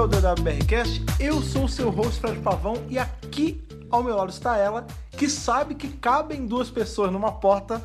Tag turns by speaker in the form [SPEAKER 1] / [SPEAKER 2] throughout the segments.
[SPEAKER 1] WBRCast. Eu sou o seu host, Fred Pavão, e aqui ao meu lado está ela, que sabe que cabem duas pessoas numa porta,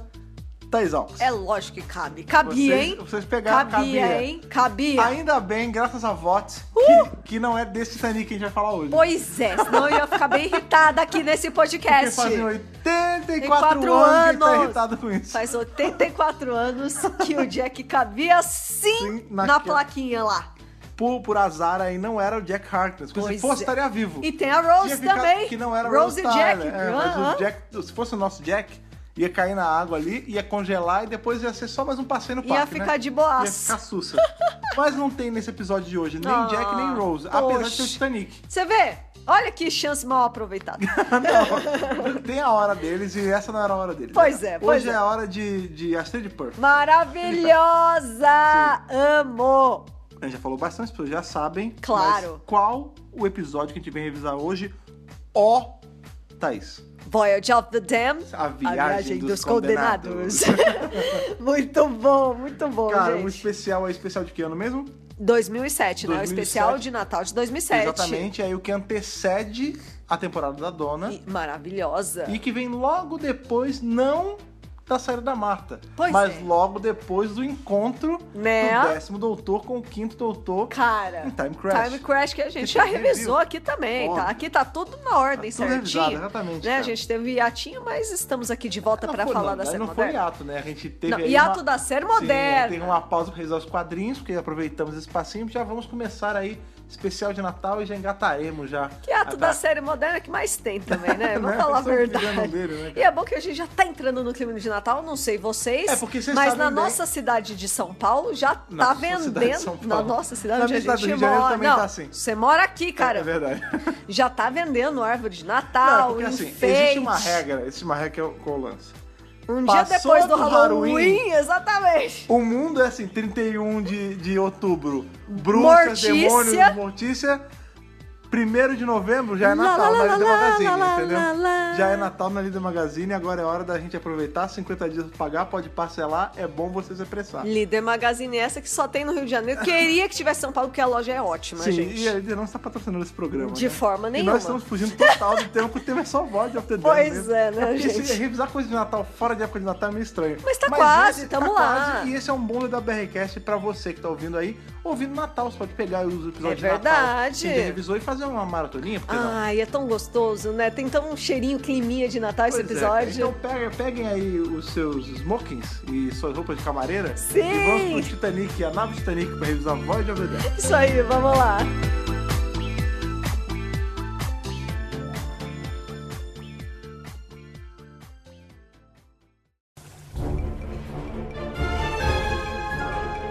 [SPEAKER 1] Thaís Alves.
[SPEAKER 2] É lógico que cabe. Cabia,
[SPEAKER 1] vocês,
[SPEAKER 2] hein?
[SPEAKER 1] Vocês pegaram, é.
[SPEAKER 2] Cabia, hein? Uh! Cabia.
[SPEAKER 1] Ainda bem, graças a Vot, que, que não é desse Titanic que a gente vai falar hoje.
[SPEAKER 2] Pois é, senão eu ia ficar bem irritada aqui nesse
[SPEAKER 1] Porque
[SPEAKER 2] podcast.
[SPEAKER 1] fazem 84
[SPEAKER 2] 84
[SPEAKER 1] anos, que tá
[SPEAKER 2] anos.
[SPEAKER 1] irritado com isso.
[SPEAKER 2] Faz 84 anos que o Jack cabia sim,
[SPEAKER 1] Sim,
[SPEAKER 2] na,
[SPEAKER 1] naquela-
[SPEAKER 2] plaquinha lá.
[SPEAKER 1] Por, por azar aí, não era o Jack Harkness. Porque se
[SPEAKER 2] Pois
[SPEAKER 1] fosse,
[SPEAKER 2] é.
[SPEAKER 1] estaria vivo.
[SPEAKER 2] E tem a Rose
[SPEAKER 1] Tinha ficado-
[SPEAKER 2] também.
[SPEAKER 1] Que não era
[SPEAKER 2] Rose e
[SPEAKER 1] Tyler,
[SPEAKER 2] Jack.
[SPEAKER 1] é, mas o
[SPEAKER 2] Aham.
[SPEAKER 1] Jack, se fosse o nosso Jack, ia cair na água ali, ia congelar e depois ia ser só mais um passeio no
[SPEAKER 2] Ia
[SPEAKER 1] parque,
[SPEAKER 2] ficar
[SPEAKER 1] né?
[SPEAKER 2] de
[SPEAKER 1] Ia
[SPEAKER 2] boas.
[SPEAKER 1] ficar sussa. Mas não tem nesse episódio de hoje nem
[SPEAKER 2] Ah,
[SPEAKER 1] Jack nem Rose, apesar de ter o
[SPEAKER 2] poxa.
[SPEAKER 1] Titanic.
[SPEAKER 2] Você vê? Olha que chance mal aproveitada.
[SPEAKER 1] Tem a hora deles e essa não era a hora deles.
[SPEAKER 2] Pois é, pois
[SPEAKER 1] Hoje é
[SPEAKER 2] é.
[SPEAKER 1] a hora de, de Astrid Perth.
[SPEAKER 2] Maravilhosa! Amo!
[SPEAKER 1] A gente já falou bastante, as pessoas já sabem.
[SPEAKER 2] Claro.
[SPEAKER 1] Mas qual o episódio que a gente vem revisar hoje? Ó, Thaís.
[SPEAKER 2] Voyage of the Damned.
[SPEAKER 1] A viagem, dos, condenados.
[SPEAKER 2] condenados. muito bom, muito bom,
[SPEAKER 1] Cara,
[SPEAKER 2] gente.
[SPEAKER 1] um especial é especial de que ano mesmo?
[SPEAKER 2] 2007, né? O
[SPEAKER 1] 2007.
[SPEAKER 2] especial de Natal de 2007.
[SPEAKER 1] Exatamente, aí o que antecede a temporada da Dona e,
[SPEAKER 2] E- maravilhosa.
[SPEAKER 1] que vem logo depois, não da saída da Marta,
[SPEAKER 2] Pois
[SPEAKER 1] mas
[SPEAKER 2] é.
[SPEAKER 1] logo depois do encontro
[SPEAKER 2] Né?
[SPEAKER 1] do décimo doutor com o quinto doutor
[SPEAKER 2] Cara,
[SPEAKER 1] em um Time Crash.
[SPEAKER 2] Time Crash que a gente
[SPEAKER 1] Que
[SPEAKER 2] já
[SPEAKER 1] teve
[SPEAKER 2] revisou aqui também,
[SPEAKER 1] Óbvio.
[SPEAKER 2] tá? Aqui tá tudo na ordem
[SPEAKER 1] Tá tudo revisado,
[SPEAKER 2] certinho.
[SPEAKER 1] exatamente,
[SPEAKER 2] Né?
[SPEAKER 1] cara.
[SPEAKER 2] A gente teve hiatinho, mas estamos aqui de volta
[SPEAKER 1] Não
[SPEAKER 2] pra
[SPEAKER 1] foi,
[SPEAKER 2] falar
[SPEAKER 1] não,
[SPEAKER 2] da
[SPEAKER 1] aí
[SPEAKER 2] série
[SPEAKER 1] não foi
[SPEAKER 2] moderna.
[SPEAKER 1] hiato, né? A gente teve
[SPEAKER 2] Não,
[SPEAKER 1] aí
[SPEAKER 2] hiato
[SPEAKER 1] uma...
[SPEAKER 2] da série
[SPEAKER 1] Sim, um
[SPEAKER 2] moderna.
[SPEAKER 1] teve uma pausa pra revisar os quadrinhos, porque aproveitamos esse passinho, já vamos começar aí especial de Natal e já engataremos já.
[SPEAKER 2] Que ato
[SPEAKER 1] a-
[SPEAKER 2] da série moderna que mais tem também, né? Vamos
[SPEAKER 1] Ah, tá. Né?
[SPEAKER 2] falar a
[SPEAKER 1] Sempre
[SPEAKER 2] verdade.
[SPEAKER 1] lembrando dele, né, cara?
[SPEAKER 2] e é bom que a gente já tá entrando no clima de Natal, não sei vocês.
[SPEAKER 1] É, porque vocês
[SPEAKER 2] Mas
[SPEAKER 1] sabem
[SPEAKER 2] na
[SPEAKER 1] bem.
[SPEAKER 2] nossa cidade de São Paulo já tá
[SPEAKER 1] Nossa cidade de São
[SPEAKER 2] vendendo.
[SPEAKER 1] Paulo.
[SPEAKER 2] Na nossa cidade
[SPEAKER 1] Na
[SPEAKER 2] onde a
[SPEAKER 1] minha cidade do
[SPEAKER 2] gente
[SPEAKER 1] Rio de Janeiro
[SPEAKER 2] mora.
[SPEAKER 1] também
[SPEAKER 2] não,
[SPEAKER 1] tá assim.
[SPEAKER 2] Você mora aqui, cara.
[SPEAKER 1] É verdade.
[SPEAKER 2] já tá vendendo árvore de
[SPEAKER 1] Cara,
[SPEAKER 2] Natal, um
[SPEAKER 1] porque assim,
[SPEAKER 2] Ah, enfeite.
[SPEAKER 1] existe uma regra, existe uma regra que eu, que eu lanço.
[SPEAKER 2] Um dia
[SPEAKER 1] Passou
[SPEAKER 2] depois do
[SPEAKER 1] do
[SPEAKER 2] Halloween,
[SPEAKER 1] Halloween,
[SPEAKER 2] exatamente.
[SPEAKER 1] O mundo é assim, 31 de, de outubro, bruxas,
[SPEAKER 2] Mortícia.
[SPEAKER 1] demônios, mortícia. 1 de novembro já é
[SPEAKER 2] Lá,
[SPEAKER 1] Natal
[SPEAKER 2] lá, lá,
[SPEAKER 1] na Lida
[SPEAKER 2] lá,
[SPEAKER 1] Magazine,
[SPEAKER 2] lá, lá,
[SPEAKER 1] entendeu?
[SPEAKER 2] lá, lá.
[SPEAKER 1] Já é Natal na Lida Magazine, agora é hora da gente aproveitar, 50 dias pra pagar, pode parcelar, é bom você se apressar.
[SPEAKER 2] Líder Magazine é essa que só tem no Rio de Janeiro. Queria que tivesse em São Paulo, porque a loja é ótima,
[SPEAKER 1] Sim,
[SPEAKER 2] gente.
[SPEAKER 1] né, e a Lida não está patrocinando esse programa.
[SPEAKER 2] De
[SPEAKER 1] né?
[SPEAKER 2] forma
[SPEAKER 1] E
[SPEAKER 2] nenhuma.
[SPEAKER 1] nós estamos fugindo total do tema, porque o tema é só Void of the Dead
[SPEAKER 2] Pois
[SPEAKER 1] mesmo.
[SPEAKER 2] é, né,
[SPEAKER 1] porque
[SPEAKER 2] gente?
[SPEAKER 1] se revisar coisa de Natal fora de época de Natal é meio estranho.
[SPEAKER 2] Mas tá quase,
[SPEAKER 1] esse
[SPEAKER 2] tamo lá.
[SPEAKER 1] Quase, e esse é um bônus da BRCast pra você que tá ouvindo aí. Ouvindo Natal, você pode pegar os episódios
[SPEAKER 2] É
[SPEAKER 1] de Natal.
[SPEAKER 2] verdade.
[SPEAKER 1] que a gente revisou e fazer uma maratoninha, porque não?
[SPEAKER 2] Ai, é tão gostoso, né? Tem tão um cheirinho, climinha de Natal esse
[SPEAKER 1] Pois é, cara.
[SPEAKER 2] episódio.
[SPEAKER 1] então pega- peguem aí os seus smokings e suas roupas de camareira.
[SPEAKER 2] Sim.
[SPEAKER 1] E vamos pro Titanic, a nave Titanic, pra revisar Void of the Dead.
[SPEAKER 2] Isso aí, vamos lá.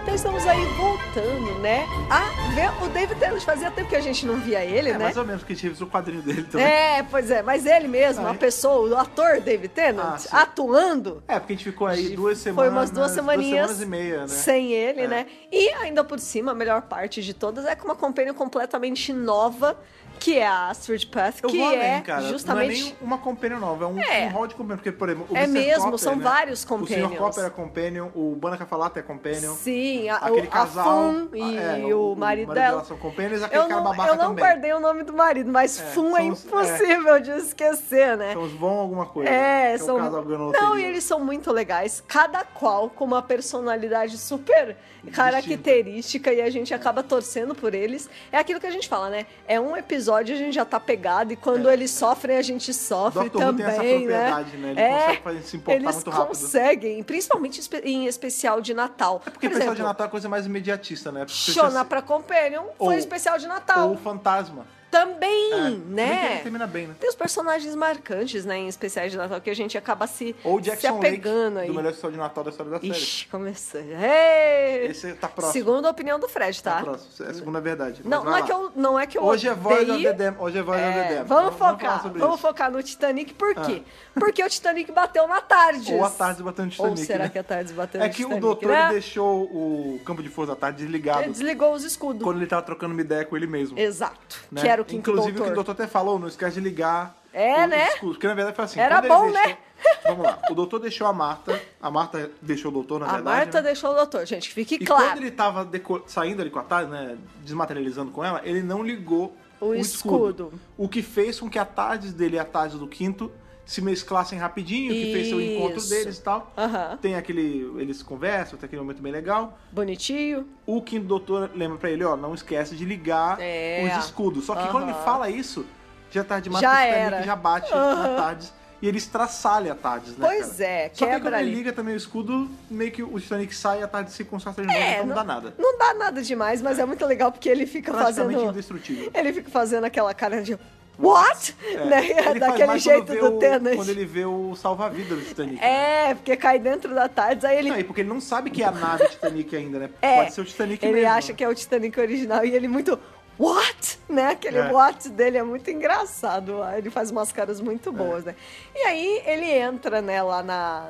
[SPEAKER 2] Então Estamos aí voltando, né? A ver o David Tennant. Fazia tempo que a gente não via ele,
[SPEAKER 1] É
[SPEAKER 2] né?
[SPEAKER 1] mais ou menos, porque a gente revisou o quadrinho dele também.
[SPEAKER 2] É, pois é, mas ele mesmo,
[SPEAKER 1] Ah,
[SPEAKER 2] a
[SPEAKER 1] é?
[SPEAKER 2] pessoa, o ator David
[SPEAKER 1] Ah,
[SPEAKER 2] Tennant,
[SPEAKER 1] sim.
[SPEAKER 2] atuando.
[SPEAKER 1] É, porque a gente ficou aí duas semanas.
[SPEAKER 2] Foi umas duas semaninhas
[SPEAKER 1] semanas e meia, né?
[SPEAKER 2] sem ele,
[SPEAKER 1] É.
[SPEAKER 2] né? E ainda por cima, a melhor parte de todas é com uma companhia completamente nova, que é a Astrid Path,
[SPEAKER 1] Eu
[SPEAKER 2] que
[SPEAKER 1] vou além,
[SPEAKER 2] é
[SPEAKER 1] cara.
[SPEAKER 2] justamente.
[SPEAKER 1] Não é nem uma Companion nova, é um,
[SPEAKER 2] É.
[SPEAKER 1] um hall de Companion. Porque, por exemplo, o
[SPEAKER 2] É
[SPEAKER 1] Mr.
[SPEAKER 2] mesmo,
[SPEAKER 1] Copper,
[SPEAKER 2] são
[SPEAKER 1] né?
[SPEAKER 2] vários
[SPEAKER 1] O Sr.
[SPEAKER 2] Companions.
[SPEAKER 1] Copper é Companion, o Bana Cafalata é Companion.
[SPEAKER 2] Sim, a,
[SPEAKER 1] Aquele
[SPEAKER 2] o,
[SPEAKER 1] casal.
[SPEAKER 2] a Fun e
[SPEAKER 1] é,
[SPEAKER 2] o, marido dela.
[SPEAKER 1] são Companions e aquele
[SPEAKER 2] Eu
[SPEAKER 1] cara
[SPEAKER 2] não,
[SPEAKER 1] babaca
[SPEAKER 2] eu não né?
[SPEAKER 1] também.
[SPEAKER 2] guardei o nome do marido, mas
[SPEAKER 1] É,
[SPEAKER 2] Fun é
[SPEAKER 1] são os- é.
[SPEAKER 2] impossível de esquecer, né?
[SPEAKER 1] São os bons alguma coisa.
[SPEAKER 2] É,
[SPEAKER 1] que
[SPEAKER 2] são.
[SPEAKER 1] É o casal que ganhou
[SPEAKER 2] não, e
[SPEAKER 1] loteria.
[SPEAKER 2] eles são muito legais, cada qual com uma personalidade super característica e a gente acaba torcendo por eles. É aquilo que a gente fala, né? É um episódio, a gente já tá pegado e quando
[SPEAKER 1] É.
[SPEAKER 2] eles sofrem, a gente sofre
[SPEAKER 1] Doctor Who tem
[SPEAKER 2] também,
[SPEAKER 1] essa propriedade, né?
[SPEAKER 2] né?
[SPEAKER 1] Ele consegue fazer- se importar
[SPEAKER 2] eles
[SPEAKER 1] muito rápido.
[SPEAKER 2] conseguem, principalmente espe- em especial de Natal. É
[SPEAKER 1] Porque o pessoal de Natal é coisa mais imediatista, né? Porque precisa
[SPEAKER 2] Shona
[SPEAKER 1] ser-
[SPEAKER 2] pra Companion
[SPEAKER 1] Ou-
[SPEAKER 2] foi especial de Natal.
[SPEAKER 1] Ou o Fantasma.
[SPEAKER 2] Também,
[SPEAKER 1] É. Se bem que
[SPEAKER 2] né?
[SPEAKER 1] ele termina bem, né?
[SPEAKER 2] Tem os personagens marcantes, né, em especiais de Natal, que a gente acaba se,
[SPEAKER 1] Ou o
[SPEAKER 2] se
[SPEAKER 1] Jackson Lake,
[SPEAKER 2] apegando aí.
[SPEAKER 1] do melhor episódio de Natal da história da série.
[SPEAKER 2] Ixi, começou. Ei!
[SPEAKER 1] Esse tá próximo.
[SPEAKER 2] Segundo a opinião do Fred,
[SPEAKER 1] Tá
[SPEAKER 2] tá?
[SPEAKER 1] próximo. É a segunda verdade. Mas
[SPEAKER 2] não,
[SPEAKER 1] vai
[SPEAKER 2] não é
[SPEAKER 1] lá.
[SPEAKER 2] que eu, não é que eu
[SPEAKER 1] Hoje é Voyage of
[SPEAKER 2] odeie-
[SPEAKER 1] the Dam. Hoje é Voyage of the
[SPEAKER 2] É,
[SPEAKER 1] Dam.
[SPEAKER 2] vamos
[SPEAKER 1] falar
[SPEAKER 2] focar,
[SPEAKER 1] sobre
[SPEAKER 2] vamos,
[SPEAKER 1] isso. Ah.
[SPEAKER 2] focar no Titanic, por quê? Porque o Titanic bateu na tarde.
[SPEAKER 1] Ou a tarde batendo Titanic.
[SPEAKER 2] Ou será
[SPEAKER 1] né?
[SPEAKER 2] que a tarde bateu
[SPEAKER 1] É
[SPEAKER 2] no
[SPEAKER 1] que
[SPEAKER 2] Titanic,
[SPEAKER 1] o doutor
[SPEAKER 2] né?
[SPEAKER 1] ele deixou o campo de força da tarde desligado
[SPEAKER 2] Ele desligou os escudos.
[SPEAKER 1] quando ele tava trocando uma ideia com ele mesmo.
[SPEAKER 2] Exato,
[SPEAKER 1] né?
[SPEAKER 2] que era o quinto
[SPEAKER 1] Inclusive, o que o
[SPEAKER 2] doutor.
[SPEAKER 1] doutor até falou, não esquece de ligar.
[SPEAKER 2] É,
[SPEAKER 1] o
[SPEAKER 2] né?
[SPEAKER 1] discurso, porque na verdade foi assim.
[SPEAKER 2] Era
[SPEAKER 1] quando ele
[SPEAKER 2] bom, né?
[SPEAKER 1] deixou- Vamos lá. O doutor deixou a Marta. A Marta deixou o doutor, na
[SPEAKER 2] A
[SPEAKER 1] verdade.
[SPEAKER 2] Marta
[SPEAKER 1] né?
[SPEAKER 2] deixou o doutor, gente, que fique
[SPEAKER 1] E quando
[SPEAKER 2] claro.
[SPEAKER 1] ele tava deco- saindo ali com a Taz, né? Desmaterializando com ela, ele não ligou
[SPEAKER 2] O escudo.
[SPEAKER 1] O que fez com que a tarde dele e a tarde do quinto se mesclassem rapidinho, que fez o encontro
[SPEAKER 2] Isso.
[SPEAKER 1] deles e tal.
[SPEAKER 2] Aham.
[SPEAKER 1] Tem aquele. Eles conversam, tem aquele momento bem legal.
[SPEAKER 2] Bonitinho.
[SPEAKER 1] O quinto doutor lembra pra ele, ó, não esquece de ligar
[SPEAKER 2] É.
[SPEAKER 1] os escudos. Só que
[SPEAKER 2] Aham.
[SPEAKER 1] quando ele fala isso, já tá de
[SPEAKER 2] Já
[SPEAKER 1] Titanic
[SPEAKER 2] era.
[SPEAKER 1] já bate na Tardes. E ele estraçalha a Tardes, né?
[SPEAKER 2] Pois
[SPEAKER 1] cara?
[SPEAKER 2] é,
[SPEAKER 1] Só que aí
[SPEAKER 2] quebra
[SPEAKER 1] quando
[SPEAKER 2] ali.
[SPEAKER 1] ele liga também o escudo, meio que o Titanic sai e a Tardes se conserta de novo,
[SPEAKER 2] É,
[SPEAKER 1] então não dá nada.
[SPEAKER 2] Não dá nada demais, mas é muito legal porque ele fica
[SPEAKER 1] Praticamente
[SPEAKER 2] fazendo.
[SPEAKER 1] indestrutível.
[SPEAKER 2] Ele fica fazendo aquela cara de. What?
[SPEAKER 1] É.
[SPEAKER 2] Né?
[SPEAKER 1] Ele faz
[SPEAKER 2] Daquele
[SPEAKER 1] mais
[SPEAKER 2] jeito
[SPEAKER 1] quando vê
[SPEAKER 2] do
[SPEAKER 1] o-
[SPEAKER 2] Tenant.
[SPEAKER 1] Quando ele vê o salva-vida do Titanic. né?
[SPEAKER 2] É, porque cai dentro da tarde, aí ele.
[SPEAKER 1] Não, e porque ele não sabe que é a nave Titanic ainda, né?
[SPEAKER 2] É,
[SPEAKER 1] Pode ser o Titanic
[SPEAKER 2] ele
[SPEAKER 1] mesmo. né?
[SPEAKER 2] acha que é o Titanic original e ele muito. What? Né? Aquele
[SPEAKER 1] É.
[SPEAKER 2] what dele é muito engraçado. lá. Ele faz umas caras
[SPEAKER 1] É.
[SPEAKER 2] muito boas, né? E aí ele entra, né, lá na,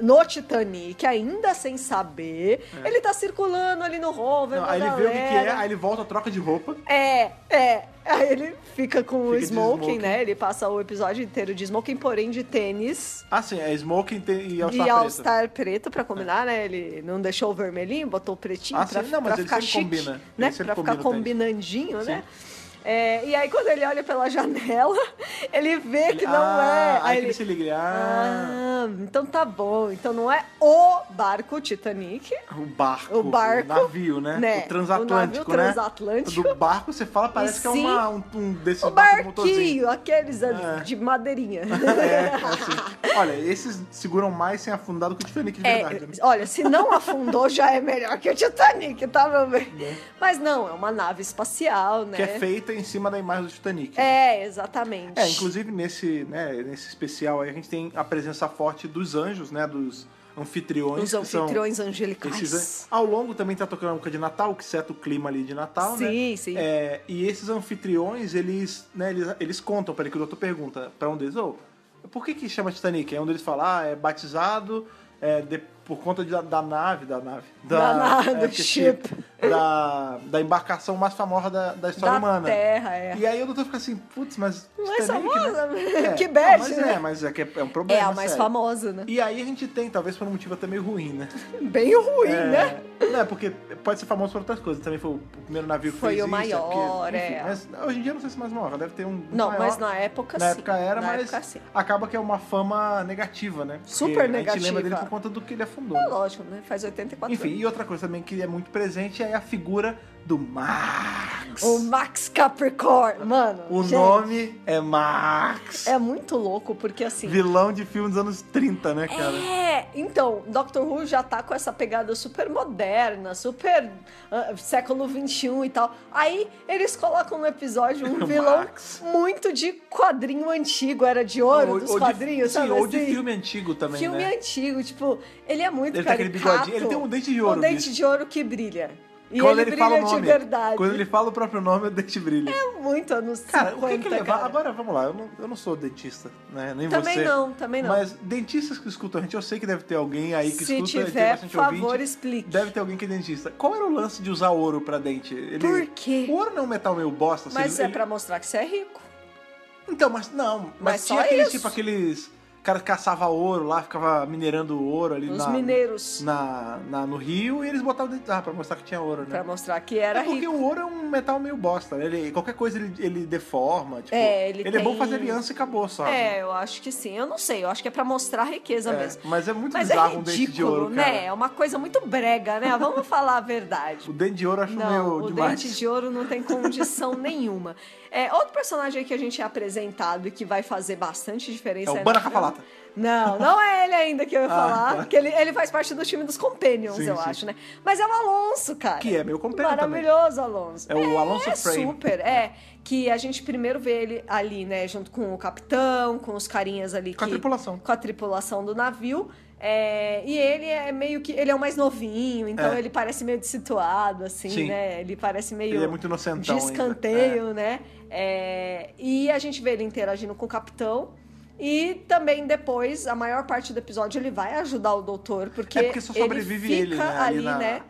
[SPEAKER 2] no Titanic, ainda sem saber. Ele tá circulando ali no rover.
[SPEAKER 1] É. Não,
[SPEAKER 2] uma
[SPEAKER 1] aí ele vê o que, que é,
[SPEAKER 2] galera.
[SPEAKER 1] aí ele volta, troca de roupa.
[SPEAKER 2] É, é. Aí ele fica com
[SPEAKER 1] Fica
[SPEAKER 2] o
[SPEAKER 1] de
[SPEAKER 2] smoking,
[SPEAKER 1] smoking.
[SPEAKER 2] né? Ele passa o episódio inteiro de smoking, porém de tênis.
[SPEAKER 1] Ah, sim, é smoking tem- e
[SPEAKER 2] de
[SPEAKER 1] all-star
[SPEAKER 2] All
[SPEAKER 1] preta.
[SPEAKER 2] Star preto pra combinar, né? Ele não deixou o vermelhinho, botou o pretinho
[SPEAKER 1] É. Ah,
[SPEAKER 2] pra,
[SPEAKER 1] sim, não, mas
[SPEAKER 2] pra
[SPEAKER 1] ele
[SPEAKER 2] ficar
[SPEAKER 1] sempre
[SPEAKER 2] chique,
[SPEAKER 1] combina. Ele
[SPEAKER 2] né?
[SPEAKER 1] sempre
[SPEAKER 2] Pra
[SPEAKER 1] combina
[SPEAKER 2] ficar
[SPEAKER 1] o tênis.
[SPEAKER 2] combinandinho, né?
[SPEAKER 1] Sim.
[SPEAKER 2] É, e aí quando ele olha pela janela, ele vê que não
[SPEAKER 1] ah,
[SPEAKER 2] é.
[SPEAKER 1] Aí, que ele se liga. ele, Ah,
[SPEAKER 2] Ah, então tá bom. Então não é o barco Titanic, é
[SPEAKER 1] o barco.
[SPEAKER 2] Ah. o barco.
[SPEAKER 1] navio, né?
[SPEAKER 2] né?
[SPEAKER 1] O transatlântico,
[SPEAKER 2] O navio
[SPEAKER 1] né?
[SPEAKER 2] transatlântico.
[SPEAKER 1] Do barco você fala, parece
[SPEAKER 2] E
[SPEAKER 1] que é
[SPEAKER 2] sim,
[SPEAKER 1] uma, um, um desses
[SPEAKER 2] O
[SPEAKER 1] barcos com motorzinho.
[SPEAKER 2] barquinho, aqueles ali
[SPEAKER 1] É.
[SPEAKER 2] de madeirinha.
[SPEAKER 1] É, é assim. Olha, esses seguram mais sem afundar do que o Titanic de
[SPEAKER 2] É,
[SPEAKER 1] verdade. né?
[SPEAKER 2] olha, se não afundou, já é melhor que o Titanic, tá, meu bem? Mas não, é uma nave espacial, né?
[SPEAKER 1] Né? Que é feita em cima da imagem do Titanic.
[SPEAKER 2] É, exatamente.
[SPEAKER 1] É, inclusive nesse, né, nesse especial aí a gente tem a presença forte dos anjos, né? Dos anfitriões.
[SPEAKER 2] Os
[SPEAKER 1] que são
[SPEAKER 2] anfitriões
[SPEAKER 1] esses
[SPEAKER 2] angelicais.
[SPEAKER 1] an- Ao longo também tá tocando a música de Natal, que seta o clima ali de Natal, né?
[SPEAKER 2] Sim, sim.
[SPEAKER 1] É, e esses anfitriões, eles, né, eles, eles contam para ele que o doutor pergunta pra um deles, ô, por que que chama Titanic? Aí um deles fala, ah, é batizado é, de- por conta de- da nave, da nave.
[SPEAKER 2] Da nave, do
[SPEAKER 1] que
[SPEAKER 2] ship.
[SPEAKER 1] se- Da, da embarcação mais famosa da, da história
[SPEAKER 2] da
[SPEAKER 1] humana.
[SPEAKER 2] Terra, é.
[SPEAKER 1] E aí o doutor fica assim, putz, mas.
[SPEAKER 2] Não é
[SPEAKER 1] Titanic,
[SPEAKER 2] famosa?
[SPEAKER 1] né?
[SPEAKER 2] que
[SPEAKER 1] É, não,
[SPEAKER 2] bad,
[SPEAKER 1] mas
[SPEAKER 2] né?
[SPEAKER 1] é, mas é que é, é um
[SPEAKER 2] É,
[SPEAKER 1] problema.
[SPEAKER 2] a mais
[SPEAKER 1] sério.
[SPEAKER 2] famosa, né?
[SPEAKER 1] E aí a gente tem, talvez por um motivo até meio ruim, né?
[SPEAKER 2] Bem ruim,
[SPEAKER 1] É,
[SPEAKER 2] né?
[SPEAKER 1] Não, é porque pode ser famoso por outras coisas. Também foi o primeiro navio que
[SPEAKER 2] Foi
[SPEAKER 1] fez
[SPEAKER 2] o
[SPEAKER 1] isso, é porque-
[SPEAKER 2] maior,
[SPEAKER 1] enfim,
[SPEAKER 2] é.
[SPEAKER 1] Mas hoje em dia eu não sei se mais maior, deve ter um.
[SPEAKER 2] Não,
[SPEAKER 1] maior.
[SPEAKER 2] mas na época
[SPEAKER 1] Na
[SPEAKER 2] sim.
[SPEAKER 1] época era,
[SPEAKER 2] na
[SPEAKER 1] mas
[SPEAKER 2] época sim.
[SPEAKER 1] acaba que é uma fama negativa, né? Porque
[SPEAKER 2] Super
[SPEAKER 1] A gente
[SPEAKER 2] negativa.
[SPEAKER 1] lembra dele por conta do que ele afundou.
[SPEAKER 2] É
[SPEAKER 1] né?
[SPEAKER 2] lógico, né? Faz 84
[SPEAKER 1] Enfim, e outra coisa também que é muito presente é a figura do Max.
[SPEAKER 2] anos. O Max Capricorn, mano.
[SPEAKER 1] O
[SPEAKER 2] gente,
[SPEAKER 1] nome é Max.
[SPEAKER 2] É muito louco, porque assim.
[SPEAKER 1] Vilão de filme dos anos 30, né, cara?
[SPEAKER 2] É, então, Doctor Who já tá com essa pegada super moderna, super ah, século XXI e tal. Aí eles colocam no episódio um vilão
[SPEAKER 1] Max.
[SPEAKER 2] muito de quadrinho antigo, era de ouro dos quadrinhos,
[SPEAKER 1] de,
[SPEAKER 2] sabe?
[SPEAKER 1] Sim, ou de
[SPEAKER 2] assim?
[SPEAKER 1] filme antigo também,
[SPEAKER 2] Filme
[SPEAKER 1] né?
[SPEAKER 2] antigo, tipo, ele é muito
[SPEAKER 1] Ele tem aquele
[SPEAKER 2] caricato.
[SPEAKER 1] bigodinho, ele tem um dente de ouro,
[SPEAKER 2] Um dente
[SPEAKER 1] bicho.
[SPEAKER 2] de ouro que brilha. E
[SPEAKER 1] Quando
[SPEAKER 2] ele,
[SPEAKER 1] ele
[SPEAKER 2] brilha
[SPEAKER 1] fala o nome,
[SPEAKER 2] de verdade.
[SPEAKER 1] Quando ele fala o próprio nome, eu dente brilha.
[SPEAKER 2] Muito anos
[SPEAKER 1] Cara,
[SPEAKER 2] 50,
[SPEAKER 1] o que que levar?
[SPEAKER 2] tá cara.
[SPEAKER 1] Agora, vamos lá, eu não, eu não sou dentista, né? Nem
[SPEAKER 2] Também
[SPEAKER 1] você.
[SPEAKER 2] não, também não.
[SPEAKER 1] Mas dentistas que escutam a gente, eu sei que deve ter alguém aí que
[SPEAKER 2] Se
[SPEAKER 1] escuta,
[SPEAKER 2] tiver,
[SPEAKER 1] tem bastante
[SPEAKER 2] por favor,
[SPEAKER 1] ouvinte.
[SPEAKER 2] explique.
[SPEAKER 1] Deve ter alguém que é dentista. Qual era o lance de usar ouro pra dente? Ele-
[SPEAKER 2] Por quê?
[SPEAKER 1] O ouro não é um metal meio bosta, assim,
[SPEAKER 2] Mas é
[SPEAKER 1] ele-
[SPEAKER 2] pra mostrar que você é rico.
[SPEAKER 1] Então, mas não, mas,
[SPEAKER 2] Mas
[SPEAKER 1] tinha
[SPEAKER 2] só
[SPEAKER 1] aqueles,
[SPEAKER 2] isso.
[SPEAKER 1] tipo, aqueles caras que caçavam ouro lá, ficava minerando ouro ali
[SPEAKER 2] Os
[SPEAKER 1] na,
[SPEAKER 2] mineiros.
[SPEAKER 1] na, na- no rio e eles botavam dentro ah, pra mostrar que tinha ouro, né?
[SPEAKER 2] Pra mostrar que era
[SPEAKER 1] É porque
[SPEAKER 2] rico.
[SPEAKER 1] o ouro é um metal meio bosta, né? Ele, qualquer coisa ele, ele deforma, tipo,
[SPEAKER 2] É, ele
[SPEAKER 1] é
[SPEAKER 2] tem-
[SPEAKER 1] bom fazer aliança e acabou, sabe?
[SPEAKER 2] É, eu acho que sim. Eu não sei, eu acho que é pra mostrar riqueza
[SPEAKER 1] É,
[SPEAKER 2] mesmo.
[SPEAKER 1] mas é muito
[SPEAKER 2] Mas é
[SPEAKER 1] bizarro um dente
[SPEAKER 2] ridículo,
[SPEAKER 1] de ouro, cara.
[SPEAKER 2] né? É uma coisa muito brega, né? Vamos falar a verdade.
[SPEAKER 1] O dente de ouro eu acho
[SPEAKER 2] Não,
[SPEAKER 1] meio
[SPEAKER 2] o
[SPEAKER 1] demais.
[SPEAKER 2] dente de ouro não tem condição nenhuma. É, outro personagem aí que a gente é apresentado e que vai fazer bastante diferença
[SPEAKER 1] É o
[SPEAKER 2] na
[SPEAKER 1] Bana
[SPEAKER 2] trama-
[SPEAKER 1] Cafalata.
[SPEAKER 2] Não, não é ele ainda que eu ia
[SPEAKER 1] Ah,
[SPEAKER 2] falar,
[SPEAKER 1] tá.
[SPEAKER 2] porque ele, ele faz parte do time dos Companions,
[SPEAKER 1] Sim,
[SPEAKER 2] eu
[SPEAKER 1] sim.
[SPEAKER 2] acho, né? Mas é o Alonso, cara.
[SPEAKER 1] Que é meu companion também.
[SPEAKER 2] Maravilhoso, Alonso.
[SPEAKER 1] É o Alonso
[SPEAKER 2] é
[SPEAKER 1] Frame.
[SPEAKER 2] super, é. Que a gente primeiro vê ele ali, né, junto com o capitão, com os carinhas ali.
[SPEAKER 1] Com a
[SPEAKER 2] que-
[SPEAKER 1] tripulação.
[SPEAKER 2] Com a tripulação do navio. É, e ele é meio que. Ele é o mais novinho, então
[SPEAKER 1] É.
[SPEAKER 2] ele parece meio desituado, assim,
[SPEAKER 1] Sim.
[SPEAKER 2] né? Ele parece meio.
[SPEAKER 1] Ele é muito inocentão
[SPEAKER 2] De
[SPEAKER 1] ainda.
[SPEAKER 2] escanteio, né? É, e a gente vê ele interagindo com o capitão. E também depois, a maior parte do episódio, ele vai ajudar o doutor, porque,
[SPEAKER 1] É porque só sobrevive
[SPEAKER 2] ele
[SPEAKER 1] ele,
[SPEAKER 2] fica
[SPEAKER 1] né, ali
[SPEAKER 2] ali,
[SPEAKER 1] na-
[SPEAKER 2] né?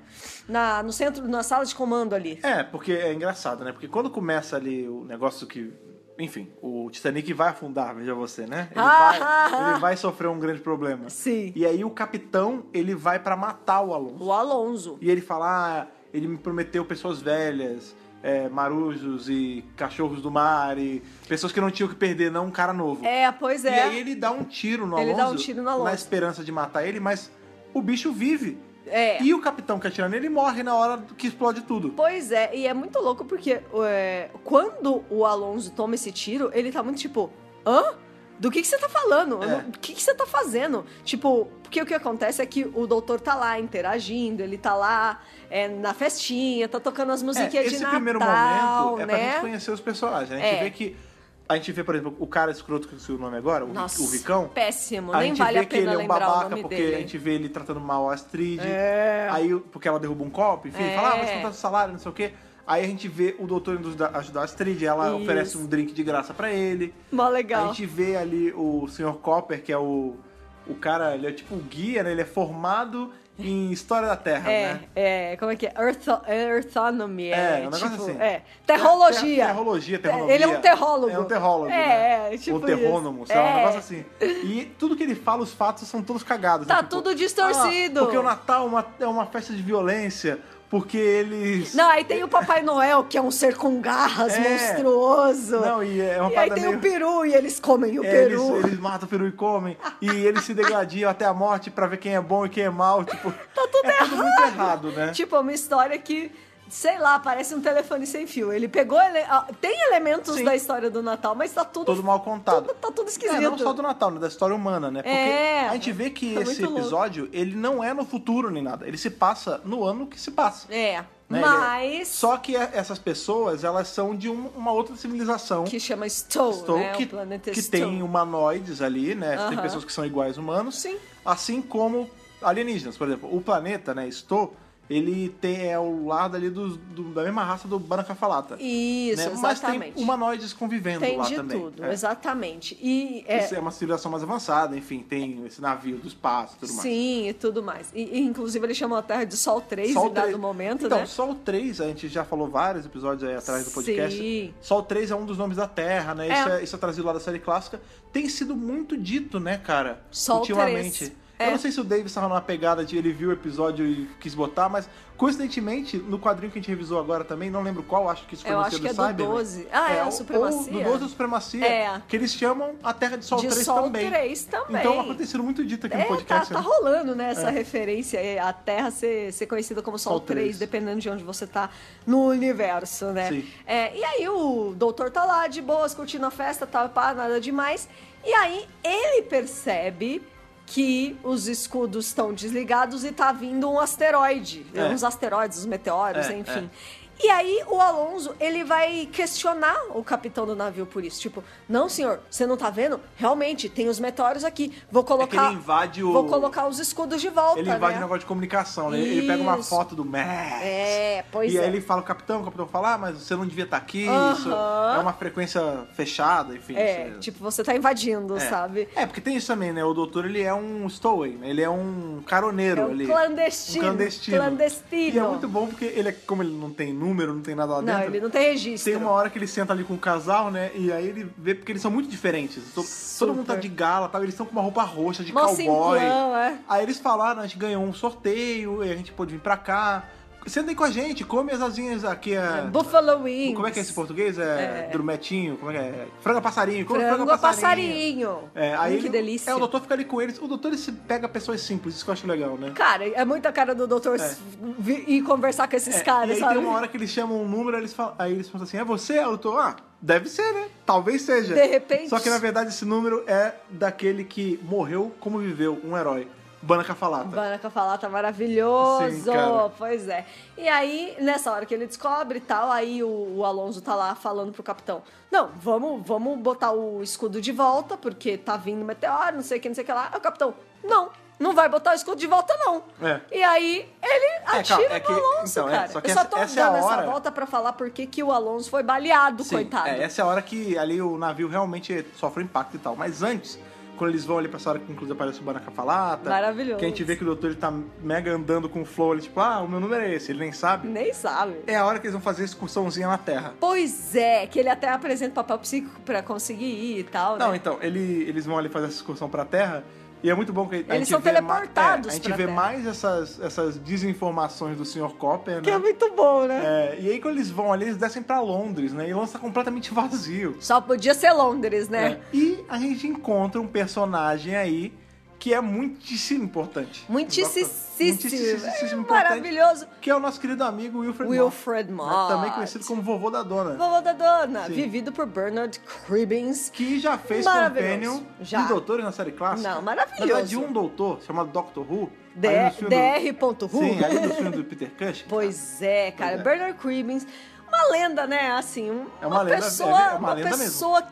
[SPEAKER 2] Na, no centro, na sala de comando ali.
[SPEAKER 1] É, porque é engraçado, né? Porque quando começa ali o negócio que Enfim, o Titanic vai afundar, veja você, né? Ele,
[SPEAKER 2] Ah,
[SPEAKER 1] vai,
[SPEAKER 2] ah,
[SPEAKER 1] ele
[SPEAKER 2] ah.
[SPEAKER 1] vai sofrer um grande problema.
[SPEAKER 2] Sim.
[SPEAKER 1] E aí o capitão, ele vai pra matar o Alonso.
[SPEAKER 2] O Alonso.
[SPEAKER 1] E ele fala, ah, ele me prometeu pessoas velhas, é, marujos e cachorros do mar e pessoas que não tinham o que perder, não um cara novo.
[SPEAKER 2] É, pois
[SPEAKER 1] E aí
[SPEAKER 2] é.
[SPEAKER 1] ele dá um tiro no
[SPEAKER 2] Ele
[SPEAKER 1] Alonso.
[SPEAKER 2] dá um tiro no Alonso.
[SPEAKER 1] Na esperança de matar ele, mas o bicho vive.
[SPEAKER 2] É.
[SPEAKER 1] E o capitão que atira nele morre na hora que explode tudo.
[SPEAKER 2] Pois é, e é muito louco porque é, quando o Alonso toma esse tiro, ele tá muito tipo, hã? Do que, que você tá falando? Eu
[SPEAKER 1] É.
[SPEAKER 2] não- O que, que você tá fazendo? Tipo, porque o que acontece é que o doutor tá lá interagindo, ele tá lá é, na festinha, tá tocando as
[SPEAKER 1] É,
[SPEAKER 2] musiquinhas
[SPEAKER 1] esse
[SPEAKER 2] de Natal,
[SPEAKER 1] primeiro momento é pra
[SPEAKER 2] né?
[SPEAKER 1] gente conhecer os personagens. A gente
[SPEAKER 2] É.
[SPEAKER 1] vê que. A gente vê, por exemplo, o cara escroto que eu esqueci o nome agora, o,
[SPEAKER 2] Nossa,
[SPEAKER 1] o Ricão.
[SPEAKER 2] péssimo,
[SPEAKER 1] A
[SPEAKER 2] nem
[SPEAKER 1] gente
[SPEAKER 2] vale
[SPEAKER 1] vê
[SPEAKER 2] a
[SPEAKER 1] que ele
[SPEAKER 2] pena
[SPEAKER 1] é um
[SPEAKER 2] lembrar o
[SPEAKER 1] babaca
[SPEAKER 2] nome
[SPEAKER 1] porque
[SPEAKER 2] dele.
[SPEAKER 1] a gente vê ele tratando mal a Astrid.
[SPEAKER 2] É.
[SPEAKER 1] Aí, o- porque ela derruba um copo, enfim,
[SPEAKER 2] É.
[SPEAKER 1] fala, ah, mas quanto é o salário, não sei o quê. Aí a gente vê o doutor indo ajudar- ajudar a Astrid, ela
[SPEAKER 2] Isso.
[SPEAKER 1] oferece um drink de graça pra ele.
[SPEAKER 2] Mó
[SPEAKER 1] A
[SPEAKER 2] legal.
[SPEAKER 1] gente vê ali o Sr. Copper, que é o, o cara, ele é tipo o guia, né? Ele é formado em História da Terra,
[SPEAKER 2] É,
[SPEAKER 1] né?
[SPEAKER 2] é, como é que é? Eartho- Earthonomy.
[SPEAKER 1] É,
[SPEAKER 2] É,
[SPEAKER 1] um
[SPEAKER 2] tipo,
[SPEAKER 1] negócio assim.
[SPEAKER 2] É, terrologia.
[SPEAKER 1] Ter- Terrologia, terronologia.
[SPEAKER 2] Ele é um terrólogo.
[SPEAKER 1] É um terrólogo,
[SPEAKER 2] É,
[SPEAKER 1] né?
[SPEAKER 2] é, tipo
[SPEAKER 1] Ou terrônomo,
[SPEAKER 2] isso.
[SPEAKER 1] sei lá,
[SPEAKER 2] É.
[SPEAKER 1] um negócio assim. E tudo que ele fala, os fatos são todos cagados. né?
[SPEAKER 2] Tá
[SPEAKER 1] Tipo,
[SPEAKER 2] tudo distorcido.
[SPEAKER 1] "Ah, porque o Natal é uma, é uma festa de violência, porque eles...
[SPEAKER 2] Não, aí tem o Papai Noel, que é um ser com garras
[SPEAKER 1] É.
[SPEAKER 2] monstruoso.
[SPEAKER 1] Não, e é uma
[SPEAKER 2] e aí
[SPEAKER 1] parada
[SPEAKER 2] tem
[SPEAKER 1] meio...
[SPEAKER 2] o peru, e eles comem o
[SPEAKER 1] É, eles,
[SPEAKER 2] peru.
[SPEAKER 1] eles matam o peru e comem. E eles se degladiam até a morte pra ver quem é bom e quem é mal. Tipo, tá tudo é tudo muito errado, né?
[SPEAKER 2] Tipo, é uma história que, sei lá, parece um telefone sem fio. Ele pegou... ele- ah, Tem elementos
[SPEAKER 1] Sim.
[SPEAKER 2] da história do Natal, mas tá tudo...
[SPEAKER 1] Todo mal contado.
[SPEAKER 2] tudo- tá tudo esquisito.
[SPEAKER 1] É, não só do Natal, né? Da história humana, né? Porque
[SPEAKER 2] É.
[SPEAKER 1] a gente vê que
[SPEAKER 2] É
[SPEAKER 1] esse
[SPEAKER 2] muito louco.
[SPEAKER 1] episódio, ele não é no futuro nem nada. Ele se passa no ano que se passa.
[SPEAKER 2] É,
[SPEAKER 1] né? Ele é-
[SPEAKER 2] mas...
[SPEAKER 1] Só que a- essas pessoas, elas são de um- uma outra civilização.
[SPEAKER 2] Que chama Stowe,
[SPEAKER 1] Stowe,
[SPEAKER 2] né?
[SPEAKER 1] um que,
[SPEAKER 2] o planeta
[SPEAKER 1] que
[SPEAKER 2] Stowe.
[SPEAKER 1] tem um humanoides ali, né? Tem
[SPEAKER 2] Aham.
[SPEAKER 1] pessoas que são iguais a humanos.
[SPEAKER 2] Sim.
[SPEAKER 1] Assim como alienígenas, por exemplo. O planeta, né? Stowe, ele tem, é o lado ali dos- do- da mesma raça do Baracafalata.
[SPEAKER 2] Isso,
[SPEAKER 1] né? Mas tem
[SPEAKER 2] exatamente.
[SPEAKER 1] humanoides convivendo
[SPEAKER 2] Tem
[SPEAKER 1] lá
[SPEAKER 2] de
[SPEAKER 1] também.
[SPEAKER 2] tudo,
[SPEAKER 1] É.
[SPEAKER 2] exatamente. E é,
[SPEAKER 1] Isso é uma civilização mais avançada, enfim, tem esse navio do espaço e tudo mais.
[SPEAKER 2] Sim, e tudo mais. E, e, inclusive ele chamou a Terra de Sol 3
[SPEAKER 1] Sol
[SPEAKER 2] em dado
[SPEAKER 1] três.
[SPEAKER 2] momento,
[SPEAKER 1] então,
[SPEAKER 2] né?
[SPEAKER 1] Sol 3, a gente já falou vários episódios aí atrás do podcast.
[SPEAKER 2] Sim.
[SPEAKER 1] Sol 3 é um dos nomes da Terra, né? Isso,
[SPEAKER 2] É.
[SPEAKER 1] é, isso é trazido lá da série clássica. Tem sido muito dito, né, cara?
[SPEAKER 2] Sol
[SPEAKER 1] ultimamente.
[SPEAKER 2] 3,
[SPEAKER 1] Eu
[SPEAKER 2] é.
[SPEAKER 1] não sei se o Davis estava numa pegada de ele viu o episódio e quis botar, mas coincidentemente, no quadrinho que a gente revisou agora também, não lembro qual, acho que isso foi
[SPEAKER 2] Eu
[SPEAKER 1] você
[SPEAKER 2] acho
[SPEAKER 1] do
[SPEAKER 2] que é do
[SPEAKER 1] Cyberman.
[SPEAKER 2] 12. Ah, é,
[SPEAKER 1] né? ou-
[SPEAKER 2] a Supremacia.
[SPEAKER 1] Ou do 12 da Supremacia,
[SPEAKER 2] É.
[SPEAKER 1] que eles chamam a Terra de Sol
[SPEAKER 2] de
[SPEAKER 1] 3
[SPEAKER 2] Sol
[SPEAKER 1] também.
[SPEAKER 2] 3 também.
[SPEAKER 1] Então aconteceu muito dito aqui
[SPEAKER 2] é,
[SPEAKER 1] no podcast.
[SPEAKER 2] tá, tá
[SPEAKER 1] né?
[SPEAKER 2] rolando, né, essa referência, é, a Terra ser, ser conhecida como Sol,
[SPEAKER 1] Sol
[SPEAKER 2] 3,
[SPEAKER 1] três.
[SPEAKER 2] dependendo de onde você tá no universo, né?
[SPEAKER 1] Sim.
[SPEAKER 2] É, e aí o doutor tá lá, de boas, curtindo a festa, tá, pá, nada demais. E aí ele percebe que os escudos estão desligados e tá vindo um asteroide.
[SPEAKER 1] É.
[SPEAKER 2] Uns asteroides, uns meteoros,
[SPEAKER 1] É,
[SPEAKER 2] enfim. E aí o Alonso, ele vai questionar o capitão do navio por isso. Tipo, não, senhor, você não tá vendo? Realmente, tem os meteoros aqui. Vou
[SPEAKER 1] É que
[SPEAKER 2] colocar...
[SPEAKER 1] ele invade o-
[SPEAKER 2] tá. Vou colocar os escudos de volta,
[SPEAKER 1] Ele invade o
[SPEAKER 2] né?
[SPEAKER 1] negócio de comunicação, né? Ele pega uma
[SPEAKER 2] Isso.
[SPEAKER 1] foto do Max.
[SPEAKER 2] É, pois
[SPEAKER 1] e
[SPEAKER 2] é.
[SPEAKER 1] aí ele fala o capitão, o capitão fala, ah, mas você não devia estar aqui,
[SPEAKER 2] Aham.
[SPEAKER 1] isso é uma frequência fechada, enfim.
[SPEAKER 2] É,
[SPEAKER 1] isso
[SPEAKER 2] tipo, você tá invadindo,
[SPEAKER 1] é.
[SPEAKER 2] sabe?
[SPEAKER 1] É, porque tem isso também, né? O doutor, ele é um stowaway, né? Ele é um caroneiro
[SPEAKER 2] É um
[SPEAKER 1] ali.
[SPEAKER 2] clandestino,
[SPEAKER 1] Um clandestino.
[SPEAKER 2] clandestino.
[SPEAKER 1] E é muito bom porque ele, é- como ele não tem número, não tem nada lá
[SPEAKER 2] Não,
[SPEAKER 1] Tá dentro...
[SPEAKER 2] ele não tem registro.
[SPEAKER 1] Tem uma hora que ele senta ali com o casal, né? E aí ele vê, porque eles são muito diferentes. To- Todo
[SPEAKER 2] Super.
[SPEAKER 1] mundo tá de gala, tal. Eles estão com uma roupa roxa, de
[SPEAKER 2] Mó
[SPEAKER 1] cowboy.
[SPEAKER 2] simplão, é.
[SPEAKER 1] Aí eles falaram, a gente ganhou um sorteio, e a gente pôde vir pra cá. Sentem com a gente, come as asinhas aqui. É...
[SPEAKER 2] Buffalo Wings.
[SPEAKER 1] Como é que é esse português? É,
[SPEAKER 2] É.
[SPEAKER 1] drumetinho, como é que é? Frango a passarinho, come
[SPEAKER 2] Frango,
[SPEAKER 1] frango a passarinho.
[SPEAKER 2] passarinho.
[SPEAKER 1] É, aí
[SPEAKER 2] Hum,
[SPEAKER 1] ele-
[SPEAKER 2] que delícia.
[SPEAKER 1] É, o doutor fica ali com eles. O doutor ele se pega pessoas simples, isso que eu acho legal, né?
[SPEAKER 2] Cara, é muita cara do doutor
[SPEAKER 1] É.
[SPEAKER 2] vi- ir conversar com esses
[SPEAKER 1] É,
[SPEAKER 2] caras,
[SPEAKER 1] e aí
[SPEAKER 2] sabe?
[SPEAKER 1] tem uma hora que eles chamam um número, eles falam, aí eles falam assim, é você? Aí eu tô, ah, deve ser, né? Talvez seja.
[SPEAKER 2] De repente.
[SPEAKER 1] Só que, na verdade, esse número é daquele que morreu como viveu um herói. Bana Cafalata.
[SPEAKER 2] Baraka Falata tá maravilhoso.
[SPEAKER 1] Sim, cara.
[SPEAKER 2] pois é. E aí, nessa hora que ele descobre e tal, aí o, o Alonso tá lá falando pro capitão: Não, vamos, vamos botar o escudo de volta, porque tá vindo meteoro, não sei o que, não sei o que lá. Aí o capitão: Não, não vai botar o escudo de volta, não.
[SPEAKER 1] É.
[SPEAKER 2] E aí ele
[SPEAKER 1] calma,
[SPEAKER 2] atira
[SPEAKER 1] é que-
[SPEAKER 2] no Alonso,
[SPEAKER 1] então, é,
[SPEAKER 2] cara.
[SPEAKER 1] só que
[SPEAKER 2] Eu só
[SPEAKER 1] essa-
[SPEAKER 2] tô
[SPEAKER 1] essa é a
[SPEAKER 2] dando
[SPEAKER 1] hora-
[SPEAKER 2] essa volta pra falar porque que o Alonso foi baleado,
[SPEAKER 1] Sim,
[SPEAKER 2] coitado.
[SPEAKER 1] É, essa é a hora que ali o navio realmente sofre um impacto e tal. Mas antes, Quando eles vão ali pra sala que inclusive aparece o Baraka Falata.
[SPEAKER 2] Maravilhoso.
[SPEAKER 1] Que a gente vê que o doutor ele tá mega andando com o flow, ele tipo, ah, o meu número é esse, ele nem sabe.
[SPEAKER 2] Nem sabe.
[SPEAKER 1] É a hora que eles vão fazer a excursãozinha na Terra.
[SPEAKER 2] Pois é, que ele até apresenta papel psíquico pra conseguir ir e tal, né?
[SPEAKER 1] Não, então, ele, eles vão ali fazer essa excursão pra Terra. E é muito bom que a
[SPEAKER 2] Eles
[SPEAKER 1] gente
[SPEAKER 2] são
[SPEAKER 1] vê ma-
[SPEAKER 2] teleportados
[SPEAKER 1] é, A gente
[SPEAKER 2] pra
[SPEAKER 1] vê
[SPEAKER 2] Terra.
[SPEAKER 1] mais essas, essas desinformações do Sr. Copper, né?
[SPEAKER 2] Que é muito bom, né?
[SPEAKER 1] É, e aí quando eles vão ali, eles descem pra Londres, né? E Londres tá completamente vazio.
[SPEAKER 2] Só podia ser Londres, né?
[SPEAKER 1] né? E a gente encontra um personagem aí que é muitíssimo importante.
[SPEAKER 2] Muitíssimo. É
[SPEAKER 1] Muitíssimo importante.
[SPEAKER 2] maravilhoso.
[SPEAKER 1] Que é o nosso querido amigo Wilfred
[SPEAKER 2] Wilfred
[SPEAKER 1] Mott,
[SPEAKER 2] Mott.
[SPEAKER 1] né? Também conhecido como vovô da dona. né?
[SPEAKER 2] Vovó da Dona,
[SPEAKER 1] Sim.
[SPEAKER 2] vivido por Bernard Cribbins.
[SPEAKER 1] Que já fez
[SPEAKER 2] Maravilhoso.
[SPEAKER 1] companion
[SPEAKER 2] Já.
[SPEAKER 1] de doutores na série clássica.
[SPEAKER 2] Não, maravilhoso.
[SPEAKER 1] Na verdade, um doutor chamado Doctor Who.
[SPEAKER 2] D-
[SPEAKER 1] aí no filme
[SPEAKER 2] DR.ru.
[SPEAKER 1] do... Sim, aí no filme do Peter Cushing.
[SPEAKER 2] Pois é, cara.
[SPEAKER 1] Pois é.
[SPEAKER 2] Bernard Cribbins, uma lenda, né? Assim, um-
[SPEAKER 1] É uma lenda,
[SPEAKER 2] pessoa,
[SPEAKER 1] é- é uma
[SPEAKER 2] uma
[SPEAKER 1] lenda mesmo.
[SPEAKER 2] pessoa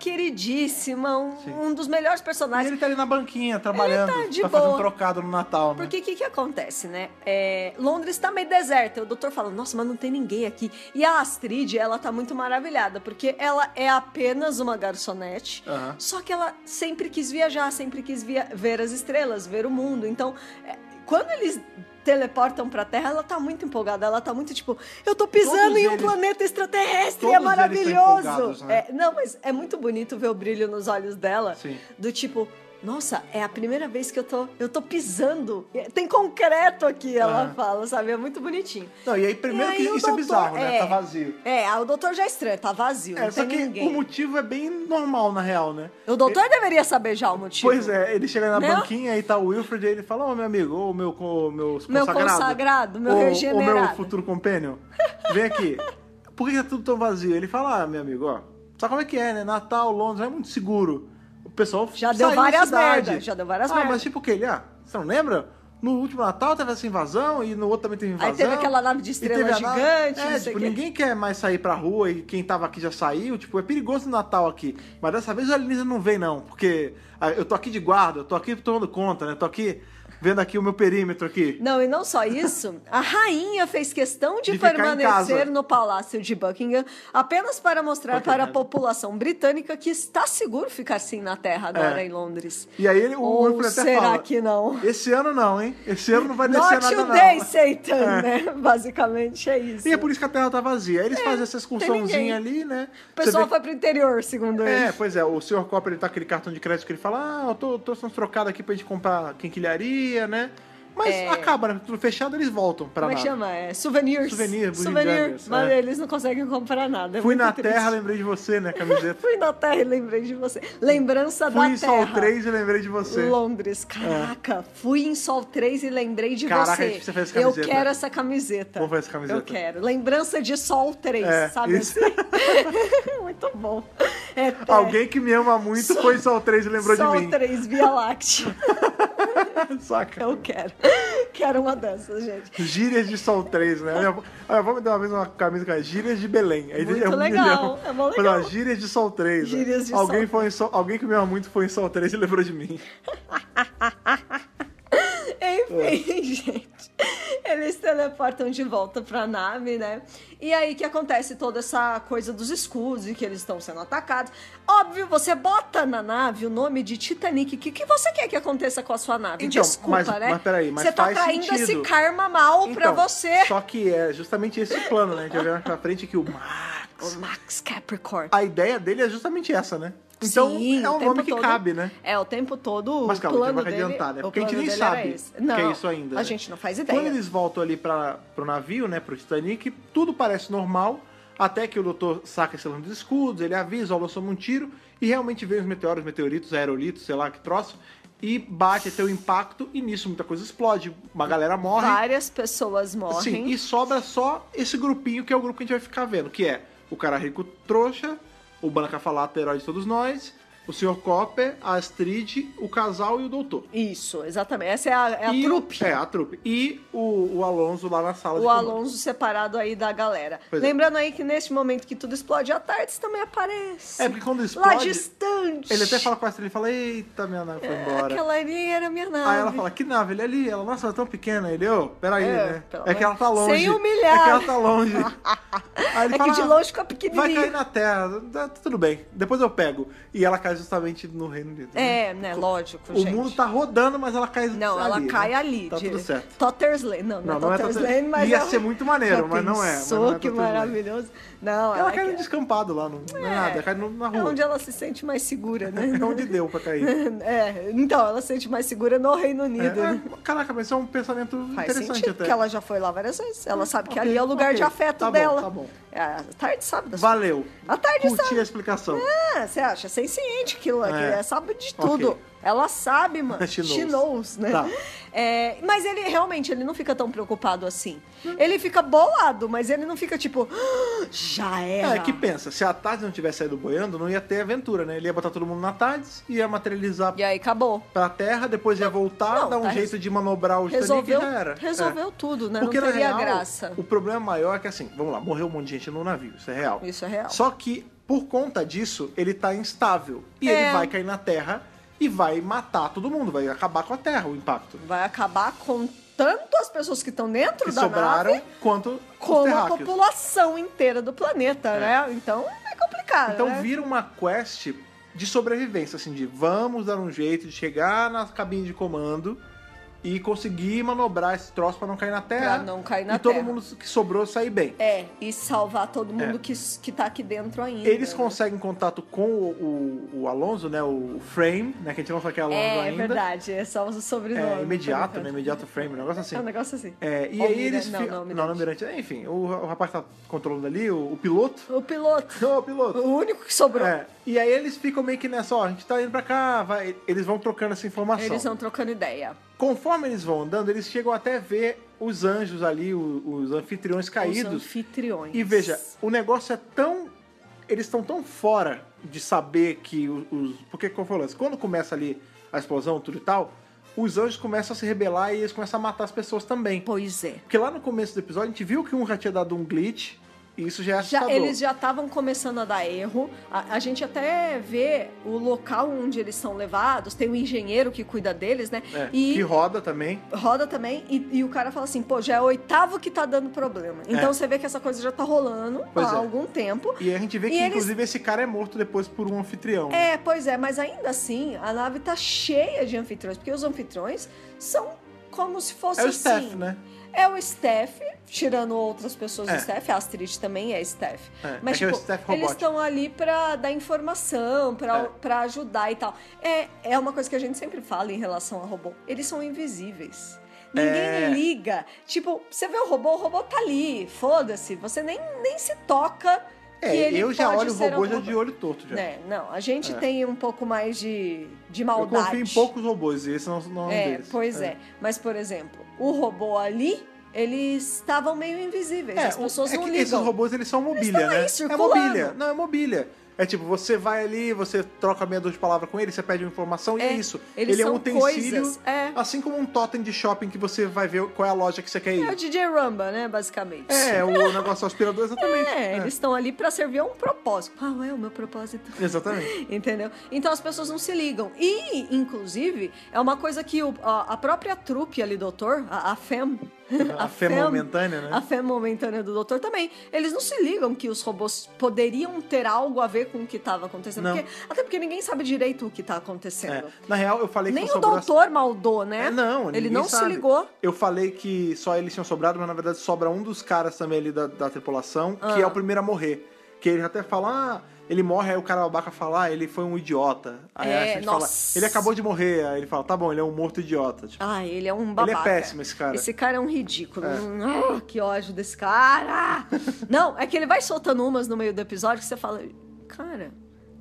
[SPEAKER 2] queridíssima, um,
[SPEAKER 1] Sim.
[SPEAKER 2] um dos melhores
[SPEAKER 1] E
[SPEAKER 2] personagens.
[SPEAKER 1] ele tá ali na banquinha, trabalhando.
[SPEAKER 2] Ele tá de boa.
[SPEAKER 1] fazendo trocado no Natal, né?
[SPEAKER 2] Porque o que, que acontece, né? É, Londres tá meio deserta. O doutor fala, nossa, mas não tem ninguém aqui. E a Astrid, ela tá muito maravilhada, porque ela é apenas uma garçonete.
[SPEAKER 1] Aham.
[SPEAKER 2] Só que ela sempre quis viajar, sempre quis via- ver as estrelas, ver o mundo. Então, é, quando eles teleportam pra Terra, ela tá muito empolgada. Ela tá muito tipo, eu tô pisando
[SPEAKER 1] Todos
[SPEAKER 2] em um
[SPEAKER 1] eles-
[SPEAKER 2] planeta extraterrestre,
[SPEAKER 1] todos
[SPEAKER 2] é
[SPEAKER 1] eles tão empolgados,
[SPEAKER 2] maravilhoso.
[SPEAKER 1] né?
[SPEAKER 2] É, não, mas é muito bonito ver o brilho nos olhos dela.
[SPEAKER 1] Sim.
[SPEAKER 2] Do tipo, nossa, é a primeira vez que eu tô, eu tô pisando. Tem concreto aqui, ela
[SPEAKER 1] Aham.
[SPEAKER 2] fala, sabe? É muito bonitinho.
[SPEAKER 1] Não, e aí primeiro
[SPEAKER 2] E aí
[SPEAKER 1] que
[SPEAKER 2] o
[SPEAKER 1] isso
[SPEAKER 2] doutor-
[SPEAKER 1] é bizarro, né?
[SPEAKER 2] é.
[SPEAKER 1] Tá vazio.
[SPEAKER 2] É, o doutor já é estranho, tá vazio,
[SPEAKER 1] É,
[SPEAKER 2] não
[SPEAKER 1] só
[SPEAKER 2] tem
[SPEAKER 1] que
[SPEAKER 2] ninguém.
[SPEAKER 1] o motivo é bem normal, na real, né?
[SPEAKER 2] O doutor deveria saber já o motivo.
[SPEAKER 1] Pois é, ele chega na
[SPEAKER 2] Né?
[SPEAKER 1] banquinha e tá o Wilfred e ele fala, ô meu amigo, ô meu, co- meu
[SPEAKER 2] Meu
[SPEAKER 1] consagrado.
[SPEAKER 2] consagrado, meu
[SPEAKER 1] ô- ô
[SPEAKER 2] regenerado."
[SPEAKER 1] meu futuro companion, vem aqui. Por que tá tudo tão vazio? Ele fala, ah, meu amigo, ó, sabe como é que é, né? Natal, Londres, não é muito seguro. O pessoal
[SPEAKER 2] Já
[SPEAKER 1] saiu
[SPEAKER 2] deu
[SPEAKER 1] da
[SPEAKER 2] várias
[SPEAKER 1] cidade.
[SPEAKER 2] merda, já deu várias
[SPEAKER 1] ah,
[SPEAKER 2] merda.
[SPEAKER 1] mas tipo o que ele, ah, você não lembra? No último Natal teve essa invasão e no outro também teve invasão.
[SPEAKER 2] Aí teve aquela nave de
[SPEAKER 1] e
[SPEAKER 2] estrela
[SPEAKER 1] teve a nave-
[SPEAKER 2] gigante, não
[SPEAKER 1] É,
[SPEAKER 2] sei
[SPEAKER 1] tipo,
[SPEAKER 2] o quê.
[SPEAKER 1] ninguém quer mais sair pra rua e quem tava aqui já saiu. Tipo, é perigoso o Natal aqui. Mas dessa vez o alienígena não vem, não. Porque ah, eu tô aqui de guarda, eu tô aqui tomando conta, né? Tô aqui vendo aqui o meu perímetro aqui.
[SPEAKER 2] Não, e não só isso, a rainha fez questão
[SPEAKER 1] De
[SPEAKER 2] de,
[SPEAKER 1] ficar em casa.
[SPEAKER 2] permanecer no palácio de Buckingham apenas para mostrar
[SPEAKER 1] Buckingham.
[SPEAKER 2] para a população britânica que está seguro ficar sim na terra agora
[SPEAKER 1] É.
[SPEAKER 2] em Londres.
[SPEAKER 1] E aí ele, o
[SPEAKER 2] Ou
[SPEAKER 1] Wilfred até
[SPEAKER 2] será
[SPEAKER 1] fala,
[SPEAKER 2] que não?
[SPEAKER 1] Esse ano não, hein? Esse ano não vai descer
[SPEAKER 2] Not
[SPEAKER 1] nada não. É.
[SPEAKER 2] today, Satan, né? Basicamente é isso.
[SPEAKER 1] E é por isso que a Terra tá vazia. Aí eles fazem essa
[SPEAKER 2] É, ninguém.
[SPEAKER 1] excursãozinha ali, né?
[SPEAKER 2] O
[SPEAKER 1] Você
[SPEAKER 2] pessoal
[SPEAKER 1] vê-
[SPEAKER 2] foi pro interior, segundo
[SPEAKER 1] É,
[SPEAKER 2] ele.
[SPEAKER 1] pois é, o senhor Copper ele tá com aquele cartão de crédito que ele fala: Ah, eu tô, tô sendo trocado aqui pra gente comprar quinquilharia, né? Mas
[SPEAKER 2] É.
[SPEAKER 1] acaba, né? Tudo fechado, eles voltam pra
[SPEAKER 2] Como é que
[SPEAKER 1] nada.
[SPEAKER 2] chama? É, souvenirs.
[SPEAKER 1] Souvenir,
[SPEAKER 2] Souvenir.
[SPEAKER 1] bugigangas,
[SPEAKER 2] Mas
[SPEAKER 1] é.
[SPEAKER 2] eles não conseguem comprar nada. é
[SPEAKER 1] Fui
[SPEAKER 2] muito
[SPEAKER 1] na
[SPEAKER 2] triste.
[SPEAKER 1] terra, lembrei de você, né, camiseta?
[SPEAKER 2] Fui na terra e lembrei de você. Lembrança
[SPEAKER 1] Fui em
[SPEAKER 2] da
[SPEAKER 1] Sol
[SPEAKER 2] terra.
[SPEAKER 1] 3 e lembrei de você. É.
[SPEAKER 2] Londres, caraca, fui em Sol 3 e lembrei de
[SPEAKER 1] Caraca,
[SPEAKER 2] você.
[SPEAKER 1] você fez
[SPEAKER 2] eu
[SPEAKER 1] camiseta.
[SPEAKER 2] quero essa camiseta.
[SPEAKER 1] Vou fazer essa camiseta.
[SPEAKER 2] Eu quero. Lembrança de Sol 3,
[SPEAKER 1] É,
[SPEAKER 2] sabe
[SPEAKER 1] isso.
[SPEAKER 2] assim? muito bom. É, é,
[SPEAKER 1] Alguém que me ama muito foi em Sol 3 e lembrou
[SPEAKER 2] Sol
[SPEAKER 1] de mim.
[SPEAKER 2] 3 Via Láctea.
[SPEAKER 1] Saca?
[SPEAKER 2] Eu quero. Quero uma dessas, gente.
[SPEAKER 1] Gírias de Sol 3, né? Olha, olha, vamos dar uma vez uma camisa com a Gírias de Belém. Aí
[SPEAKER 2] Muito
[SPEAKER 1] é um
[SPEAKER 2] legal,
[SPEAKER 1] milhão.
[SPEAKER 2] é mó
[SPEAKER 1] Mas, ó,
[SPEAKER 2] legal.
[SPEAKER 1] Gírias de Sol 3. né?
[SPEAKER 2] Gírias de
[SPEAKER 1] alguém
[SPEAKER 2] Sol
[SPEAKER 1] foi em Sol- Alguém que me ama muito foi em Sol 3 e lembrou de mim. É.
[SPEAKER 2] Enfim, gente. Eles teleportam de volta pra nave, né? E aí que acontece toda essa coisa dos escudos e que eles estão sendo atacados. Óbvio, você bota na nave o nome de Titanic. O que, que você quer que aconteça com a sua nave?
[SPEAKER 1] Então,
[SPEAKER 2] Desculpa,
[SPEAKER 1] mas-
[SPEAKER 2] né?
[SPEAKER 1] mas peraí, mas
[SPEAKER 2] você tá
[SPEAKER 1] faz
[SPEAKER 2] traindo esse
[SPEAKER 1] sentido.
[SPEAKER 2] karma mal pra
[SPEAKER 1] Então,
[SPEAKER 2] você.
[SPEAKER 1] Só que é justamente esse o plano, né? A gente vai ver mais pra frente que o
[SPEAKER 2] O
[SPEAKER 1] Max.
[SPEAKER 2] Max Capricorn.
[SPEAKER 1] A ideia dele é justamente essa, né? Então
[SPEAKER 2] Sim,
[SPEAKER 1] é
[SPEAKER 2] o
[SPEAKER 1] um
[SPEAKER 2] tempo
[SPEAKER 1] nome que
[SPEAKER 2] todo-
[SPEAKER 1] cabe, né?
[SPEAKER 2] É, o tempo todo o
[SPEAKER 1] Mas calma,
[SPEAKER 2] plano
[SPEAKER 1] tem que
[SPEAKER 2] dele...
[SPEAKER 1] adiantar, né?
[SPEAKER 2] o
[SPEAKER 1] Porque a gente
[SPEAKER 2] plano
[SPEAKER 1] nem
[SPEAKER 2] dele era
[SPEAKER 1] sabe
[SPEAKER 2] esse.
[SPEAKER 1] que
[SPEAKER 2] não,
[SPEAKER 1] é isso ainda.
[SPEAKER 2] A
[SPEAKER 1] né?
[SPEAKER 2] gente não faz ideia.
[SPEAKER 1] Quando eles voltam ali pra, pro navio, né? Pro Titanic, tudo parece normal. Até que o doutor saca esse lance dos escudos, ele avisa, ó, lançou um tiro. E realmente vem os meteoros, meteoritos, aerolitos, sei lá que troço. E bate até o impacto. E nisso muita coisa explode. Uma galera morre.
[SPEAKER 2] Várias pessoas morrem.
[SPEAKER 1] Sim, e sobra só esse grupinho que é o grupo que a gente vai ficar vendo, que é o cara rico trouxa, o Banca Falata, herói de todos nós, o Sr. Copper, a Astrid, o casal e o doutor.
[SPEAKER 2] Isso, exatamente. Essa é a, é a
[SPEAKER 1] E o-
[SPEAKER 2] trupe.
[SPEAKER 1] É, a trupe. E o, o Alonso lá na sala de
[SPEAKER 2] O
[SPEAKER 1] comando.
[SPEAKER 2] Alonso separado aí da galera.
[SPEAKER 1] Pois é.
[SPEAKER 2] Lembrando aí que neste momento que tudo explode, a Tardes também aparece.
[SPEAKER 1] É, porque quando explode,
[SPEAKER 2] Lá distante. É,
[SPEAKER 1] ele até fala com a Astrid, ele fala, eita, minha nave foi embora.
[SPEAKER 2] Aquela ali era minha nave.
[SPEAKER 1] Aí ela fala, que nave? Ele ali, ela, nossa, ela é tão pequena. Ele, ô, peraí,
[SPEAKER 2] É,
[SPEAKER 1] né?
[SPEAKER 2] pelo
[SPEAKER 1] É que ela tá
[SPEAKER 2] amor-
[SPEAKER 1] longe.
[SPEAKER 2] Sem humilhar.
[SPEAKER 1] É que ela tá longe. Aí ele
[SPEAKER 2] É que
[SPEAKER 1] fala, "Ah,
[SPEAKER 2] de longe fica
[SPEAKER 1] Vai
[SPEAKER 2] pequenininha.
[SPEAKER 1] tá cair na terra, tá tudo bem. Depois eu pego. E ela cai justamente no Reino Unido. né?
[SPEAKER 2] É, né? Lógico,
[SPEAKER 1] o
[SPEAKER 2] gente.
[SPEAKER 1] mundo tá rodando, mas ela cai
[SPEAKER 2] Não,
[SPEAKER 1] ali,
[SPEAKER 2] ela
[SPEAKER 1] né?
[SPEAKER 2] cai ali.
[SPEAKER 1] Tá
[SPEAKER 2] de-
[SPEAKER 1] tudo certo.
[SPEAKER 2] Totter's Lane. Não, não,
[SPEAKER 1] Não, não
[SPEAKER 2] é
[SPEAKER 1] é
[SPEAKER 2] Totter's
[SPEAKER 1] Totter's-
[SPEAKER 2] Lane, mas.
[SPEAKER 1] Ia
[SPEAKER 2] é um-
[SPEAKER 1] ser muito maneiro,
[SPEAKER 2] Já
[SPEAKER 1] mas não é, mas
[SPEAKER 2] pensou,
[SPEAKER 1] não é
[SPEAKER 2] que
[SPEAKER 1] Totter's Lane.
[SPEAKER 2] maravilhoso. Não,
[SPEAKER 1] Ela cai no descampado lá, não, não é,
[SPEAKER 2] É.
[SPEAKER 1] nada, cai no- na
[SPEAKER 2] é
[SPEAKER 1] rua.
[SPEAKER 2] onde ela se sente mais segura, né?
[SPEAKER 1] É onde deu pra cair.
[SPEAKER 2] É, então, ela se sente mais segura no Reino Unido.
[SPEAKER 1] É,
[SPEAKER 2] né?
[SPEAKER 1] é, caraca, mas isso é um pensamento
[SPEAKER 2] Faz
[SPEAKER 1] interessante
[SPEAKER 2] sentido,
[SPEAKER 1] até. Ah,
[SPEAKER 2] porque ela já foi lá várias vezes. Ela sabe que
[SPEAKER 1] Ok,
[SPEAKER 2] ali é o lugar
[SPEAKER 1] ok.
[SPEAKER 2] de afeto
[SPEAKER 1] Tá bom,
[SPEAKER 2] dela.
[SPEAKER 1] tá bom.
[SPEAKER 2] É, a tarde sabe das
[SPEAKER 1] Valeu.
[SPEAKER 2] A tarde
[SPEAKER 1] Curti
[SPEAKER 2] sabe.
[SPEAKER 1] a explicação.
[SPEAKER 2] Ah, você acha? Sem ciente que ela
[SPEAKER 1] É.
[SPEAKER 2] que é, sabe de tudo.
[SPEAKER 1] Ok.
[SPEAKER 2] Ela sabe, mano.
[SPEAKER 1] She knows.
[SPEAKER 2] She knows, né?
[SPEAKER 1] Tá.
[SPEAKER 2] É, mas ele realmente ele não fica tão preocupado assim. Ele fica bolado, mas ele não fica tipo, "Ah, já era.
[SPEAKER 1] É, que pensa, se a Tardes não tivesse saído boiando, não ia ter aventura, né? Ele ia botar todo mundo na Tardes, ia materializar
[SPEAKER 2] E aí acabou.
[SPEAKER 1] pra terra, depois ia voltar,
[SPEAKER 2] não,
[SPEAKER 1] dar um
[SPEAKER 2] tá
[SPEAKER 1] jeito de manobrar o Titanic e
[SPEAKER 2] Resolveu,
[SPEAKER 1] já era. É.
[SPEAKER 2] resolveu tudo, né?
[SPEAKER 1] Porque,
[SPEAKER 2] não
[SPEAKER 1] na
[SPEAKER 2] teria
[SPEAKER 1] real,
[SPEAKER 2] graça.
[SPEAKER 1] o problema maior é que, assim, vamos lá, morreu um monte de gente no navio, isso é real.
[SPEAKER 2] Isso é real.
[SPEAKER 1] Só que, por conta disso, ele tá instável. E
[SPEAKER 2] É.
[SPEAKER 1] ele vai cair na Terra e vai matar todo mundo, vai acabar com a Terra, o impacto.
[SPEAKER 2] Vai acabar com tanto as pessoas que estão dentro
[SPEAKER 1] Que
[SPEAKER 2] da
[SPEAKER 1] sobraram
[SPEAKER 2] nave,
[SPEAKER 1] quanto os
[SPEAKER 2] como a
[SPEAKER 1] terráqueos.
[SPEAKER 2] população inteira do planeta,
[SPEAKER 1] É.
[SPEAKER 2] né? Então é complicado.
[SPEAKER 1] Então
[SPEAKER 2] né?
[SPEAKER 1] vira uma quest de sobrevivência, assim, de vamos dar um jeito de chegar na cabine de comando e conseguir manobrar esse troço pra não cair na terra.
[SPEAKER 2] Pra não cair na
[SPEAKER 1] E todo
[SPEAKER 2] terra.
[SPEAKER 1] mundo que sobrou sair bem.
[SPEAKER 2] É, e salvar todo mundo
[SPEAKER 1] É.
[SPEAKER 2] que, que tá aqui dentro ainda.
[SPEAKER 1] Eles
[SPEAKER 2] né?
[SPEAKER 1] conseguem contato com o, o- o Alonso, né? O Frame, né? Que a gente não fala que é Alonso
[SPEAKER 2] É, é
[SPEAKER 1] ainda.
[SPEAKER 2] verdade, é só o sobrenome.
[SPEAKER 1] É imediato, né? Imediato Frame, um negócio assim.
[SPEAKER 2] É um negócio assim.
[SPEAKER 1] É, e
[SPEAKER 2] Ou
[SPEAKER 1] aí
[SPEAKER 2] Mira-
[SPEAKER 1] eles.
[SPEAKER 2] não,
[SPEAKER 1] fi-
[SPEAKER 2] não,
[SPEAKER 1] não, não, Mirante. Enfim, o, o rapaz que tá controlando ali, o, o piloto.
[SPEAKER 2] O piloto,
[SPEAKER 1] Ô,
[SPEAKER 2] o
[SPEAKER 1] piloto.
[SPEAKER 2] único que sobrou.
[SPEAKER 1] É, e aí eles ficam meio que nessa, ó, a gente tá indo pra cá, vai. Eles vão trocando essa informação.
[SPEAKER 2] Eles estão trocando ideia.
[SPEAKER 1] Conforme eles vão andando, eles chegam até ver os anjos ali, o- os, anfitriões
[SPEAKER 2] Os
[SPEAKER 1] caídos.
[SPEAKER 2] anfitriões.
[SPEAKER 1] E veja, o negócio é tão. Eles estão tão fora de saber que os. os- porque, como eu falei, quando começa ali a explosão, tudo e tal, os anjos começam a se rebelar e eles começam a matar as pessoas também.
[SPEAKER 2] Pois é.
[SPEAKER 1] Porque lá no começo do episódio a gente viu que um já tinha dado um glitch e isso já é
[SPEAKER 2] Já,
[SPEAKER 1] assustador.
[SPEAKER 2] eles já estavam começando a dar erro. A, a gente até vê o local onde eles são levados, tem um engenheiro que cuida deles, né?
[SPEAKER 1] É,
[SPEAKER 2] e
[SPEAKER 1] Que roda também.
[SPEAKER 2] roda também e, e o cara fala assim, pô, já é o oitavo que tá dando problema. Então você vê que essa coisa já tá rolando
[SPEAKER 1] É. Pois
[SPEAKER 2] há
[SPEAKER 1] é.
[SPEAKER 2] algum tempo.
[SPEAKER 1] E a gente vê
[SPEAKER 2] E
[SPEAKER 1] que,
[SPEAKER 2] eles-
[SPEAKER 1] inclusive, esse cara é morto depois por um anfitrião.
[SPEAKER 2] É, pois é, mas ainda assim a nave tá cheia de anfitriões, porque os anfitriões são como se fosse
[SPEAKER 1] É o
[SPEAKER 2] assim.
[SPEAKER 1] Steph, né?
[SPEAKER 2] É o Steph, tirando outras pessoas
[SPEAKER 1] É.
[SPEAKER 2] do Steph, a Astrid também é Steph.
[SPEAKER 1] É,
[SPEAKER 2] Mas
[SPEAKER 1] é que é o
[SPEAKER 2] tipo,
[SPEAKER 1] Steph
[SPEAKER 2] eles
[SPEAKER 1] robótico.
[SPEAKER 2] estão ali pra dar informação, pra,
[SPEAKER 1] É.
[SPEAKER 2] pra ajudar e tal. É, é uma coisa que a gente sempre fala em relação a robô. Eles são invisíveis. Ninguém
[SPEAKER 1] É.
[SPEAKER 2] liga. Tipo, você vê o robô, o robô tá ali, foda-se. Você nem, nem se toca
[SPEAKER 1] É,
[SPEAKER 2] que ele
[SPEAKER 1] eu já
[SPEAKER 2] pode
[SPEAKER 1] olho o
[SPEAKER 2] ser
[SPEAKER 1] robô já
[SPEAKER 2] alguma
[SPEAKER 1] de olho torto. Já.
[SPEAKER 2] né? Não, a gente
[SPEAKER 1] É.
[SPEAKER 2] tem um pouco mais de, de
[SPEAKER 1] Eu
[SPEAKER 2] maldade.
[SPEAKER 1] confio em poucos robôs e esse não, não é um
[SPEAKER 2] É,
[SPEAKER 1] deles.
[SPEAKER 2] pois é. Mas, por exemplo, o robô ali, eles estavam meio invisíveis. as
[SPEAKER 1] o-
[SPEAKER 2] pessoas
[SPEAKER 1] é
[SPEAKER 2] não
[SPEAKER 1] que
[SPEAKER 2] ligam.
[SPEAKER 1] Esses robôs, eles são mobília,
[SPEAKER 2] estão aí
[SPEAKER 1] né? é
[SPEAKER 2] circulando.
[SPEAKER 1] mobília. Não, é mobília. É tipo, você vai ali, você troca meia dúzia de palavra com ele, você pede uma informação e
[SPEAKER 2] É,
[SPEAKER 1] é isso.
[SPEAKER 2] eles
[SPEAKER 1] ele é um
[SPEAKER 2] são
[SPEAKER 1] utensílio,
[SPEAKER 2] coisas, é.
[SPEAKER 1] assim como um totem de shopping que você vai ver qual é a loja que você quer
[SPEAKER 2] É o
[SPEAKER 1] ir.
[SPEAKER 2] DJ Rumba, né, basicamente.
[SPEAKER 1] É, o negócio aspirador, exatamente.
[SPEAKER 2] É,
[SPEAKER 1] É,
[SPEAKER 2] eles estão ali pra servir a um propósito. Qual é o meu propósito?
[SPEAKER 1] Exatamente.
[SPEAKER 2] Entendeu? Então as pessoas não se ligam. E, inclusive, é uma coisa que o- a, a própria trupe ali, doutor, a, a FEM.
[SPEAKER 1] A fé momentânea, né?
[SPEAKER 2] A fé momentânea do doutor também. Eles não se ligam que os robôs poderiam ter algo a ver com o que estava acontecendo.
[SPEAKER 1] Não.
[SPEAKER 2] porque- até porque ninguém sabe direito o que está
[SPEAKER 1] É.
[SPEAKER 2] acontecendo.
[SPEAKER 1] Na real, eu falei
[SPEAKER 2] Nem
[SPEAKER 1] que
[SPEAKER 2] o
[SPEAKER 1] só sobrou
[SPEAKER 2] doutor maldou, né?
[SPEAKER 1] É, não,
[SPEAKER 2] Ele
[SPEAKER 1] ninguém
[SPEAKER 2] não se
[SPEAKER 1] sabe.
[SPEAKER 2] ligou.
[SPEAKER 1] Eu falei que só eles tinham sobrado, mas na verdade sobra um dos caras também ali da, da tripulação,
[SPEAKER 2] Ah.
[SPEAKER 1] que é o primeiro a morrer. Que ele até fala, ah, ele morre, aí o cara babaca fala, ah, ele foi um idiota. Aí
[SPEAKER 2] É,
[SPEAKER 1] a gente fala,
[SPEAKER 2] nossa.
[SPEAKER 1] ele acabou de morrer. Aí ele fala, tá bom, ele é um morto idiota. Tipo,
[SPEAKER 2] Ah, ele é um babaca.
[SPEAKER 1] Ele é péssimo, esse cara.
[SPEAKER 2] Esse cara é um ridículo. Ah, que ódio desse cara! não, é que ele vai soltando umas no meio do episódio que você fala, cara,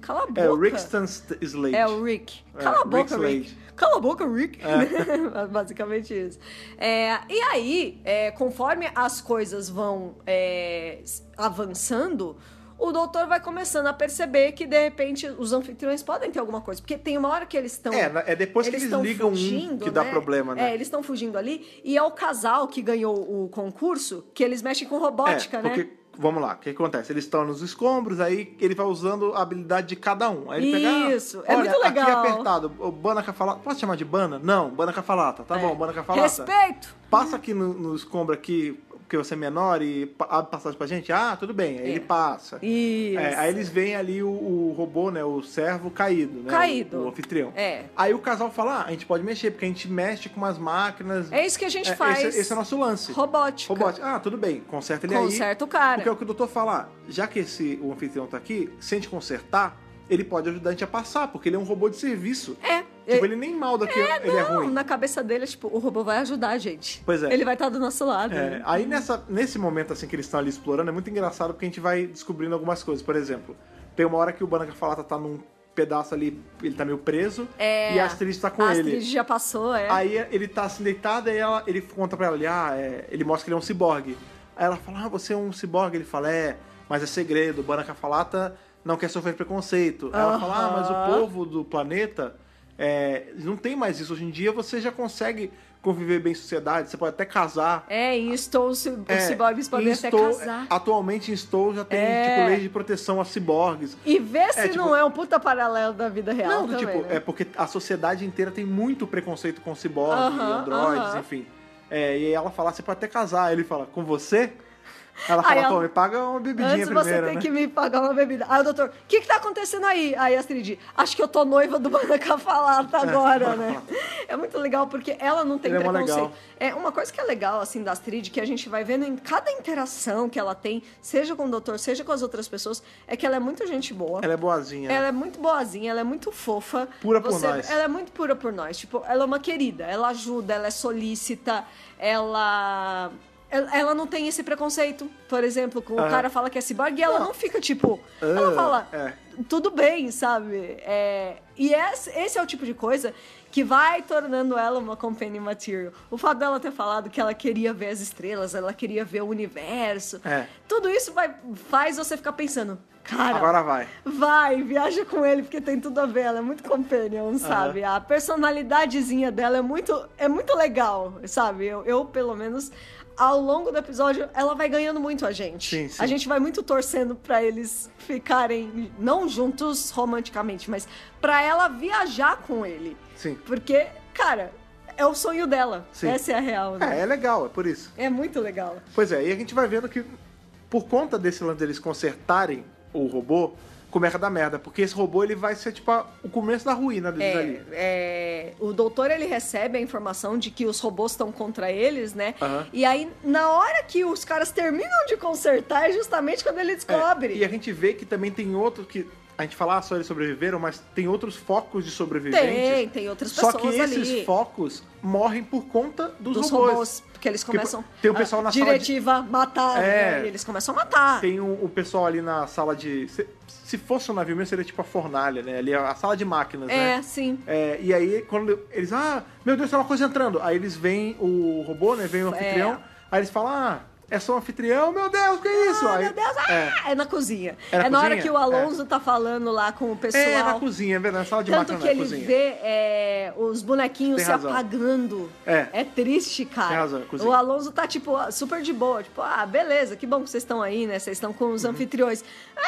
[SPEAKER 2] cala a boca.
[SPEAKER 1] é o Rickston St- Slade.
[SPEAKER 2] É o Rick.
[SPEAKER 1] É,
[SPEAKER 2] Cala a
[SPEAKER 1] Rick
[SPEAKER 2] boca, Rick.
[SPEAKER 1] Slade.
[SPEAKER 2] Cala a boca, Rick. Basicamente isso. É, e aí, é, conforme as coisas vão é, s- avançando, o doutor vai começando a perceber que, de repente, os anfitriões podem ter alguma coisa. Porque tem uma hora que eles estão.
[SPEAKER 1] É, na- é depois que eles
[SPEAKER 2] tão
[SPEAKER 1] ligam um que dá problema, né?
[SPEAKER 2] É, eles estão fugindo ali. E é o casal que ganhou o concurso que eles mexem com robótica,
[SPEAKER 1] é,
[SPEAKER 2] né?
[SPEAKER 1] porque, Vamos lá, o que acontece? Eles estão nos escombros, aí ele vai usando a habilidade de cada um. Aí ele pega,
[SPEAKER 2] Isso,
[SPEAKER 1] "Ah,
[SPEAKER 2] é
[SPEAKER 1] olha,
[SPEAKER 2] muito
[SPEAKER 1] Aqui é
[SPEAKER 2] legal."
[SPEAKER 1] apertado, o Bana Cafalata. Posso chamar de Bana? Não, Bana Cafalata. Tá
[SPEAKER 2] É.
[SPEAKER 1] bom, Bana Cafalata.
[SPEAKER 2] Respeito!
[SPEAKER 1] Passa aqui no, no escombro aqui, porque você é menor e pa- abre passagem pra gente? Ah, tudo bem. Aí
[SPEAKER 2] É.
[SPEAKER 1] ele passa.
[SPEAKER 2] Isso.
[SPEAKER 1] É, aí eles veem ali o, o robô, né? O servo caído, né?
[SPEAKER 2] Caído.
[SPEAKER 1] O, o anfitrião.
[SPEAKER 2] É.
[SPEAKER 1] Aí o casal fala: ah, a gente pode mexer, porque a gente mexe com as máquinas.
[SPEAKER 2] É isso que a gente
[SPEAKER 1] É,
[SPEAKER 2] faz.
[SPEAKER 1] Esse, esse é o nosso lance.
[SPEAKER 2] Robótica.
[SPEAKER 1] Robótica. Ah, tudo bem. Conserta ele aí.
[SPEAKER 2] Conserta o cara.
[SPEAKER 1] Porque é o que o doutor fala, ah, já que esse, o anfitrião tá aqui, se a gente consertar, ele pode ajudar a gente a passar, porque ele é um robô de serviço.
[SPEAKER 2] É.
[SPEAKER 1] Tipo, ele nem mal daqui, ele é
[SPEAKER 2] não,
[SPEAKER 1] ruim.
[SPEAKER 2] na cabeça dele, é tipo, o robô vai ajudar a gente.
[SPEAKER 1] Pois é.
[SPEAKER 2] Ele vai estar do nosso lado.
[SPEAKER 1] É, aí nessa, nesse momento assim que eles estão ali explorando, é muito engraçado porque a gente vai descobrindo algumas coisas. Por exemplo, tem uma hora que o Banaka Falata tá num pedaço ali, ele tá meio preso,
[SPEAKER 2] É.
[SPEAKER 1] e a Astrid tá com
[SPEAKER 2] a
[SPEAKER 1] ele.
[SPEAKER 2] Astrid já passou, é.
[SPEAKER 1] Aí ele tá assim deitado e ela, ele conta pra ela ali, ah, é, ele mostra que ele é um ciborgue. Aí ela fala, ah, você é um ciborgue? Ele fala, é, mas é segredo, o Banaka Falata não quer sofrer preconceito. Aí Ela fala, ah, mas o
[SPEAKER 2] Aham.
[SPEAKER 1] povo do planeta é, não tem mais isso. Hoje em dia você já consegue conviver bem em sociedade, você pode até casar.
[SPEAKER 2] É, em Stone, os
[SPEAKER 1] É,
[SPEAKER 2] ciborgues podem
[SPEAKER 1] em
[SPEAKER 2] até
[SPEAKER 1] Stow-
[SPEAKER 2] casar.
[SPEAKER 1] Atualmente em Stow já tem,
[SPEAKER 2] É.
[SPEAKER 1] tipo, lei de proteção a ciborgues.
[SPEAKER 2] E vê se
[SPEAKER 1] tipo-
[SPEAKER 2] não é um puta paralelo da vida real
[SPEAKER 1] Não, do
[SPEAKER 2] também,
[SPEAKER 1] tipo,
[SPEAKER 2] né?
[SPEAKER 1] é porque a sociedade inteira tem muito preconceito com ciborgues,
[SPEAKER 2] Aham,
[SPEAKER 1] androides,
[SPEAKER 2] aham.
[SPEAKER 1] enfim. É, e aí ela fala, você pode até casar. Aí ele fala, com você? Ela
[SPEAKER 2] Aí
[SPEAKER 1] fala,
[SPEAKER 2] ela-
[SPEAKER 1] pô, me paga uma bebidinha
[SPEAKER 2] Antes
[SPEAKER 1] primeiro,
[SPEAKER 2] você tem
[SPEAKER 1] né?
[SPEAKER 2] que me pagar uma bebida. Aí o doutor, o que que tá acontecendo aí? Aí a Astrid, acho que eu tô noiva do Banaka Falata agora, né? É muito legal porque ela não tem
[SPEAKER 1] Ele é mó
[SPEAKER 2] preconceito.
[SPEAKER 1] legal.
[SPEAKER 2] É, uma coisa que é legal, assim, da Astrid, que a gente vai vendo em cada interação que ela tem, seja com o doutor, seja com as outras pessoas, é que ela é muito gente boa.
[SPEAKER 1] Ela é boazinha.
[SPEAKER 2] Ela é muito boazinha, ela é muito fofa.
[SPEAKER 1] Pura por nós.
[SPEAKER 2] Ela é muito pura por nós. Tipo, ela é uma querida, ela ajuda, ela é solícita, ela. Ela ela não tem esse preconceito, por exemplo, com
[SPEAKER 1] Aham.
[SPEAKER 2] o cara fala que é ciborgue e ela não, fica tipo.
[SPEAKER 1] Ah,
[SPEAKER 2] ela fala,
[SPEAKER 1] é.
[SPEAKER 2] tudo bem, sabe? É, e esse, esse é o tipo de coisa que vai tornando ela uma companion material. O fato dela ter falado que ela queria ver as estrelas, ela queria ver o universo.
[SPEAKER 1] É.
[SPEAKER 2] Tudo isso vai, faz você ficar pensando, cara,
[SPEAKER 1] Agora vai.
[SPEAKER 2] Vai, viaja com ele, porque tem tudo a ver. Ela é muito companion, sabe? A personalidadezinha dela é muito, é muito legal, sabe? Eu, eu, pelo menos, ao longo do episódio, ela vai ganhando muito a gente.
[SPEAKER 1] Sim, sim.
[SPEAKER 2] A gente vai muito torcendo pra eles ficarem, não juntos romanticamente, mas pra ela viajar com ele.
[SPEAKER 1] Sim.
[SPEAKER 2] Porque, cara, é o sonho dela.
[SPEAKER 1] Sim.
[SPEAKER 2] Essa é a real, né?
[SPEAKER 1] É, é legal, é por isso.
[SPEAKER 2] É muito legal.
[SPEAKER 1] Pois é, e a gente vai vendo que por conta desse lance deles consertarem o robô, começa a dar merda. Porque esse robô ele vai ser tipo a- o começo da ruína deles
[SPEAKER 2] É,
[SPEAKER 1] ali.
[SPEAKER 2] é, o doutor ele recebe a informação de que os robôs estão contra eles, né?
[SPEAKER 1] Aham.
[SPEAKER 2] E aí, na hora que os caras terminam de consertar, é justamente quando ele
[SPEAKER 1] É,
[SPEAKER 2] descobre.
[SPEAKER 1] e a gente vê que também tem outros que. A gente fala ah, só eles sobreviveram, mas tem outros focos de sobreviventes.
[SPEAKER 2] Tem, tem outras
[SPEAKER 1] Só que
[SPEAKER 2] pessoas
[SPEAKER 1] esses
[SPEAKER 2] ali.
[SPEAKER 1] focos morrem por conta dos,
[SPEAKER 2] dos
[SPEAKER 1] robôs.
[SPEAKER 2] robôs, porque eles
[SPEAKER 1] Porque
[SPEAKER 2] começam
[SPEAKER 1] tem o pessoal
[SPEAKER 2] a
[SPEAKER 1] na sala de-
[SPEAKER 2] diretiva matar,
[SPEAKER 1] É.
[SPEAKER 2] né? E eles começam a matar.
[SPEAKER 1] Tem o, o pessoal ali na sala de. Se, se fosse um navio mesmo, seria tipo a fornalha, né? Ali a, a sala de máquinas,
[SPEAKER 2] é,
[SPEAKER 1] né?
[SPEAKER 2] sim.
[SPEAKER 1] É, e aí, quando eles. Ah, meu Deus, tem uma coisa entrando. Aí eles veem o robô, né? Vem o
[SPEAKER 2] É.
[SPEAKER 1] anfitrião. Aí eles falam, ah, é só um anfitrião, meu Deus, que é isso?
[SPEAKER 2] Ah,
[SPEAKER 1] aí,
[SPEAKER 2] meu Deus, ah!
[SPEAKER 1] é,
[SPEAKER 2] É. na cozinha.
[SPEAKER 1] É
[SPEAKER 2] É,
[SPEAKER 1] na
[SPEAKER 2] na hora
[SPEAKER 1] cozinha?
[SPEAKER 2] que o Alonso tá falando lá com o pessoal.
[SPEAKER 1] É, na cozinha, é verdade, na sala de
[SPEAKER 2] Tanto
[SPEAKER 1] máquinas
[SPEAKER 2] que
[SPEAKER 1] na
[SPEAKER 2] ele
[SPEAKER 1] cozinha.
[SPEAKER 2] vê é, os bonequinhos
[SPEAKER 1] Tem
[SPEAKER 2] se
[SPEAKER 1] razão.
[SPEAKER 2] apagando.
[SPEAKER 1] É.
[SPEAKER 2] triste, cara.
[SPEAKER 1] Tem razão, cozinha.
[SPEAKER 2] o Alonso tá, tipo, super de boa. Tipo, ah, beleza, que bom que vocês estão aí, né? Vocês estão com os anfitriões.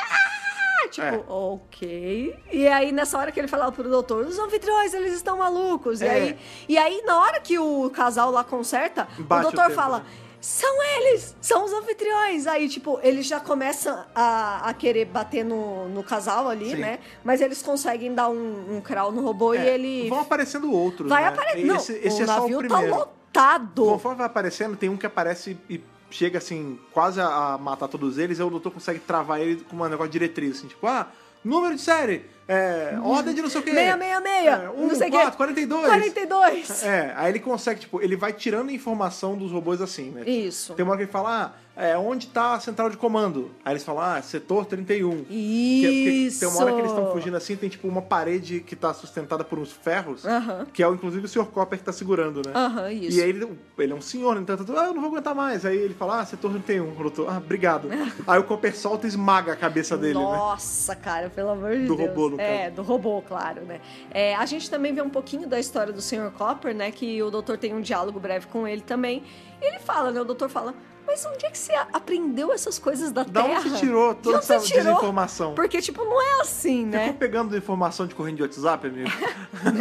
[SPEAKER 2] Ah! Tipo,
[SPEAKER 1] Uhum. É.
[SPEAKER 2] ok. E aí, nessa hora que ele falava pro doutor, os anfitriões, eles estão malucos. E,
[SPEAKER 1] É.
[SPEAKER 2] aí, e aí, na hora que o casal lá conserta,
[SPEAKER 1] Bate o
[SPEAKER 2] o doutor
[SPEAKER 1] tempo,
[SPEAKER 2] fala.
[SPEAKER 1] né?
[SPEAKER 2] São eles! São os anfitriões! Aí, tipo, eles já começam a, a querer bater no, no casal ali,
[SPEAKER 1] Sim.
[SPEAKER 2] né? Mas eles conseguem dar um, um crawl no robô e
[SPEAKER 1] É,
[SPEAKER 2] ele
[SPEAKER 1] Vão aparecendo outros.
[SPEAKER 2] vai
[SPEAKER 1] né?
[SPEAKER 2] aparecer. Não,
[SPEAKER 1] Esse, esse
[SPEAKER 2] o
[SPEAKER 1] é só o
[SPEAKER 2] navio tá
[SPEAKER 1] primeiro.
[SPEAKER 2] lotado.
[SPEAKER 1] Conforme vai aparecendo, tem um que aparece e chega assim, quase a a matar todos eles, aí o doutor consegue travar ele com um negócio de diretriz, assim, tipo, ah, número de série, é, ordem de não sei o quê.
[SPEAKER 2] 666,
[SPEAKER 1] É, um,
[SPEAKER 2] não sei o quê.
[SPEAKER 1] quatro, 42.
[SPEAKER 2] 42.
[SPEAKER 1] É, aí ele consegue, tipo, ele vai tirando a informação dos robôs assim, né?
[SPEAKER 2] Isso.
[SPEAKER 1] Tem uma hora que ele fala, ah, é, onde tá a central de comando? Aí eles falam, ah, setor 31. Que- que
[SPEAKER 2] Isso.
[SPEAKER 1] Tem uma hora que eles estão fugindo assim, tem tipo uma parede que tá sustentada por uns ferros,
[SPEAKER 2] Aham.
[SPEAKER 1] que é o, inclusive o Sr. Copper que tá segurando, né?
[SPEAKER 2] Aham, isso.
[SPEAKER 1] E aí ele, ele é um senhor, né? Então, ah, eu não vou aguentar mais. Aí ele fala, ah, setor 31, doutor. Ah, obrigado. aí o Copper solta e esmaga a cabeça dele, né?
[SPEAKER 2] Nossa, cara, pelo amor de
[SPEAKER 1] Do
[SPEAKER 2] Deus.
[SPEAKER 1] robô, no
[SPEAKER 2] É, do robô, claro, né? É, a gente também vê um pouquinho da história do Sr. Copper, né? Que o doutor tem um diálogo breve com ele também. Ele fala, né? O doutor fala, mas onde é que você a- aprendeu essas coisas da
[SPEAKER 1] Da
[SPEAKER 2] Terra?
[SPEAKER 1] onde você tirou
[SPEAKER 2] De
[SPEAKER 1] toda
[SPEAKER 2] onde você
[SPEAKER 1] essa
[SPEAKER 2] tirou?
[SPEAKER 1] desinformação?
[SPEAKER 2] Porque, tipo, não é assim, né?
[SPEAKER 1] Ficou pegando informação de corrente de WhatsApp, amigo?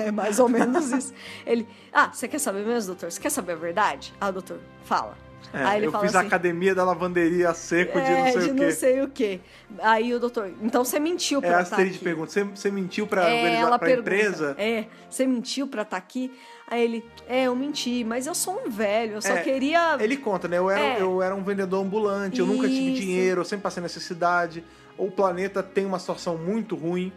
[SPEAKER 2] É mais ou menos isso. Ele, ah, você quer saber mesmo, doutor? Você quer saber a verdade? Ah, doutor, fala.
[SPEAKER 1] É, eu fiz a academia da lavanderia a seco de não
[SPEAKER 2] é,
[SPEAKER 1] sei
[SPEAKER 2] de
[SPEAKER 1] o
[SPEAKER 2] não
[SPEAKER 1] quê.
[SPEAKER 2] sei o quê. Aí o doutor, então você mentiu pra
[SPEAKER 1] É
[SPEAKER 2] eu
[SPEAKER 1] a
[SPEAKER 2] estar
[SPEAKER 1] Astrid
[SPEAKER 2] aqui.
[SPEAKER 1] pergunta, você, você mentiu pra,
[SPEAKER 2] É,
[SPEAKER 1] organizar,
[SPEAKER 2] ela
[SPEAKER 1] pra
[SPEAKER 2] pergunta,
[SPEAKER 1] empresa?
[SPEAKER 2] É, você mentiu pra estar aqui? Aí ele, é, eu menti, mas eu sou um velho, eu só
[SPEAKER 1] É,
[SPEAKER 2] queria.
[SPEAKER 1] Ele conta, né? Eu era,
[SPEAKER 2] É.
[SPEAKER 1] eu era um vendedor ambulante, eu nunca tive
[SPEAKER 2] Isso.
[SPEAKER 1] dinheiro, eu sempre passei necessidade. O planeta tem uma situação muito ruim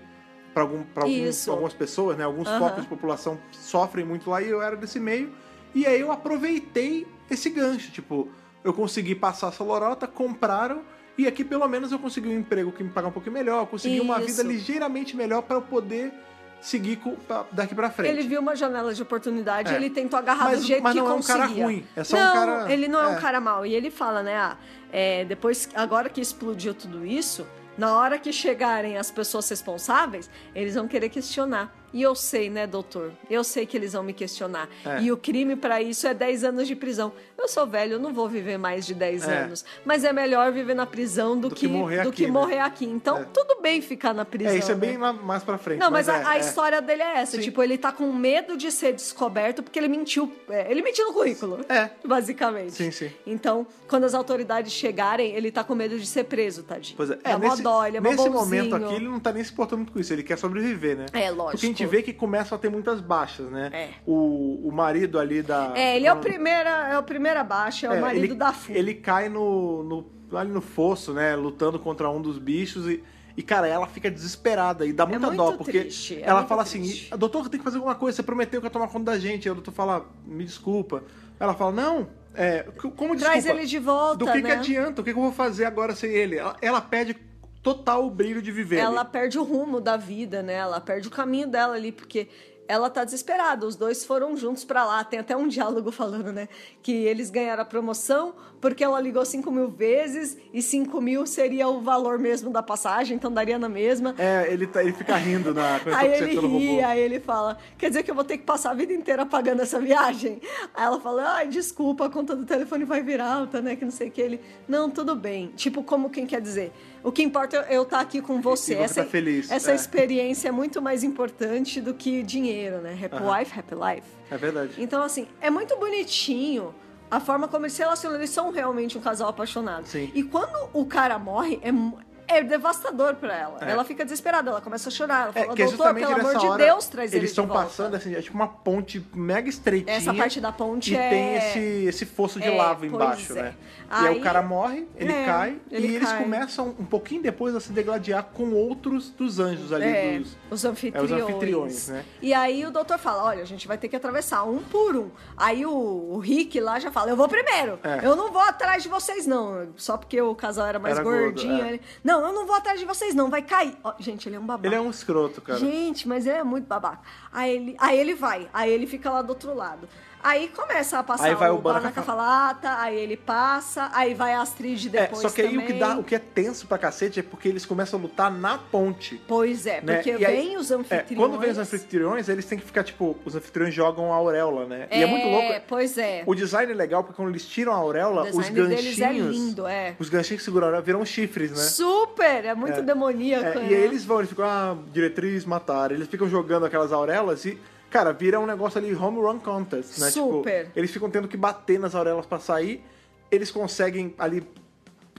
[SPEAKER 1] para algum, pra alguns-
[SPEAKER 2] Isso.
[SPEAKER 1] algumas pessoas, né? Alguns
[SPEAKER 2] Aham.
[SPEAKER 1] focos de população sofrem muito lá e eu era desse meio. E aí eu aproveitei esse gancho, tipo, eu consegui passar essa lorota, compraram e aqui pelo menos eu consegui um emprego que me paga um pouquinho melhor, eu consegui uma vida
[SPEAKER 2] Isso.
[SPEAKER 1] ligeiramente melhor para eu poder seguir com- pra- daqui para frente.
[SPEAKER 2] Ele viu uma janela de oportunidade,
[SPEAKER 1] É.
[SPEAKER 2] ele tentou agarrar
[SPEAKER 1] mas,
[SPEAKER 2] do jeito
[SPEAKER 1] mas
[SPEAKER 2] que
[SPEAKER 1] não é um
[SPEAKER 2] conseguia.
[SPEAKER 1] cara ruim, é só
[SPEAKER 2] não,
[SPEAKER 1] um cara.
[SPEAKER 2] ele não é, um cara mau. E ele fala, né? Ah, é, depois, agora que explodiu tudo isso, na hora que chegarem as pessoas responsáveis, eles vão querer questionar. E eu sei, né, doutor? Eu sei que eles vão me questionar.
[SPEAKER 1] É.
[SPEAKER 2] E o crime pra isso é 10 anos de prisão. Eu sou velho, eu não vou viver mais de 10
[SPEAKER 1] É.
[SPEAKER 2] anos. Mas é melhor viver na prisão do,
[SPEAKER 1] Do que morrer
[SPEAKER 2] do
[SPEAKER 1] aqui,
[SPEAKER 2] que
[SPEAKER 1] né?
[SPEAKER 2] morrer aqui. Então,
[SPEAKER 1] É.
[SPEAKER 2] tudo bem ficar na prisão.
[SPEAKER 1] É, isso é
[SPEAKER 2] né?
[SPEAKER 1] bem lá- mais pra frente.
[SPEAKER 2] Não, mas,
[SPEAKER 1] é,
[SPEAKER 2] a, a
[SPEAKER 1] é.
[SPEAKER 2] história dele é essa.
[SPEAKER 1] Sim.
[SPEAKER 2] Tipo, ele tá com medo de ser descoberto porque ele mentiu. é, ele mentiu no currículo.
[SPEAKER 1] É.
[SPEAKER 2] Basicamente.
[SPEAKER 1] Sim, sim.
[SPEAKER 2] Então, quando as autoridades chegarem, ele tá com medo de ser preso, tadinho.
[SPEAKER 1] Pois é,
[SPEAKER 2] é,
[SPEAKER 1] é,
[SPEAKER 2] mó
[SPEAKER 1] nesse,
[SPEAKER 2] dó, ele é mó
[SPEAKER 1] nesse
[SPEAKER 2] bonzinho.
[SPEAKER 1] momento aqui, ele não tá nem se importando muito com isso, ele quer sobreviver, né?
[SPEAKER 2] É, lógico.
[SPEAKER 1] Porque a gente vê que começam a ter muitas baixas, né?
[SPEAKER 2] É.
[SPEAKER 1] O, o marido ali da.
[SPEAKER 2] É, ele é o
[SPEAKER 1] não-
[SPEAKER 2] primeiro, é o primeiro abaixo, é,
[SPEAKER 1] é,
[SPEAKER 2] o marido
[SPEAKER 1] ele,
[SPEAKER 2] da Fu.
[SPEAKER 1] Ele cai no, no- ali no fosso, né? Lutando contra um dos bichos e. E, cara, ela fica desesperada e dá muita
[SPEAKER 2] muito
[SPEAKER 1] dó, porque
[SPEAKER 2] triste, é
[SPEAKER 1] ela
[SPEAKER 2] muito
[SPEAKER 1] fala
[SPEAKER 2] triste.
[SPEAKER 1] assim: doutor, tem que fazer alguma coisa, você prometeu que ia tomar conta da gente. Aí o doutor fala: me desculpa. Ela fala: não, é, como desculpa?
[SPEAKER 2] Traz ele de volta,
[SPEAKER 1] Do que, é que
[SPEAKER 2] né?
[SPEAKER 1] adianta? O que, que eu vou fazer agora sem ele? Ela, ela perde total o brilho de viver.
[SPEAKER 2] ela
[SPEAKER 1] ali.
[SPEAKER 2] perde o rumo da vida, né? Ela perde o caminho dela ali, porque ela tá desesperada. Os dois foram juntos pra lá. Tem até um diálogo falando, né? Que eles ganharam a promoção porque ela ligou 5 mil vezes e 5 mil seria o valor mesmo da passagem, então daria na mesma.
[SPEAKER 1] É, ele, tá- ele fica rindo na quando eu tô
[SPEAKER 2] Aí ele
[SPEAKER 1] consertando o
[SPEAKER 2] ri,
[SPEAKER 1] robô.
[SPEAKER 2] aí ele fala: Quer dizer que eu vou ter que passar a vida inteira pagando essa viagem? Aí ela fala: Ai, desculpa, a conta do telefone vai vir alta, né? Que não sei o que. Ele: Não, tudo bem. Tipo, como quem quer dizer? O que importa é eu estar aqui com você.
[SPEAKER 1] e você
[SPEAKER 2] essa
[SPEAKER 1] tá feliz,
[SPEAKER 2] essa
[SPEAKER 1] é.
[SPEAKER 2] experiência é muito mais importante do que dinheiro, né? Happy
[SPEAKER 1] Aham.
[SPEAKER 2] life, happy life.
[SPEAKER 1] É verdade.
[SPEAKER 2] Então, assim, é muito bonitinho a forma como eles se relacionam. Eles são realmente um casal apaixonado.
[SPEAKER 1] Sim.
[SPEAKER 2] E quando o cara morre, é. mu- é devastador pra ela.
[SPEAKER 1] É.
[SPEAKER 2] Ela fica desesperada, ela começa a chorar. Ela
[SPEAKER 1] É,
[SPEAKER 2] fala,
[SPEAKER 1] que é
[SPEAKER 2] doutor,
[SPEAKER 1] justamente
[SPEAKER 2] pelo amor
[SPEAKER 1] nessa
[SPEAKER 2] de
[SPEAKER 1] hora,
[SPEAKER 2] Deus, traz ele
[SPEAKER 1] Eles
[SPEAKER 2] de
[SPEAKER 1] estão
[SPEAKER 2] volta."
[SPEAKER 1] passando, assim, é tipo uma ponte mega estreitinha.
[SPEAKER 2] Essa parte da ponte
[SPEAKER 1] E
[SPEAKER 2] é...
[SPEAKER 1] tem esse, esse fosso de
[SPEAKER 2] é,
[SPEAKER 1] lava
[SPEAKER 2] pois
[SPEAKER 1] embaixo,
[SPEAKER 2] é.
[SPEAKER 1] né? E aí
[SPEAKER 2] Aí-
[SPEAKER 1] o cara morre, ele
[SPEAKER 2] É,
[SPEAKER 1] cai,
[SPEAKER 2] ele
[SPEAKER 1] e eles
[SPEAKER 2] cai.
[SPEAKER 1] começam um pouquinho depois a se degladiar com outros dos anjos ali.
[SPEAKER 2] É,
[SPEAKER 1] Dos...
[SPEAKER 2] os anfitriões.
[SPEAKER 1] é, os anfitriões, né?
[SPEAKER 2] E aí o doutor fala, olha, a gente vai ter que atravessar um por um. Aí o, o Rick lá já fala, eu vou primeiro.
[SPEAKER 1] É.
[SPEAKER 2] Eu não vou atrás de vocês, não. Só porque o casal era mais
[SPEAKER 1] Era gordo,
[SPEAKER 2] gordinho.
[SPEAKER 1] é.
[SPEAKER 2] ele, Não, eu não vou atrás de vocês, não. Vai cair. Ó, gente, ele é um babaca.
[SPEAKER 1] Ele é um escroto, cara.
[SPEAKER 2] Gente, mas ele é muito babaca. Aí ele, aí ele vai, aí ele fica lá do outro lado. Aí começa a passar
[SPEAKER 1] Aí vai o Baraka
[SPEAKER 2] Baraka Falata, aí ele passa, aí vai a Astrid
[SPEAKER 1] É,
[SPEAKER 2] depois
[SPEAKER 1] só que aí o que,
[SPEAKER 2] também.
[SPEAKER 1] dá, o que é tenso pra cacete é porque eles começam a lutar na ponte.
[SPEAKER 2] Pois é,
[SPEAKER 1] né?
[SPEAKER 2] porque
[SPEAKER 1] E aí-
[SPEAKER 2] vem os
[SPEAKER 1] é,
[SPEAKER 2] anfitriões.
[SPEAKER 1] quando vem os anfitriões, eles têm que ficar, tipo, os anfitriões jogam a auréola, né?
[SPEAKER 2] É,
[SPEAKER 1] e é muito louco.
[SPEAKER 2] Pois é.
[SPEAKER 1] O design é legal, porque quando eles tiram a
[SPEAKER 2] O
[SPEAKER 1] auréola, os
[SPEAKER 2] design deles é
[SPEAKER 1] ganchinhos.
[SPEAKER 2] lindo, é.
[SPEAKER 1] Os ganchinhos que seguram a auréola viram chifres, né?
[SPEAKER 2] Super! É muito
[SPEAKER 1] É.
[SPEAKER 2] demoníaco.
[SPEAKER 1] É,
[SPEAKER 2] né?
[SPEAKER 1] e aí eles vão, eles ficam, ah, diretriz, mataram. Eles ficam jogando aquelas aurelas e, cara, vira um negócio ali, home run contest, né?
[SPEAKER 2] Super.
[SPEAKER 1] Tipo, eles ficam tendo que bater nas aurelas pra sair. Eles conseguem ali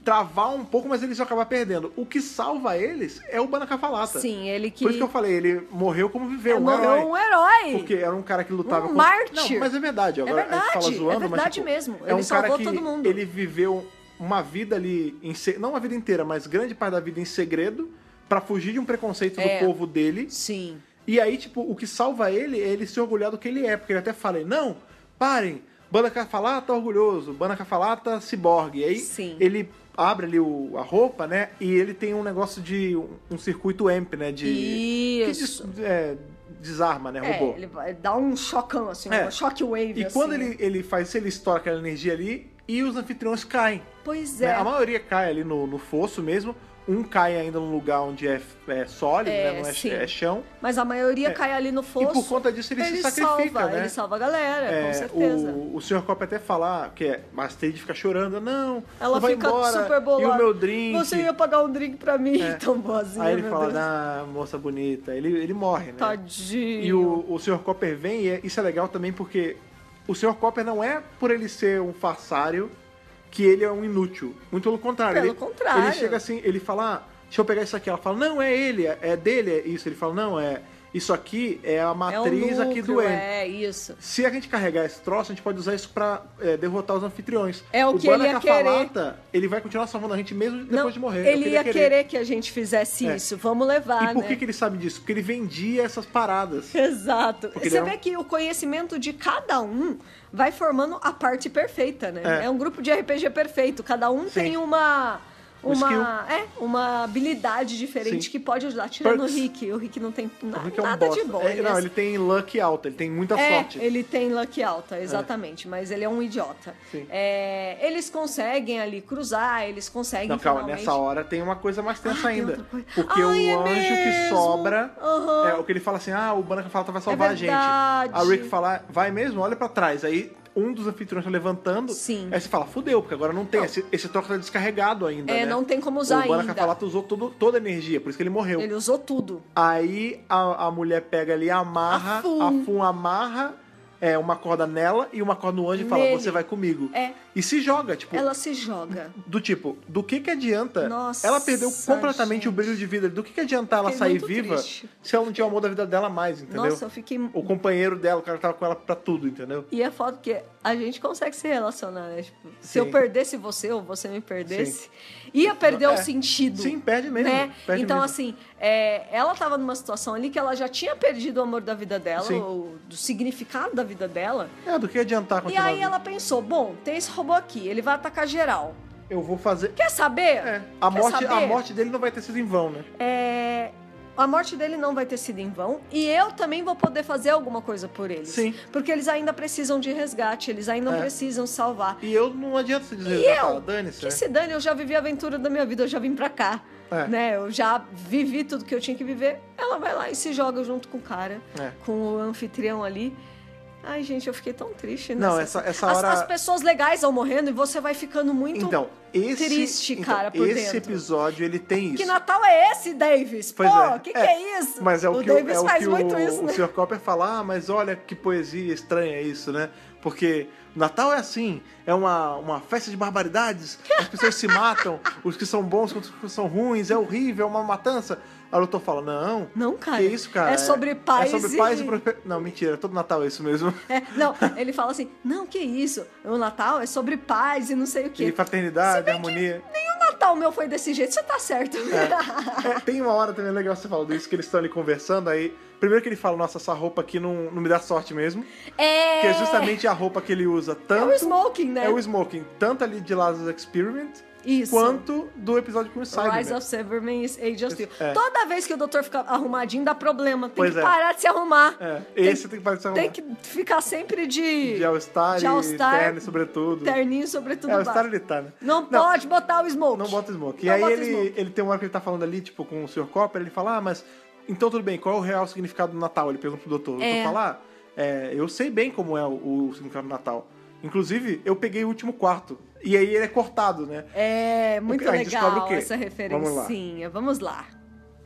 [SPEAKER 1] travar um pouco, mas eles vão acabar perdendo. O que salva eles é o Banacafalata.
[SPEAKER 2] Sim, ele que.
[SPEAKER 1] Por isso que eu falei, ele morreu como viveu,
[SPEAKER 2] É,
[SPEAKER 1] um
[SPEAKER 2] morreu
[SPEAKER 1] herói.
[SPEAKER 2] um herói.
[SPEAKER 1] Porque era um cara que lutava
[SPEAKER 2] Um
[SPEAKER 1] com...
[SPEAKER 2] mártir.
[SPEAKER 1] Não, mas é verdade. Agora a gente
[SPEAKER 2] verdade,
[SPEAKER 1] fala
[SPEAKER 2] é
[SPEAKER 1] zoando, mas
[SPEAKER 2] verdade
[SPEAKER 1] tipo,
[SPEAKER 2] mesmo.
[SPEAKER 1] É
[SPEAKER 2] Ele
[SPEAKER 1] um cara
[SPEAKER 2] salvou
[SPEAKER 1] que
[SPEAKER 2] todo mundo.
[SPEAKER 1] ele viveu uma vida ali, em se- não uma vida inteira, mas grande parte da vida em segredo, pra fugir de um preconceito
[SPEAKER 2] É.
[SPEAKER 1] do povo dele.
[SPEAKER 2] Sim.
[SPEAKER 1] E aí, tipo, o que salva ele é ele se orgulhar do que ele é. Porque ele até fala, não, parem, Banda Cafalata orgulhoso, Banda Cafalata ciborgue. E aí
[SPEAKER 2] Sim.
[SPEAKER 1] ele abre ali o- a roupa, né? E ele tem um negócio de um, um circuito amp, né? De,
[SPEAKER 2] Isso.
[SPEAKER 1] Que des- é, desarma, né?
[SPEAKER 2] É,
[SPEAKER 1] robô.
[SPEAKER 2] ele vai dar um chocão, assim,
[SPEAKER 1] É.
[SPEAKER 2] um shockwave.
[SPEAKER 1] E
[SPEAKER 2] assim,
[SPEAKER 1] quando
[SPEAKER 2] né?
[SPEAKER 1] ele, ele faz isso, ele estoura aquela energia ali e os anfitriões caem.
[SPEAKER 2] Pois
[SPEAKER 1] né?
[SPEAKER 2] é.
[SPEAKER 1] A maioria cai ali no, no fosso mesmo. Um cai ainda num lugar onde é, é sólido,
[SPEAKER 2] É,
[SPEAKER 1] né? Não
[SPEAKER 2] sim.
[SPEAKER 1] é, é chão.
[SPEAKER 2] Mas a maioria
[SPEAKER 1] É.
[SPEAKER 2] cai ali no
[SPEAKER 1] e
[SPEAKER 2] fosso.
[SPEAKER 1] por conta disso ele, se sacrifica,
[SPEAKER 2] salva,
[SPEAKER 1] né?
[SPEAKER 2] ele salva a galera, com
[SPEAKER 1] É,
[SPEAKER 2] certeza.
[SPEAKER 1] O, o senhor Cop até falar que é, mas Tade fica chorando, não,
[SPEAKER 2] Ela
[SPEAKER 1] não vai
[SPEAKER 2] fica
[SPEAKER 1] embora,
[SPEAKER 2] super bolada.
[SPEAKER 1] e o meu drink.
[SPEAKER 2] Você ia pagar um drink pra mim,
[SPEAKER 1] É.
[SPEAKER 2] tão boazinha,
[SPEAKER 1] Aí ele
[SPEAKER 2] meu
[SPEAKER 1] fala,
[SPEAKER 2] Deus.
[SPEAKER 1] ah, moça bonita, ele, ele morre, né?
[SPEAKER 2] Tadinho.
[SPEAKER 1] E o, o Sr. Copper vem, e é- isso é legal também porque o Sr. Copper não é por ele ser um farsário que ele é um inútil. Muito pelo contrário.
[SPEAKER 2] Pelo
[SPEAKER 1] ele,
[SPEAKER 2] contrário.
[SPEAKER 1] Ele chega assim, ele fala, ah, deixa eu pegar isso aqui. Ela fala, não, é ele, é dele, é isso. Ele fala, não, é isso aqui é a
[SPEAKER 2] É o
[SPEAKER 1] matriz aqui do
[SPEAKER 2] núcleo,
[SPEAKER 1] N.
[SPEAKER 2] É, isso.
[SPEAKER 1] Se a gente carregar esse troço, a gente pode usar isso pra é, derrotar os anfitriões.
[SPEAKER 2] É o que
[SPEAKER 1] Banner
[SPEAKER 2] ele ia querer.
[SPEAKER 1] Cafalata, ele vai continuar salvando a gente mesmo depois de morrer. É o
[SPEAKER 2] ele
[SPEAKER 1] que
[SPEAKER 2] ia querer. que a gente fizesse
[SPEAKER 1] É.
[SPEAKER 2] isso. Vamos levar,
[SPEAKER 1] E por
[SPEAKER 2] né?
[SPEAKER 1] que, que ele sabe disso? Porque ele vendia essas paradas.
[SPEAKER 2] Exato.
[SPEAKER 1] Porque ele
[SPEAKER 2] Você
[SPEAKER 1] é um-
[SPEAKER 2] vê que o conhecimento de cada um vai formando a parte perfeita, né?
[SPEAKER 1] É.
[SPEAKER 2] É, um grupo de RPG perfeito. Cada um
[SPEAKER 1] Sim.
[SPEAKER 2] tem uma.
[SPEAKER 1] Um
[SPEAKER 2] Uma, é, uma habilidade diferente
[SPEAKER 1] Sim.
[SPEAKER 2] que pode ajudar. Tirando
[SPEAKER 1] Perks.
[SPEAKER 2] o Rick. O Rick não tem na-
[SPEAKER 1] O Rick é um
[SPEAKER 2] nada
[SPEAKER 1] bosta.
[SPEAKER 2] de bom.
[SPEAKER 1] É,
[SPEAKER 2] ele é
[SPEAKER 1] não, ele tá tem luck alta, ele tem muita
[SPEAKER 2] é,
[SPEAKER 1] sorte.
[SPEAKER 2] ele tem luck alta, exatamente, mas ele é um idiota.
[SPEAKER 1] Sim.
[SPEAKER 2] É, eles conseguem ali cruzar, eles conseguem.
[SPEAKER 1] Não, calma,
[SPEAKER 2] finalmente-
[SPEAKER 1] nessa hora tem uma coisa mais tensa
[SPEAKER 2] Ah, tem
[SPEAKER 1] ainda.
[SPEAKER 2] outra coisa.
[SPEAKER 1] Porque
[SPEAKER 2] Ai, é
[SPEAKER 1] o anjo que
[SPEAKER 2] mesmo.
[SPEAKER 1] sobra.
[SPEAKER 2] Aham. É
[SPEAKER 1] É o que ele fala assim: ah, o Banner Cafalata vai salvar a gente.
[SPEAKER 2] verdade.
[SPEAKER 1] A Rick fala, vai mesmo, olha pra trás. Aí um dos anfitriões tá levantando.
[SPEAKER 2] Sim.
[SPEAKER 1] Aí você fala, fudeu, porque agora não tem.
[SPEAKER 2] Não.
[SPEAKER 1] Esse, esse troco tá descarregado ainda. né?
[SPEAKER 2] É, não tem como usar
[SPEAKER 1] O Banner
[SPEAKER 2] ainda.
[SPEAKER 1] Cafalata usou todo- toda a energia, por isso que ele morreu.
[SPEAKER 2] Ele usou tudo.
[SPEAKER 1] Aí a, a mulher pega ali, amarra,
[SPEAKER 2] A Fun.
[SPEAKER 1] a Fun amarra é, uma corda nela e uma corda no anjo e fala:
[SPEAKER 2] Nele.
[SPEAKER 1] Você vai comigo.
[SPEAKER 2] É.
[SPEAKER 1] E se joga, tipo,
[SPEAKER 2] Ela se joga.
[SPEAKER 1] do tipo, do que que adianta?
[SPEAKER 2] Nossa,
[SPEAKER 1] ela perdeu completamente
[SPEAKER 2] gente.
[SPEAKER 1] o brilho de vida. Do que que adianta ela
[SPEAKER 2] Fiquei
[SPEAKER 1] sair
[SPEAKER 2] muito
[SPEAKER 1] viva
[SPEAKER 2] triste.
[SPEAKER 1] se ela não tiver o amor da vida dela mais, entendeu?
[SPEAKER 2] Nossa, eu fiquei.
[SPEAKER 1] O companheiro dela, o cara que tava com ela pra tudo, entendeu?
[SPEAKER 2] E é foda porque a gente consegue se relacionar, né? Tipo,
[SPEAKER 1] Sim.
[SPEAKER 2] se eu perdesse você ou você me perdesse, ia perder
[SPEAKER 1] É.
[SPEAKER 2] o sentido.
[SPEAKER 1] Sim, perde mesmo,
[SPEAKER 2] Né?
[SPEAKER 1] perde
[SPEAKER 2] então,
[SPEAKER 1] mesmo.
[SPEAKER 2] assim, é, ela tava numa situação ali que ela já tinha perdido o amor da vida dela,
[SPEAKER 1] Sim.
[SPEAKER 2] ou do significado da vida dela.
[SPEAKER 1] É, do que adiantar
[SPEAKER 2] assim, E
[SPEAKER 1] continuar?
[SPEAKER 2] aí ela pensou: bom, tem esse robô aqui, ele vai atacar geral.
[SPEAKER 1] Eu vou fazer.
[SPEAKER 2] Quer saber?
[SPEAKER 1] É, a,
[SPEAKER 2] Quer
[SPEAKER 1] morte, a
[SPEAKER 2] saber?
[SPEAKER 1] morte dele não vai ter sido em vão, né?
[SPEAKER 2] É, A morte dele não vai ter sido em vão e eu também vou poder fazer alguma coisa por eles.
[SPEAKER 1] Sim.
[SPEAKER 2] Porque eles ainda precisam de resgate, eles ainda
[SPEAKER 1] É.
[SPEAKER 2] precisam salvar.
[SPEAKER 1] E eu não adianta se dizer,
[SPEAKER 2] E
[SPEAKER 1] fala,
[SPEAKER 2] eu?
[SPEAKER 1] dane-se.
[SPEAKER 2] que
[SPEAKER 1] né?
[SPEAKER 2] se dane, eu já vivi a aventura da minha vida, eu já vim pra cá.
[SPEAKER 1] É.
[SPEAKER 2] Né? Eu já vivi tudo que eu tinha que viver. Ela vai lá e se joga junto com o cara,
[SPEAKER 1] É.
[SPEAKER 2] com o anfitrião ali. Ai, gente, eu fiquei tão triste.
[SPEAKER 1] Não,
[SPEAKER 2] nessa-
[SPEAKER 1] essa- essa
[SPEAKER 2] as,
[SPEAKER 1] hora-
[SPEAKER 2] as pessoas legais vão morrendo e você vai ficando muito...
[SPEAKER 1] Então, esse,
[SPEAKER 2] triste,
[SPEAKER 1] então,
[SPEAKER 2] cara, por
[SPEAKER 1] esse
[SPEAKER 2] dentro.
[SPEAKER 1] episódio ele tem isso.
[SPEAKER 2] Que Natal é esse, Davis?
[SPEAKER 1] Pois
[SPEAKER 2] Pô,
[SPEAKER 1] é.
[SPEAKER 2] que que
[SPEAKER 1] É,
[SPEAKER 2] é isso?
[SPEAKER 1] Mas é o,
[SPEAKER 2] o
[SPEAKER 1] que o,
[SPEAKER 2] Davis
[SPEAKER 1] é o,
[SPEAKER 2] faz
[SPEAKER 1] que
[SPEAKER 2] muito
[SPEAKER 1] o,
[SPEAKER 2] isso,
[SPEAKER 1] o
[SPEAKER 2] né?
[SPEAKER 1] Sr. Copper fala, ah, mas olha que poesia estranha isso, né? Porque Natal é assim, é uma, uma festa de barbaridades, as pessoas se matam, os que são bons contra os que são ruins, é horrível, é uma matança. Aí o doutor fala, não,
[SPEAKER 2] Não, cara.
[SPEAKER 1] que isso, cara?
[SPEAKER 2] É sobre paz
[SPEAKER 1] É sobre
[SPEAKER 2] e-
[SPEAKER 1] paz e... prosper- Não, mentira, todo Natal é isso mesmo.
[SPEAKER 2] É, não, ele fala assim, não, que isso? O Natal é sobre paz e não sei o quê.
[SPEAKER 1] E
[SPEAKER 2] Se
[SPEAKER 1] fraternidade,
[SPEAKER 2] bem que
[SPEAKER 1] harmonia.
[SPEAKER 2] Nem o Natal meu foi desse jeito, você tá certo.
[SPEAKER 1] É, tem uma hora também legal você falando isso, que eles estão ali conversando, aí... Primeiro que ele fala, nossa, essa roupa aqui não, não me dá sorte mesmo.
[SPEAKER 2] É.
[SPEAKER 1] Que é justamente a roupa que ele usa
[SPEAKER 2] É
[SPEAKER 1] tanto...
[SPEAKER 2] o smoking, né?
[SPEAKER 1] É o smoking, tanto ali de Lazarus Experiment,
[SPEAKER 2] Isso.
[SPEAKER 1] quanto do episódio com o Cyberman.
[SPEAKER 2] Rise of Severman e Age of Steel.
[SPEAKER 1] É.
[SPEAKER 2] Toda vez que o doutor fica arrumadinho, dá problema. Tem
[SPEAKER 1] Pois
[SPEAKER 2] que
[SPEAKER 1] é.
[SPEAKER 2] parar de se arrumar.
[SPEAKER 1] É,
[SPEAKER 2] Tem-
[SPEAKER 1] esse tem que parecer um
[SPEAKER 2] Tem que ficar sempre de,
[SPEAKER 1] de All-Star
[SPEAKER 2] de
[SPEAKER 1] e
[SPEAKER 2] All-Star,
[SPEAKER 1] Terno, sobretudo.
[SPEAKER 2] terninho, sobretudo.
[SPEAKER 1] é, o Star
[SPEAKER 2] básico.
[SPEAKER 1] ele tá, né?
[SPEAKER 2] Não, pode botar o smoke.
[SPEAKER 1] Não bota smoke.
[SPEAKER 2] Não
[SPEAKER 1] e aí
[SPEAKER 2] bota
[SPEAKER 1] ele,
[SPEAKER 2] smoke.
[SPEAKER 1] ele tem uma hora que ele tá falando ali, tipo, com o Sr. Copper, ele fala, ah, mas... Então tudo bem, qual é o real significado do Natal? Ele pergunta pro doutor. O doutor
[SPEAKER 2] É.
[SPEAKER 1] fala, ah, é, eu sei bem como é o, o significado do Natal. Inclusive, eu peguei o último quarto. E aí ele é cortado, né?
[SPEAKER 2] É muito
[SPEAKER 1] A gente descobre o
[SPEAKER 2] legal
[SPEAKER 1] quê?
[SPEAKER 2] essa referencinha. Vamos lá.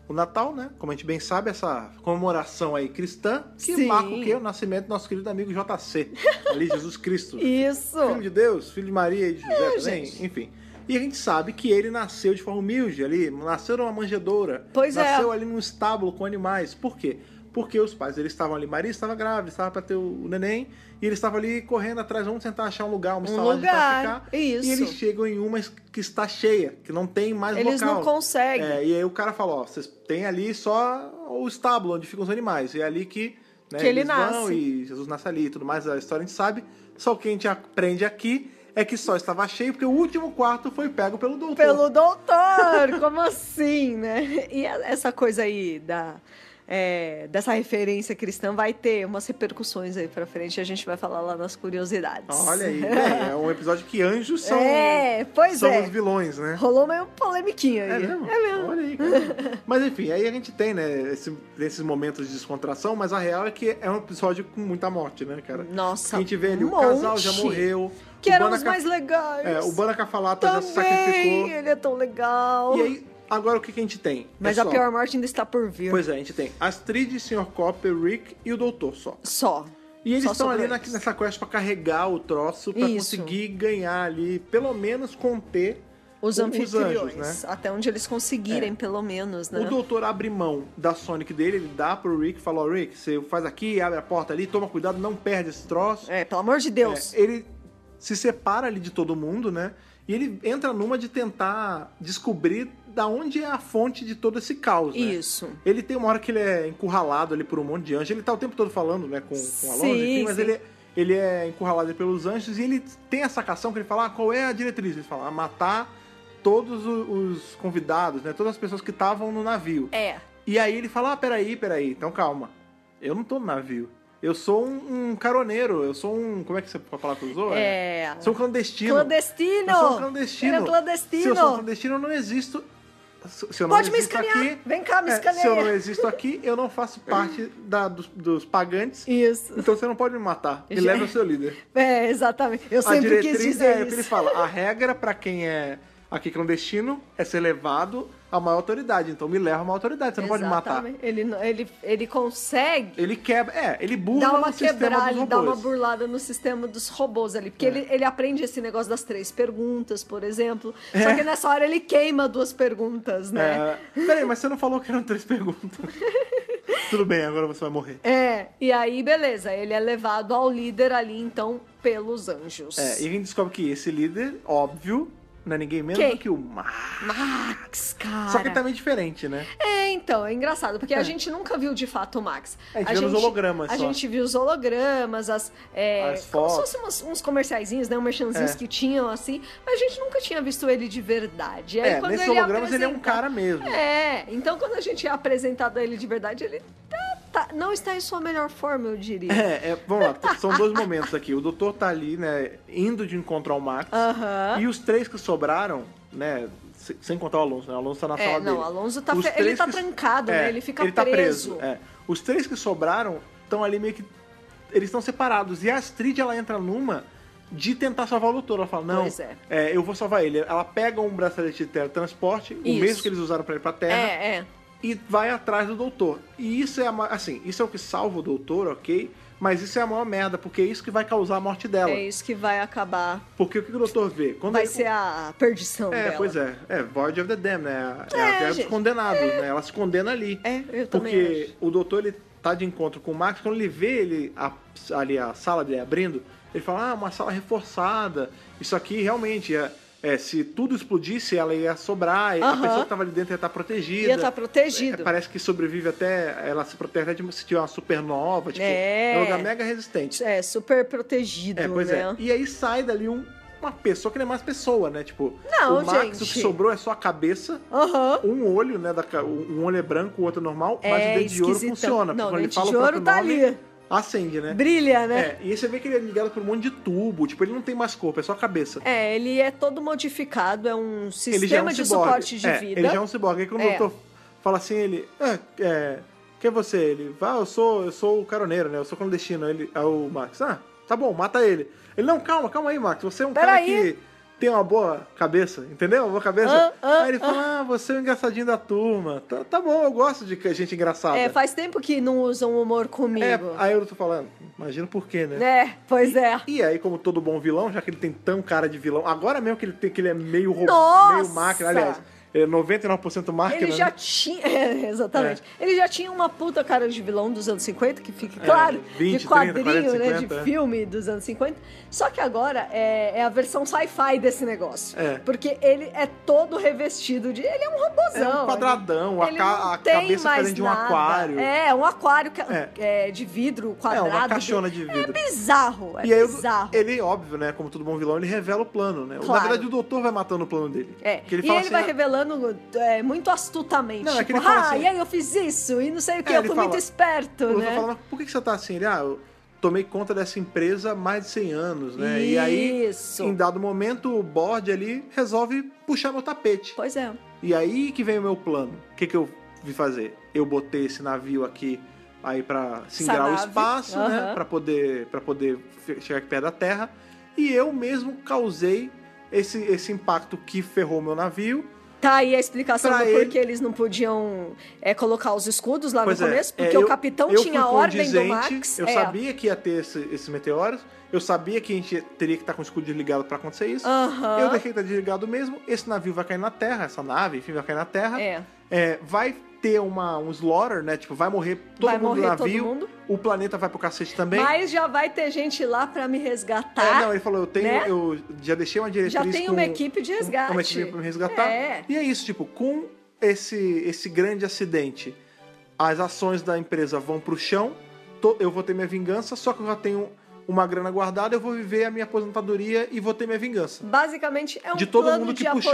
[SPEAKER 1] O Natal, né? Como a gente bem sabe, essa comemoração aí cristã que
[SPEAKER 2] Sim.
[SPEAKER 1] marca o quê? O nascimento do nosso querido amigo JC. Ali, Jesus Cristo.
[SPEAKER 2] Isso.
[SPEAKER 1] Filho de Deus, filho de Maria e de José também,
[SPEAKER 2] É, gente.
[SPEAKER 1] enfim. E a gente sabe que ele nasceu de forma humilde ali, nasceu numa manjedoura.
[SPEAKER 2] Pois é.
[SPEAKER 1] Nasceu ali num estábulo com animais. Por quê? Porque os pais dele estavam ali, Maria estava grávida, estava para ter o neném, e eles estavam ali correndo atrás, vamos tentar achar um lugar, uma
[SPEAKER 2] Um
[SPEAKER 1] estalagem para
[SPEAKER 2] lugar,
[SPEAKER 1] ficar.
[SPEAKER 2] isso.
[SPEAKER 1] E eles chegam em uma que está cheia, que não tem mais
[SPEAKER 2] Eles
[SPEAKER 1] local.
[SPEAKER 2] não conseguem.
[SPEAKER 1] É, e aí o cara fala, ó, vocês têm ali só o estábulo onde ficam os animais. E é ali que, né,
[SPEAKER 2] Que ele
[SPEAKER 1] eles vão
[SPEAKER 2] nasce.
[SPEAKER 1] e Jesus nasce ali e tudo mais. A história a gente sabe. Só o que a gente aprende aqui é que só estava cheio porque o último quarto foi pego pelo doutor.
[SPEAKER 2] Pelo doutor! Como assim, né? E a- essa coisa aí da, é, dessa referência cristã vai ter umas repercussões aí pra frente. A gente vai falar lá nas curiosidades.
[SPEAKER 1] Olha aí, né, é um episódio que anjos são,
[SPEAKER 2] É, pois
[SPEAKER 1] são
[SPEAKER 2] é.
[SPEAKER 1] os vilões, né?
[SPEAKER 2] Rolou meio polemiquinha aí. É mesmo.
[SPEAKER 1] Olha aí, cara. Mas enfim, aí a gente tem, né, esse- esses momentos de descontração, mas a real é que é um episódio com muita morte, né, cara?
[SPEAKER 2] Nossa,
[SPEAKER 1] a gente vê ali,
[SPEAKER 2] um
[SPEAKER 1] o casal já
[SPEAKER 2] monte.
[SPEAKER 1] morreu.
[SPEAKER 2] Que
[SPEAKER 1] o
[SPEAKER 2] eram
[SPEAKER 1] Bana
[SPEAKER 2] os
[SPEAKER 1] Ca-
[SPEAKER 2] mais legais.
[SPEAKER 1] É, o Bana Cafalata já se
[SPEAKER 2] Também,
[SPEAKER 1] sacrificou.
[SPEAKER 2] ele é tão legal.
[SPEAKER 1] E aí, agora o que, que a gente tem?
[SPEAKER 2] Mas a
[SPEAKER 1] Pessoal,
[SPEAKER 2] pior morte ainda está por vir.
[SPEAKER 1] Pois é, a gente tem Astrid, Sr. Copper, Rick e o Doutor só.
[SPEAKER 2] Só.
[SPEAKER 1] E eles
[SPEAKER 2] Só
[SPEAKER 1] estão ali
[SPEAKER 2] sobre
[SPEAKER 1] na-
[SPEAKER 2] eles.
[SPEAKER 1] nessa quest pra carregar o troço, pra
[SPEAKER 2] Isso.
[SPEAKER 1] conseguir ganhar ali, pelo menos conter
[SPEAKER 2] Os
[SPEAKER 1] o- os
[SPEAKER 2] anfitriões,
[SPEAKER 1] anjos, né?
[SPEAKER 2] até onde eles conseguirem,
[SPEAKER 1] É.
[SPEAKER 2] pelo menos, né?
[SPEAKER 1] O doutor abre mão da Sonic dele, ele dá pro Rick e fala, ó, Rick, você faz aqui, abre a porta ali, toma cuidado, não perde esse troço.
[SPEAKER 2] É, pelo amor de Deus.
[SPEAKER 1] É, ele se separa ali de todo mundo, né? E ele entra numa de tentar descobrir da onde é a fonte de todo esse caos, né?
[SPEAKER 2] Isso.
[SPEAKER 1] Ele tem uma hora que ele é encurralado ali por um monte de anjo. Ele tá o tempo todo falando, né, com, com a Alonso,
[SPEAKER 2] Sim,
[SPEAKER 1] enfim, mas
[SPEAKER 2] sim.
[SPEAKER 1] ele, é- ele é encurralado ali pelos anjos e ele tem essa cação que ele fala, ah, qual é a diretriz? Ele fala, ah, matar todos o- os convidados, né, todas as pessoas que estavam no navio.
[SPEAKER 2] É.
[SPEAKER 1] E aí ele fala, ah, peraí, peraí, então calma, eu não tô no navio. Eu sou um, um caroneiro, eu sou um... Como é que você fala que usou?
[SPEAKER 2] É.
[SPEAKER 1] Sou um clandestino.
[SPEAKER 2] Clandestino!
[SPEAKER 1] Eu sou um clandestino.
[SPEAKER 2] Ele é clandestino.
[SPEAKER 1] Se eu sou um clandestino, eu não existo. Se se eu não
[SPEAKER 2] Pode me
[SPEAKER 1] existo
[SPEAKER 2] escanear.
[SPEAKER 1] aqui,
[SPEAKER 2] Vem cá, me
[SPEAKER 1] é,
[SPEAKER 2] escaneia.
[SPEAKER 1] se eu não existo aqui, eu não faço parte da- dos, dos pagantes,
[SPEAKER 2] Isso.
[SPEAKER 1] então você não pode me matar. Me
[SPEAKER 2] Já-
[SPEAKER 1] leva o seu líder.
[SPEAKER 2] É, exatamente. Eu
[SPEAKER 1] a
[SPEAKER 2] sempre
[SPEAKER 1] diretriz
[SPEAKER 2] quis dizer
[SPEAKER 1] é o que
[SPEAKER 2] isso.
[SPEAKER 1] ele fala. A regra pra quem é aqui clandestino é ser levado a uma autoridade. Então me leva a uma autoridade, você não pode me matar.
[SPEAKER 2] Exatamente. Ele, não- ele, ele consegue
[SPEAKER 1] Ele quebra. É, ele burla
[SPEAKER 2] dar uma
[SPEAKER 1] o sistema
[SPEAKER 2] quebrada,
[SPEAKER 1] dos
[SPEAKER 2] ele
[SPEAKER 1] robôs. É.
[SPEAKER 2] dá uma burlada no sistema dos robôs ali. Porque ele, ele aprende esse negócio das três perguntas, por exemplo. Só que nessa hora ele queima duas perguntas, né?
[SPEAKER 1] É, Peraí, mas você não falou que eram três perguntas. Tudo bem, agora você vai morrer.
[SPEAKER 2] É, e aí, beleza, ele é levado ao líder ali, então, pelos anjos.
[SPEAKER 1] É, e a gente descobre que esse líder, óbvio, não é ninguém menos
[SPEAKER 2] Quem?
[SPEAKER 1] do que o Mar.
[SPEAKER 2] Max, cara.
[SPEAKER 1] Só que tá meio diferente, né?
[SPEAKER 2] É, então, é engraçado, porque a gente nunca viu de fato o Max.
[SPEAKER 1] É, A gente vê os hologramas
[SPEAKER 2] A
[SPEAKER 1] só.
[SPEAKER 2] gente viu os hologramas, as, é,
[SPEAKER 1] As
[SPEAKER 2] como se
[SPEAKER 1] fotos.
[SPEAKER 2] fossem umas- uns comerciaizinhos, né? Uns merchanzinhos
[SPEAKER 1] É.
[SPEAKER 2] que tinham, assim. Mas a gente nunca tinha visto ele de verdade. E Aí,
[SPEAKER 1] é,
[SPEAKER 2] quando
[SPEAKER 1] nesses
[SPEAKER 2] ele
[SPEAKER 1] hologramas ele é um
[SPEAKER 2] apresenta-
[SPEAKER 1] cara mesmo.
[SPEAKER 2] É, então quando a gente é apresentado a ele de verdade, ele tá- tá- não está em sua melhor forma, eu diria.
[SPEAKER 1] É, é, vamos lá, são dois momentos aqui. O doutor tá ali, né, indo de encontro ao Max.
[SPEAKER 2] Aham.
[SPEAKER 1] E os três que sobraram, né, se- sem contar o Alonso, né? O Alonso tá na
[SPEAKER 2] É,
[SPEAKER 1] sala
[SPEAKER 2] não,
[SPEAKER 1] dele.
[SPEAKER 2] o Alonso tá
[SPEAKER 1] Os
[SPEAKER 2] fe- ele
[SPEAKER 1] três
[SPEAKER 2] tá trancado, né? Ele fica
[SPEAKER 1] ele tá
[SPEAKER 2] preso.
[SPEAKER 1] preso. é. Os três que sobraram estão ali meio que... Eles estão separados. E a Astrid, ela entra numa de tentar salvar o doutor. Ela fala, não,
[SPEAKER 2] Pois é.
[SPEAKER 1] eu vou salvar ele. Ela pega um bracelete de teletransporte, o
[SPEAKER 2] Isso.
[SPEAKER 1] mesmo que eles usaram pra ir pra Terra.
[SPEAKER 2] É, é.
[SPEAKER 1] e vai atrás do doutor. E isso é a, ma- assim, isso é o que salva o doutor, ok? Mas isso é a maior merda, porque é isso que vai causar a morte dela.
[SPEAKER 2] É isso que vai acabar.
[SPEAKER 1] Porque o que o doutor vê? Quando
[SPEAKER 2] Vai
[SPEAKER 1] ele-
[SPEAKER 2] ser a perdição
[SPEAKER 1] É,
[SPEAKER 2] dela.
[SPEAKER 1] pois é. É, Void of the Damned, né? É,
[SPEAKER 2] É,
[SPEAKER 1] a guerra dos
[SPEAKER 2] gente.
[SPEAKER 1] condenados, né? Ela se condena ali.
[SPEAKER 2] É, eu também
[SPEAKER 1] Porque o doutor, ele tá de encontro com o Max, quando ele vê ele a- ali a sala dele abrindo, ele fala, ah, uma sala reforçada, isso aqui realmente é... é, se tudo explodisse, ela ia sobrar, e a
[SPEAKER 2] Aham.
[SPEAKER 1] pessoa que tava ali dentro ia estar protegida.
[SPEAKER 2] Ia tá estar protegido.
[SPEAKER 1] É, parece que sobrevive até. Ela se protege até de se tiver uma supernova. Tipo,
[SPEAKER 2] É.
[SPEAKER 1] é um lugar mega resistente.
[SPEAKER 2] É, super protegido,
[SPEAKER 1] É, pois é.
[SPEAKER 2] né?
[SPEAKER 1] E aí sai dali um- uma pessoa que não é mais pessoa, né? Tipo,
[SPEAKER 2] Não,
[SPEAKER 1] o Max, o que
[SPEAKER 2] gente.
[SPEAKER 1] sobrou é só a cabeça.
[SPEAKER 2] Aham.
[SPEAKER 1] Um olho, né? da ca- um olho é branco, o outro é normal, mas
[SPEAKER 2] É
[SPEAKER 1] o dente de ouro
[SPEAKER 2] esquisitão.
[SPEAKER 1] funciona. porque
[SPEAKER 2] Não,
[SPEAKER 1] quando
[SPEAKER 2] o
[SPEAKER 1] ele
[SPEAKER 2] dente
[SPEAKER 1] fala
[SPEAKER 2] de
[SPEAKER 1] o
[SPEAKER 2] ouro
[SPEAKER 1] próprio
[SPEAKER 2] tá
[SPEAKER 1] nome,
[SPEAKER 2] ali.
[SPEAKER 1] acende, né?
[SPEAKER 2] Brilha, né?
[SPEAKER 1] É, e aí você vê que ele é ligado por um monte de tubo, tipo, ele não tem mais corpo, é só a cabeça.
[SPEAKER 2] É, ele é todo modificado, é um sistema
[SPEAKER 1] ele já é um
[SPEAKER 2] de
[SPEAKER 1] ciborgue.
[SPEAKER 2] suporte de
[SPEAKER 1] É,
[SPEAKER 2] vida.
[SPEAKER 1] Ele já é um ciborgue. Aí quando
[SPEAKER 2] É.
[SPEAKER 1] o doutor fala assim, ele. Ah, é, quem é você? Ele. Ah, eu sou, eu sou o caroneiro, né? Eu sou clandestino. Ele, aí o Max. Ah, tá bom, mata ele. Ele, não, calma, calma aí, Max. Você é um
[SPEAKER 2] Pera
[SPEAKER 1] cara
[SPEAKER 2] aí.
[SPEAKER 1] que tem uma boa cabeça, entendeu? Uma boa cabeça.
[SPEAKER 2] Ah, ah,
[SPEAKER 1] aí ele fala: Ah, você é o engraçadinho da turma. Tá, tá bom, eu gosto de gente engraçada.
[SPEAKER 2] É, faz tempo que não usam humor comigo.
[SPEAKER 1] É, aí eu tô falando, imagino por quê, né?
[SPEAKER 2] É, pois é.
[SPEAKER 1] E aí, como todo bom vilão, já que ele tem tão cara de vilão, agora mesmo que ele tem que ele é meio robô,
[SPEAKER 2] Nossa!
[SPEAKER 1] meio máquina, aliás, ele é 99% máquina.
[SPEAKER 2] Ele já
[SPEAKER 1] né?
[SPEAKER 2] tinha. É, exatamente. Ele já tinha uma puta cara de vilão dos anos 50, que fica
[SPEAKER 1] É,
[SPEAKER 2] claro,
[SPEAKER 1] 20,
[SPEAKER 2] de
[SPEAKER 1] 30,
[SPEAKER 2] quadrinho,
[SPEAKER 1] 40,
[SPEAKER 2] né?
[SPEAKER 1] 50,
[SPEAKER 2] de
[SPEAKER 1] é.
[SPEAKER 2] filme dos anos 50. Só que agora é, é a versão sci-fi desse negócio.
[SPEAKER 1] É.
[SPEAKER 2] Porque ele é todo revestido de. Ele é um robozão.
[SPEAKER 1] É um quadradão, a
[SPEAKER 2] ele
[SPEAKER 1] ca-
[SPEAKER 2] não
[SPEAKER 1] a
[SPEAKER 2] tem
[SPEAKER 1] cabeça fica
[SPEAKER 2] mais
[SPEAKER 1] dentro de um
[SPEAKER 2] nada.
[SPEAKER 1] aquário.
[SPEAKER 2] É, um aquário ca-
[SPEAKER 1] É.
[SPEAKER 2] é, de vidro
[SPEAKER 1] É,
[SPEAKER 2] quadrado.
[SPEAKER 1] uma caixona de
[SPEAKER 2] É
[SPEAKER 1] vidro.
[SPEAKER 2] bizarro, é
[SPEAKER 1] e aí, o-
[SPEAKER 2] bizarro.
[SPEAKER 1] ele, óbvio, né? Como todo bom vilão, ele revela o plano, né? Na
[SPEAKER 2] Claro.
[SPEAKER 1] verdade, o doutor vai matando o plano dele.
[SPEAKER 2] É,
[SPEAKER 1] Porque ele
[SPEAKER 2] e
[SPEAKER 1] fala
[SPEAKER 2] ele
[SPEAKER 1] assim,
[SPEAKER 2] vai
[SPEAKER 1] "Ah,
[SPEAKER 2] revelando é, muito astutamente.
[SPEAKER 1] Não, é que
[SPEAKER 2] tipo,
[SPEAKER 1] ele fala
[SPEAKER 2] ah,
[SPEAKER 1] assim-
[SPEAKER 2] e aí eu fiz isso, e não sei o que,
[SPEAKER 1] É,
[SPEAKER 2] eu
[SPEAKER 1] ele
[SPEAKER 2] fui
[SPEAKER 1] fala-
[SPEAKER 2] muito esperto,
[SPEAKER 1] o doutor
[SPEAKER 2] né?
[SPEAKER 1] fala, "Mas por que que você tá assim? Ele, ah, eu tomei conta dessa empresa há mais de 100 anos, né? E aí,
[SPEAKER 2] Isso.
[SPEAKER 1] em dado momento, o board ali resolve puxar meu tapete.
[SPEAKER 2] Pois é.
[SPEAKER 1] E aí que vem o meu plano. O que, que eu vi fazer? Eu botei esse navio aqui aí para singrar o
[SPEAKER 2] nave,
[SPEAKER 1] espaço, né?
[SPEAKER 2] aham.
[SPEAKER 1] Para poder para poder fe- chegar aqui perto da Terra. E eu mesmo causei esse, esse impacto que ferrou meu navio.
[SPEAKER 2] Tá aí a explicação
[SPEAKER 1] Pra
[SPEAKER 2] do
[SPEAKER 1] ele-
[SPEAKER 2] porquê eles não podiam é, colocar os escudos lá
[SPEAKER 1] Pois
[SPEAKER 2] no
[SPEAKER 1] é,
[SPEAKER 2] começo,
[SPEAKER 1] é,
[SPEAKER 2] porque o
[SPEAKER 1] eu-
[SPEAKER 2] capitão
[SPEAKER 1] eu
[SPEAKER 2] tinha a
[SPEAKER 1] fui
[SPEAKER 2] ordem do
[SPEAKER 1] condizente,
[SPEAKER 2] Max.
[SPEAKER 1] Eu
[SPEAKER 2] é.
[SPEAKER 1] sabia que ia ter esse, esse meteoro, eu sabia que a gente teria que estar com o escudo desligado pra acontecer isso.
[SPEAKER 2] Aham.
[SPEAKER 1] Eu deixei que tá desligado mesmo. Esse navio vai cair na terra, essa nave, enfim, vai cair na terra.
[SPEAKER 2] É.
[SPEAKER 1] É, vai ter uma, um slaughter, né? Tipo, vai morrer todo
[SPEAKER 2] Vai
[SPEAKER 1] mundo do
[SPEAKER 2] morrer todo
[SPEAKER 1] navio.
[SPEAKER 2] mundo.
[SPEAKER 1] O planeta vai pro cacete também.
[SPEAKER 2] Mas já vai ter gente lá pra me
[SPEAKER 1] É,
[SPEAKER 2] resgatar.
[SPEAKER 1] não, ele falou, eu tenho,
[SPEAKER 2] né?
[SPEAKER 1] eu já deixei uma diretriz
[SPEAKER 2] já tem
[SPEAKER 1] com-
[SPEAKER 2] uma equipe de resgate.
[SPEAKER 1] Uma equipe pra me resgatar.
[SPEAKER 2] É.
[SPEAKER 1] E é isso, tipo, com esse, esse grande acidente, as ações da empresa vão pro chão, tô- eu vou ter minha vingança, só que eu já tenho uma grana guardada, eu vou viver a minha aposentadoria e vou ter minha vingança.
[SPEAKER 2] Basicamente é um
[SPEAKER 1] De todo
[SPEAKER 2] plano
[SPEAKER 1] mundo que
[SPEAKER 2] de
[SPEAKER 1] puxou-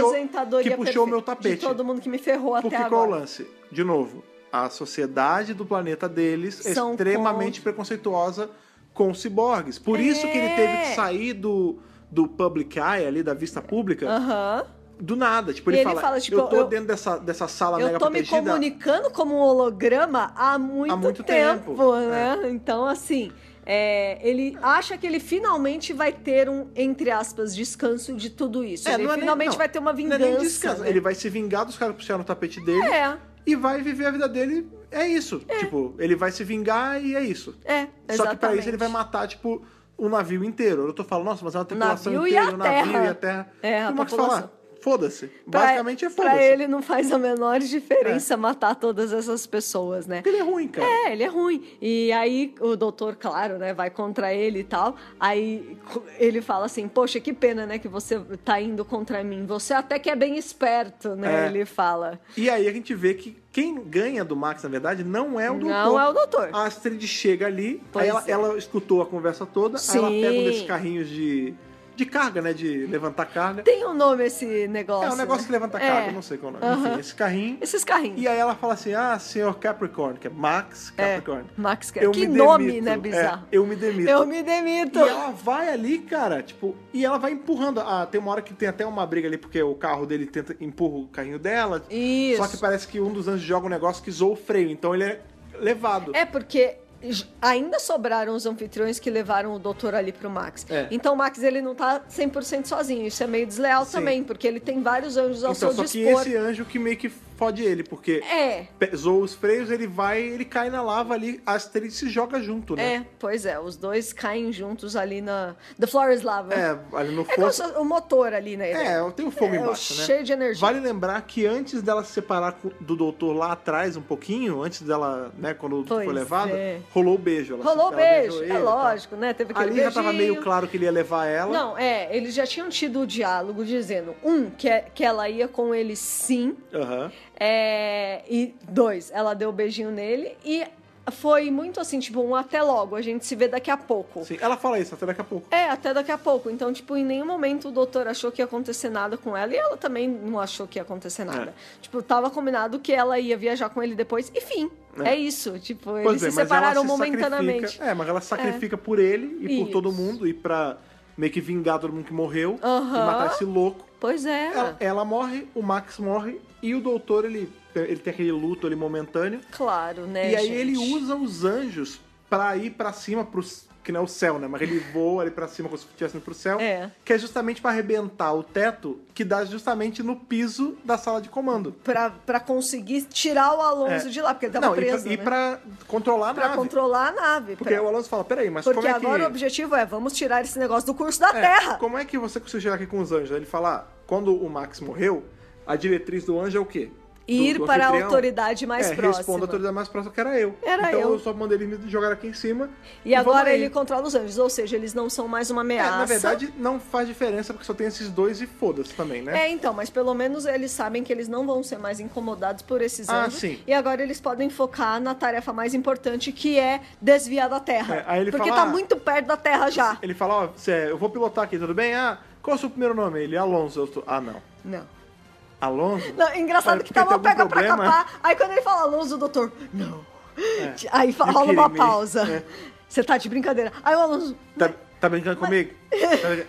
[SPEAKER 1] que
[SPEAKER 2] aposentadoria
[SPEAKER 1] puxou o
[SPEAKER 2] perfeito.
[SPEAKER 1] meu tapete.
[SPEAKER 2] De todo mundo que me ferrou
[SPEAKER 1] Porque
[SPEAKER 2] até
[SPEAKER 1] qual é o
[SPEAKER 2] agora.
[SPEAKER 1] lance? De novo, a sociedade do planeta deles é
[SPEAKER 2] São
[SPEAKER 1] extremamente preconceituosa com os ciborgues. Por isso que ele teve que
[SPEAKER 2] É.
[SPEAKER 1] sair do, do public eye ali, da vista pública,
[SPEAKER 2] Aham.
[SPEAKER 1] do nada. Tipo,
[SPEAKER 2] E
[SPEAKER 1] ele,
[SPEAKER 2] ele fala, tipo,
[SPEAKER 1] eu tô
[SPEAKER 2] eu-
[SPEAKER 1] dentro dessa, dessa sala
[SPEAKER 2] Eu
[SPEAKER 1] mega
[SPEAKER 2] tô me
[SPEAKER 1] protegida.
[SPEAKER 2] comunicando como um holograma há muito,
[SPEAKER 1] Há muito
[SPEAKER 2] tempo,
[SPEAKER 1] tempo,
[SPEAKER 2] né? Então, assim, é, ele acha que ele finalmente vai ter um, entre aspas, descanso de tudo isso.
[SPEAKER 1] É,
[SPEAKER 2] ele
[SPEAKER 1] não é nem-
[SPEAKER 2] finalmente
[SPEAKER 1] não.
[SPEAKER 2] vai ter uma
[SPEAKER 1] Não é
[SPEAKER 2] vingança.
[SPEAKER 1] nem descanso.
[SPEAKER 2] né?
[SPEAKER 1] Ele vai se vingar dos caras que puxaram o tapete dele
[SPEAKER 2] É,
[SPEAKER 1] e vai viver a vida dele. É isso. Tipo, ele vai se vingar e é isso.
[SPEAKER 2] é, exatamente.
[SPEAKER 1] Só que pra isso ele vai matar, tipo, o navio inteiro. Eu tô falando, nossa, mas é uma tripulação
[SPEAKER 2] navio e
[SPEAKER 1] inteira,
[SPEAKER 2] a
[SPEAKER 1] o navio
[SPEAKER 2] terra.
[SPEAKER 1] e a terra.
[SPEAKER 2] É, a
[SPEAKER 1] e o Max
[SPEAKER 2] população.
[SPEAKER 1] fala, foda-se.
[SPEAKER 2] Pra-
[SPEAKER 1] Basicamente é
[SPEAKER 2] Pra
[SPEAKER 1] foda-se. É.
[SPEAKER 2] ele não faz a menor diferença matar todas essas pessoas, né?
[SPEAKER 1] Porque ele é ruim, cara.
[SPEAKER 2] É, ele é ruim. E aí o doutor, claro, né, vai contra ele e tal. Aí co- ele fala assim: "Poxa, que pena, né, que você tá indo contra mim. Você até que é bem esperto", né?
[SPEAKER 1] É.
[SPEAKER 2] Ele fala.
[SPEAKER 1] E aí a gente vê que quem ganha do Max, na verdade, não é o doutor.
[SPEAKER 2] Não é o doutor.
[SPEAKER 1] A Astrid chega ali,
[SPEAKER 2] Pois
[SPEAKER 1] aí ela,
[SPEAKER 2] é.
[SPEAKER 1] ela escutou a conversa toda, aí ela
[SPEAKER 2] Sim.
[SPEAKER 1] pega um desses carrinhos de, de carga, né? De levantar carga.
[SPEAKER 2] Tem um nome esse negócio.
[SPEAKER 1] É um negócio
[SPEAKER 2] né?
[SPEAKER 1] que levanta
[SPEAKER 2] É.
[SPEAKER 1] carga, eu não sei qual é o nome.
[SPEAKER 2] Aham.
[SPEAKER 1] Enfim, esse carrinho.
[SPEAKER 2] Esses carrinhos.
[SPEAKER 1] E aí ela fala assim: ah, senhor Capricorn, que é Max Capricorn.
[SPEAKER 2] Max, que,
[SPEAKER 1] Eu
[SPEAKER 2] que
[SPEAKER 1] me
[SPEAKER 2] nome,
[SPEAKER 1] demito.
[SPEAKER 2] né,
[SPEAKER 1] É,
[SPEAKER 2] bizarro.
[SPEAKER 1] eu me demito.
[SPEAKER 2] Eu me demito.
[SPEAKER 1] E ela vai ali, cara, tipo, e ela vai empurrando. Ah, tem uma hora que tem até uma briga ali, porque o carro dele tenta empurra o carrinho dela.
[SPEAKER 2] Isso.
[SPEAKER 1] Só que parece que um dos anjos joga um negócio que zoou o freio, então ele é levado.
[SPEAKER 2] É porque j- ainda sobraram os anfitriões que levaram o doutor ali pro Max.
[SPEAKER 1] É.
[SPEAKER 2] Então o Max ele não tá 100% sozinho. Isso é meio desleal
[SPEAKER 1] Sim.
[SPEAKER 2] também, porque ele tem vários anjos ao
[SPEAKER 1] então,
[SPEAKER 2] seu
[SPEAKER 1] só que
[SPEAKER 2] dispor.
[SPEAKER 1] esse anjo que meio que fode ele, porque
[SPEAKER 2] É,
[SPEAKER 1] pe- zoa os freios, ele vai, ele cai na lava ali, as três se joga junto, né?
[SPEAKER 2] é, pois é, os dois caem juntos ali na The Floor is Lava.
[SPEAKER 1] É, ali no
[SPEAKER 2] É como
[SPEAKER 1] fogo.
[SPEAKER 2] se fosse o motor ali, né?
[SPEAKER 1] É, tem o fogo
[SPEAKER 2] É,
[SPEAKER 1] embaixo, né?
[SPEAKER 2] cheio de energia.
[SPEAKER 1] Vale lembrar que antes dela se separar co- do doutor lá atrás, um pouquinho, antes dela, né, quando o doutor foi
[SPEAKER 2] Pois
[SPEAKER 1] levada,
[SPEAKER 2] é.
[SPEAKER 1] rolou o beijo. Ela
[SPEAKER 2] Rolou o
[SPEAKER 1] ela beijou
[SPEAKER 2] beijo,
[SPEAKER 1] ele né, e
[SPEAKER 2] é
[SPEAKER 1] tal.
[SPEAKER 2] lógico, né? Teve aquele
[SPEAKER 1] Ali já tava
[SPEAKER 2] beijinho.
[SPEAKER 1] meio claro que ele ia levar ela.
[SPEAKER 2] Não, é, eles já tinham tido o diálogo dizendo, um, que, é- que ela ia com ele sim,
[SPEAKER 1] Aham.
[SPEAKER 2] É, e dois, ela deu um beijinho nele e foi muito assim, tipo, um até logo, a gente se vê daqui a pouco.
[SPEAKER 1] Sim, ela fala isso até daqui a pouco.
[SPEAKER 2] É, até daqui a pouco. Então, tipo, em nenhum momento o doutor achou que ia acontecer nada com ela e ela também não achou que ia acontecer nada. Tipo, tava combinado que ela ia viajar com ele depois, enfim.
[SPEAKER 1] É.
[SPEAKER 2] É, isso, tipo,
[SPEAKER 1] Pois
[SPEAKER 2] eles
[SPEAKER 1] é,
[SPEAKER 2] se
[SPEAKER 1] mas ela
[SPEAKER 2] separaram
[SPEAKER 1] se
[SPEAKER 2] momentaneamente.
[SPEAKER 1] sacrifica- É, mas ela se sacrifica por ele e por
[SPEAKER 2] Isso.
[SPEAKER 1] todo mundo e pra meio que vingar todo mundo que morreu e
[SPEAKER 2] Aham.
[SPEAKER 1] matar esse louco.
[SPEAKER 2] Pois é.
[SPEAKER 1] Ela, ela morre, o Max morre e o doutor, ele, ele tem aquele luto ali momentâneo.
[SPEAKER 2] Claro, né?
[SPEAKER 1] E aí
[SPEAKER 2] gente?
[SPEAKER 1] ele usa os anjos pra ir pra cima pros que não é o céu, né? Mas ele voa ali pra cima como se estivesse indo pro céu,
[SPEAKER 2] É.
[SPEAKER 1] que é justamente pra arrebentar o teto que dá justamente no piso da sala de comando.
[SPEAKER 2] Pra, pra conseguir tirar o Alonso
[SPEAKER 1] É.
[SPEAKER 2] de lá, porque ele tava
[SPEAKER 1] não,
[SPEAKER 2] preso.
[SPEAKER 1] e
[SPEAKER 2] né?
[SPEAKER 1] pra, e pra controlar a
[SPEAKER 2] Pra
[SPEAKER 1] nave.
[SPEAKER 2] controlar a nave.
[SPEAKER 1] Porque
[SPEAKER 2] pra-
[SPEAKER 1] o Alonso fala, peraí, mas
[SPEAKER 2] Porque
[SPEAKER 1] como é que...
[SPEAKER 2] agora o objetivo é vamos tirar esse negócio do curso da
[SPEAKER 1] É,
[SPEAKER 2] Terra.
[SPEAKER 1] Como é que você conseguiu chegar aqui com os anjos? Ele fala, ah, quando o Max morreu, a diretriz do anjo é o quê? Do-
[SPEAKER 2] Ir
[SPEAKER 1] do
[SPEAKER 2] para a
[SPEAKER 1] anfitrião?
[SPEAKER 2] autoridade mais
[SPEAKER 1] é,
[SPEAKER 2] próxima.
[SPEAKER 1] responda a autoridade mais próxima, que era eu.
[SPEAKER 2] Era
[SPEAKER 1] então
[SPEAKER 2] eu.
[SPEAKER 1] só mandei eles me jogar aqui em cima.
[SPEAKER 2] E
[SPEAKER 1] vamos
[SPEAKER 2] agora
[SPEAKER 1] aí.
[SPEAKER 2] ele controla os anjos, ou seja, eles não são mais uma
[SPEAKER 1] É,
[SPEAKER 2] ameaça.
[SPEAKER 1] na verdade, não faz diferença porque só tem esses dois e foda-se também, né?
[SPEAKER 2] É, então, mas pelo menos eles sabem que eles não vão ser mais incomodados por esses
[SPEAKER 1] Ah,
[SPEAKER 2] anjos.
[SPEAKER 1] sim.
[SPEAKER 2] E agora eles podem focar na tarefa mais importante, que é desviar da Terra.
[SPEAKER 1] É, aí ele
[SPEAKER 2] porque
[SPEAKER 1] fala,
[SPEAKER 2] tá
[SPEAKER 1] ah,
[SPEAKER 2] muito perto da Terra já.
[SPEAKER 1] Ele fala, ó, cê, eu vou pilotar aqui, tudo bem? Ah, qual é o seu primeiro nome? Ele, Alonso. Eu tô, ah, não.
[SPEAKER 2] Não.
[SPEAKER 1] Alonso?
[SPEAKER 2] Não, engraçado
[SPEAKER 1] Olha,
[SPEAKER 2] que
[SPEAKER 1] porque
[SPEAKER 2] tá uma
[SPEAKER 1] tem
[SPEAKER 2] pega
[SPEAKER 1] algum
[SPEAKER 2] pra
[SPEAKER 1] problema.
[SPEAKER 2] capar. Aí quando ele fala Alonso, o doutor, não.
[SPEAKER 1] É.
[SPEAKER 2] Aí fa-
[SPEAKER 1] You
[SPEAKER 2] rola uma
[SPEAKER 1] kidding me?
[SPEAKER 2] pausa.
[SPEAKER 1] É.
[SPEAKER 2] Você tá de brincadeira. Aí o Alonso.
[SPEAKER 1] Tá, tá brincando comigo?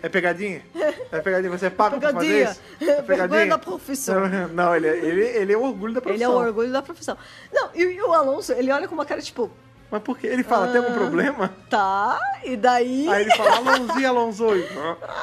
[SPEAKER 1] É pegadinha? É pegadinha? Você é pago pra fazer
[SPEAKER 2] Pegadinha.
[SPEAKER 1] isso? É
[SPEAKER 2] Vergonha da profissão.
[SPEAKER 1] Não, Não, ele, é- ele, ele é o orgulho da profissão.
[SPEAKER 2] Ele é o orgulho da profissão. Não, e, e o Alonso, ele olha com uma cara tipo.
[SPEAKER 1] Mas por quê? Ele fala, tem
[SPEAKER 2] Ah.
[SPEAKER 1] algum problema?
[SPEAKER 2] Tá, e daí.
[SPEAKER 1] Aí ele fala, Alonzi, Alonso.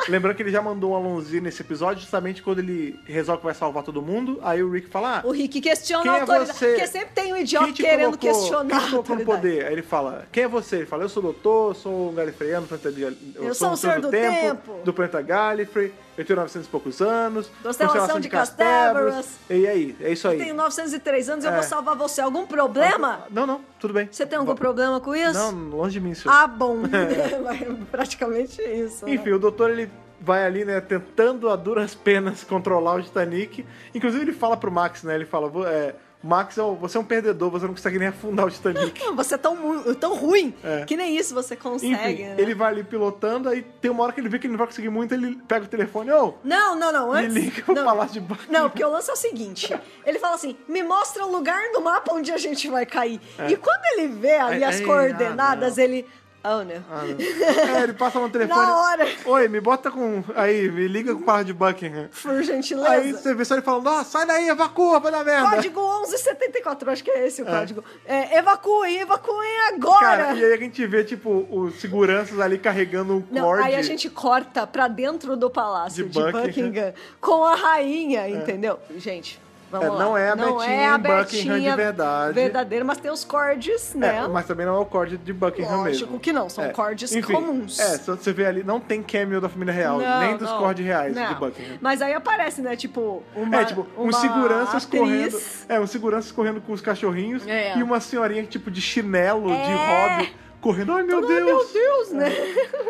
[SPEAKER 1] Lembrando que ele já mandou um Alonzi nesse episódio, justamente quando ele resolve que vai salvar todo mundo. Aí o Rick fala,
[SPEAKER 2] O
[SPEAKER 1] ah,
[SPEAKER 2] Rick questiona
[SPEAKER 1] Quem é
[SPEAKER 2] a autoridade.
[SPEAKER 1] você?
[SPEAKER 2] Porque sempre tem um idiota
[SPEAKER 1] quem te
[SPEAKER 2] querendo
[SPEAKER 1] colocou,
[SPEAKER 2] questionar tá
[SPEAKER 1] quem te
[SPEAKER 2] a
[SPEAKER 1] colocou no
[SPEAKER 2] autoridade.
[SPEAKER 1] poder? Aí ele fala, quem é você? Ele fala, eu sou o doutor, sou um galifreano, planeta de-
[SPEAKER 2] Eu sou um senhor do tempo.
[SPEAKER 1] do planeta Galifrey, eu tenho 900 e poucos anos,
[SPEAKER 2] Constelação de Castáveros.
[SPEAKER 1] E aí, é isso aí.
[SPEAKER 2] Tenho 903 anos, eu
[SPEAKER 1] É.
[SPEAKER 2] vou salvar você. Algum problema?
[SPEAKER 1] Não, não, tudo bem.
[SPEAKER 2] Você tem algum
[SPEAKER 1] Va-
[SPEAKER 2] problema com isso?
[SPEAKER 1] Não, longe de mim, senhor.
[SPEAKER 2] Ah, bom. Praticamente isso. né?
[SPEAKER 1] Enfim, o doutor ele vai ali, né, tentando a duras penas controlar o Titanic. Inclusive ele fala pro Max, né, ele fala, "Vo- é, Max, é um- você é um perdedor, você não consegue nem afundar o Titanic.
[SPEAKER 2] Não, Você é tão, mu- tão ruim
[SPEAKER 1] É.
[SPEAKER 2] que nem isso você consegue,
[SPEAKER 1] Enfim,
[SPEAKER 2] né?
[SPEAKER 1] ele vai ali pilotando, aí tem uma hora que ele vê que ele não vai conseguir muito, ele pega o telefone, ô,
[SPEAKER 2] Não, não, não.
[SPEAKER 1] me
[SPEAKER 2] Antes.
[SPEAKER 1] liga pro
[SPEAKER 2] não.
[SPEAKER 1] palácio de Buckingham.
[SPEAKER 2] Não, porque o lance é o seguinte: ele fala assim, me mostra o lugar do mapa onde a gente vai cair. E quando ele vê ali
[SPEAKER 1] É,
[SPEAKER 2] as
[SPEAKER 1] é,
[SPEAKER 2] coordenadas,
[SPEAKER 1] ah, não.
[SPEAKER 2] ele. Oh, não.
[SPEAKER 1] Ah, não. É, ele passa no telefone.
[SPEAKER 2] Na hora.
[SPEAKER 1] Oi, me bota com. Aí, me liga com o palácio de Buckingham.
[SPEAKER 2] Por gentileza.
[SPEAKER 1] Aí você vê só ele falando, ah, sai daí, evacua, vai dar merda.
[SPEAKER 2] Código 1174, acho que é esse o código. É, evacuem, evacuem agora!
[SPEAKER 1] Cara, e aí a gente vê, tipo, os seguranças ali carregando um
[SPEAKER 2] Não,
[SPEAKER 1] corde.
[SPEAKER 2] aí a gente corta pra dentro do palácio
[SPEAKER 1] De
[SPEAKER 2] de,
[SPEAKER 1] Buckingham.
[SPEAKER 2] Buckingham. com a rainha, entendeu? Gente, vamos
[SPEAKER 1] É,
[SPEAKER 2] lá.
[SPEAKER 1] não é a
[SPEAKER 2] não
[SPEAKER 1] Betinha
[SPEAKER 2] é a
[SPEAKER 1] Buckingham
[SPEAKER 2] Betinha
[SPEAKER 1] de verdade.
[SPEAKER 2] verdadeira, mas tem os cordes,
[SPEAKER 1] É,
[SPEAKER 2] né?
[SPEAKER 1] mas também não é o corde de Buckingham mesmo. É.
[SPEAKER 2] Lógico que não, são cordes
[SPEAKER 1] Enfim,
[SPEAKER 2] comuns.
[SPEAKER 1] É, só você vê ali, não tem cameo da família real,
[SPEAKER 2] Não,
[SPEAKER 1] nem dos
[SPEAKER 2] não,
[SPEAKER 1] cordes reais de
[SPEAKER 2] não.
[SPEAKER 1] Buckingham.
[SPEAKER 2] Mas aí aparece, né, tipo, uma
[SPEAKER 1] é, tipo,
[SPEAKER 2] uma
[SPEAKER 1] uns seguranças
[SPEAKER 2] atriz.
[SPEAKER 1] correndo. É, uns seguranças correndo com os cachorrinhos
[SPEAKER 2] É.
[SPEAKER 1] e uma senhorinha, tipo, de chinelo, de
[SPEAKER 2] É.
[SPEAKER 1] hobby, correndo. Ai, meu
[SPEAKER 2] Ai,
[SPEAKER 1] Deus! É.
[SPEAKER 2] meu Deus, né?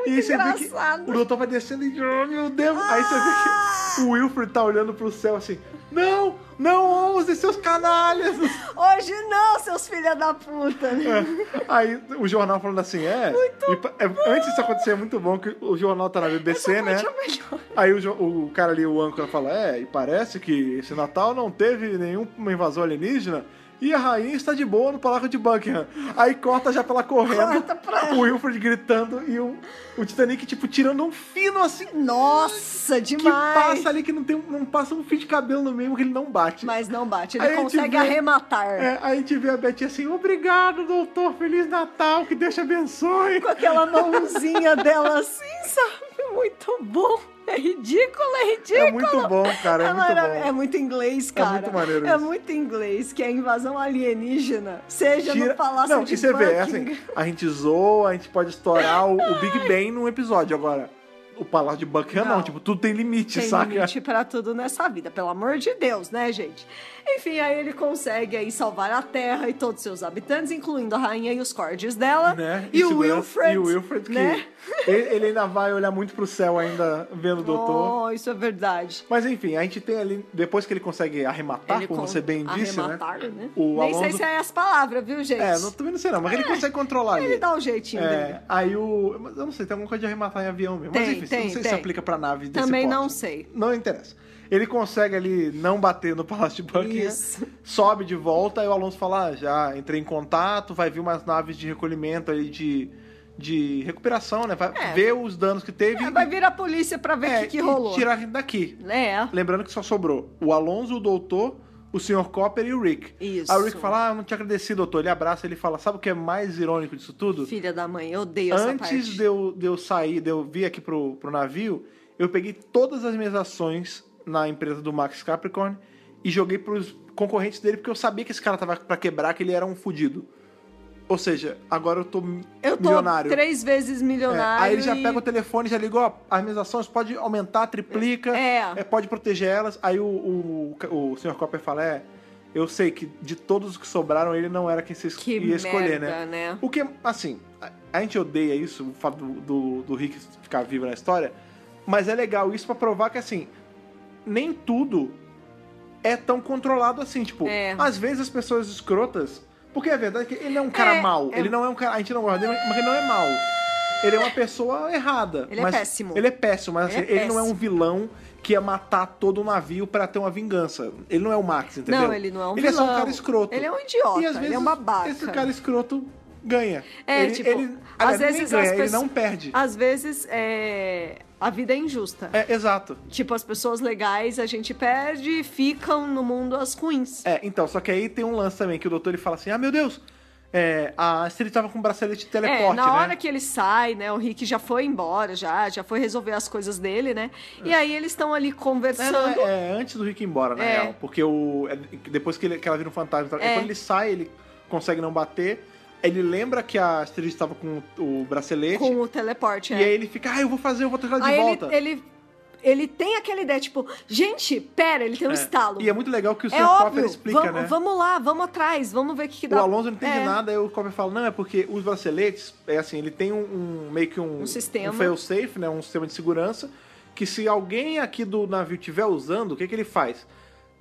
[SPEAKER 1] E aí você vê que
[SPEAKER 2] engraçado. Ah!
[SPEAKER 1] o doutor vai descendo e. Oh, meu Deus! Aí você vê que o Wilfred tá olhando pro céu assim: Não! Não ouse, seus canalhas!
[SPEAKER 2] Hoje não, seus filha da puta. né?
[SPEAKER 1] É. Aí o jornal falando assim, é. e pa- é, Antes disso acontecer, é muito bom que o jornal tá na BBC, né?
[SPEAKER 2] Essa parte é a melhor.
[SPEAKER 1] Aí o, jo- o cara ali, o âncora, fala: É, e parece que esse Natal não teve nenhuma invasão alienígena. E a rainha está de boa no palácio de Buckingham. Aí corta já pela correndo,
[SPEAKER 2] Corta pra-
[SPEAKER 1] o Wilfred gritando e o, o Titanic, tipo, tirando um fino assim.
[SPEAKER 2] Nossa,
[SPEAKER 1] Que
[SPEAKER 2] demais.
[SPEAKER 1] passa ali, que não, tem, não passa um fio de cabelo no meio, que ele não bate.
[SPEAKER 2] Mas não bate, ele
[SPEAKER 1] Aí a gente
[SPEAKER 2] consegue
[SPEAKER 1] vê-
[SPEAKER 2] arrematar.
[SPEAKER 1] É, aí a gente vê a Betty assim, obrigado, doutor, Feliz Natal, que Deus te abençoe.
[SPEAKER 2] com aquela mãozinha dela assim, sabe? Muito bom. É ridículo, é ridículo.
[SPEAKER 1] É muito bom, cara, é, muito
[SPEAKER 2] marav-
[SPEAKER 1] bom.
[SPEAKER 2] é muito inglês, cara.
[SPEAKER 1] muito maneiro
[SPEAKER 2] É
[SPEAKER 1] isso.
[SPEAKER 2] muito inglês, que é a invasão alienígena seja
[SPEAKER 1] Tira-
[SPEAKER 2] no palácio
[SPEAKER 1] Não,
[SPEAKER 2] de
[SPEAKER 1] e você vê, é
[SPEAKER 2] Buckingham.
[SPEAKER 1] assim, a gente zoa, a gente pode estourar o, o Big Bang num episódio, agora... O Palácio de Buckingham não,
[SPEAKER 2] Não.
[SPEAKER 1] tipo, tudo tem limite,
[SPEAKER 2] Tem
[SPEAKER 1] saca?
[SPEAKER 2] limite pra tudo nessa vida, pelo amor de Deus, né, gente? Enfim, aí ele consegue aí salvar a Terra e todos seus habitantes, incluindo a rainha e os cordes dela.
[SPEAKER 1] Né?
[SPEAKER 2] E, o
[SPEAKER 1] segurança-
[SPEAKER 2] Wilfred.
[SPEAKER 1] E o Wilfred, que
[SPEAKER 2] né?
[SPEAKER 1] ele, ele ainda vai olhar muito pro céu ainda, vendo o doutor.
[SPEAKER 2] Oh, isso é verdade.
[SPEAKER 1] Mas enfim, a gente tem ali, depois que ele consegue arrematar,
[SPEAKER 2] Ele
[SPEAKER 1] Tá, como
[SPEAKER 2] con-
[SPEAKER 1] você bem disse, né?
[SPEAKER 2] arrematar, né?
[SPEAKER 1] O
[SPEAKER 2] Nem sei
[SPEAKER 1] Alonso-
[SPEAKER 2] se é as palavras, viu, gente?
[SPEAKER 1] É, não, também não sei não, mas ele consegue controlar ali.
[SPEAKER 2] Ele dá um jeitinho dele.
[SPEAKER 1] É, aí o. mas Eu não sei, tem alguma coisa de arrematar em avião mesmo. mas
[SPEAKER 2] Tem,
[SPEAKER 1] enfim,
[SPEAKER 2] tem,
[SPEAKER 1] não sei se
[SPEAKER 2] tem.
[SPEAKER 1] aplica pra nave desse
[SPEAKER 2] Também
[SPEAKER 1] porte.
[SPEAKER 2] não sei.
[SPEAKER 1] Não interessa. Ele consegue ali não bater no Palácio de Buckingham,
[SPEAKER 2] Isso.
[SPEAKER 1] sobe de volta, aí o Alonso fala: ah, já entrei em contato, vai vir umas naves de recolhimento ali de, de recuperação, né? Vai
[SPEAKER 2] É.
[SPEAKER 1] ver os danos que teve.
[SPEAKER 2] É, vai vir a polícia pra ver o
[SPEAKER 1] é,
[SPEAKER 2] que, que
[SPEAKER 1] e
[SPEAKER 2] rolou.
[SPEAKER 1] tirar a gente daqui.
[SPEAKER 2] É.
[SPEAKER 1] Lembrando que só sobrou o Alonso, o doutor, o Sr. Copper e o Rick.
[SPEAKER 2] Isso.
[SPEAKER 1] Aí o Rick fala: Ah, eu não te agradeci, doutor. Ele abraça, ele fala: Sabe o que é mais irônico disso tudo?
[SPEAKER 2] Filha da mãe, eu odeio essa parte.
[SPEAKER 1] Antes de eu, de eu sair, de eu vir aqui pro, pro navio, eu peguei todas as minhas ações na empresa do Max Capricorn e joguei pros concorrentes dele, porque eu sabia que esse cara tava pra quebrar, que ele era um fudido. Ou seja, agora eu tô mi-
[SPEAKER 2] Eu tô
[SPEAKER 1] milionário.
[SPEAKER 2] três vezes
[SPEAKER 1] É,
[SPEAKER 2] milionário.
[SPEAKER 1] aí ele já
[SPEAKER 2] e-
[SPEAKER 1] pega o telefone, já ligou, ó, as minhas ações pode aumentar, triplica,
[SPEAKER 2] É.
[SPEAKER 1] pode proteger elas. Aí o, o, o Sr. Copper fala, é, eu sei que de todos os que sobraram, ele não era quem você es-
[SPEAKER 2] Que
[SPEAKER 1] ia escolher, né?
[SPEAKER 2] merda, né?
[SPEAKER 1] O que, assim, a- a gente odeia isso, o fato do, do, do Rick ficar vivo na história, mas é legal isso pra provar que, assim, nem tudo é tão controlado assim. Tipo,
[SPEAKER 2] É.
[SPEAKER 1] às vezes as pessoas escrotas. Porque a verdade é que ele não é um cara
[SPEAKER 2] É,
[SPEAKER 1] mau.
[SPEAKER 2] é.
[SPEAKER 1] Ele não é um cara. A gente não gosta dele, mas ele não é mau. Ele é uma pessoa errada.
[SPEAKER 2] Ele é
[SPEAKER 1] mas-
[SPEAKER 2] péssimo.
[SPEAKER 1] Ele é péssimo, mas assim,
[SPEAKER 2] Ele
[SPEAKER 1] ele,
[SPEAKER 2] é
[SPEAKER 1] não é um vilão que ia matar todo o navio pra ter uma vingança. Ele não é o Max, entendeu?
[SPEAKER 2] Não, ele não é um
[SPEAKER 1] Ele é só um
[SPEAKER 2] vilão.
[SPEAKER 1] cara escroto.
[SPEAKER 2] Ele é um idiota,
[SPEAKER 1] E às
[SPEAKER 2] ele é
[SPEAKER 1] vezes
[SPEAKER 2] um babaca.
[SPEAKER 1] Esse cara escroto ganha.
[SPEAKER 2] É,
[SPEAKER 1] ele,
[SPEAKER 2] tipo,
[SPEAKER 1] ele,
[SPEAKER 2] às
[SPEAKER 1] aliás, ele nem
[SPEAKER 2] vezes
[SPEAKER 1] ganha,
[SPEAKER 2] as
[SPEAKER 1] ele
[SPEAKER 2] pessoas- Ah.
[SPEAKER 1] não perde.
[SPEAKER 2] Às vezes é, a vida é injusta.
[SPEAKER 1] É, exato.
[SPEAKER 2] Tipo, as pessoas legais a gente perde e ficam no mundo as ruins.
[SPEAKER 1] É, então, só que aí tem um lance também que o doutor ele fala assim: ah, meu Deus, É, a Astrid tava com um bracelete de teleporte,
[SPEAKER 2] É, na hora
[SPEAKER 1] né?
[SPEAKER 2] que ele sai, né? O Rick já foi embora, já, já foi resolver as coisas dele, né? E aí eles estão ali
[SPEAKER 1] É, não,
[SPEAKER 2] conversando.
[SPEAKER 1] é antes do Rick ir embora, na
[SPEAKER 2] É.
[SPEAKER 1] real. Porque o, é depois que, ele- que ela vira um fantasma, e tal,
[SPEAKER 2] É.
[SPEAKER 1] quando ele sai, ele consegue não bater. Ele lembra que a Astrid estava com o, o bracelete.
[SPEAKER 2] Com o teleporte,
[SPEAKER 1] é E
[SPEAKER 2] é.
[SPEAKER 1] aí ele fica, ah, eu vou fazer, eu vou trazer ela de
[SPEAKER 2] Aí
[SPEAKER 1] volta.
[SPEAKER 2] ele, ele, ele tem aquela ideia, tipo, gente, pera, ele tem um
[SPEAKER 1] É.
[SPEAKER 2] estalo.
[SPEAKER 1] E é muito legal que o
[SPEAKER 2] É
[SPEAKER 1] seu Copper
[SPEAKER 2] óbvio,
[SPEAKER 1] explica,
[SPEAKER 2] vamos,
[SPEAKER 1] né?
[SPEAKER 2] vamos lá, vamos atrás, vamos ver o que, que
[SPEAKER 1] O
[SPEAKER 2] dá.
[SPEAKER 1] Alonso não entende
[SPEAKER 2] É.
[SPEAKER 1] nada, aí o Copper fala, não, é porque os braceletes, é assim, ele tem um, um- meio que um...
[SPEAKER 2] Um sistema.
[SPEAKER 1] Um fail-safe, né, um sistema de segurança, que se alguém aqui do navio estiver usando, o que, que ele faz?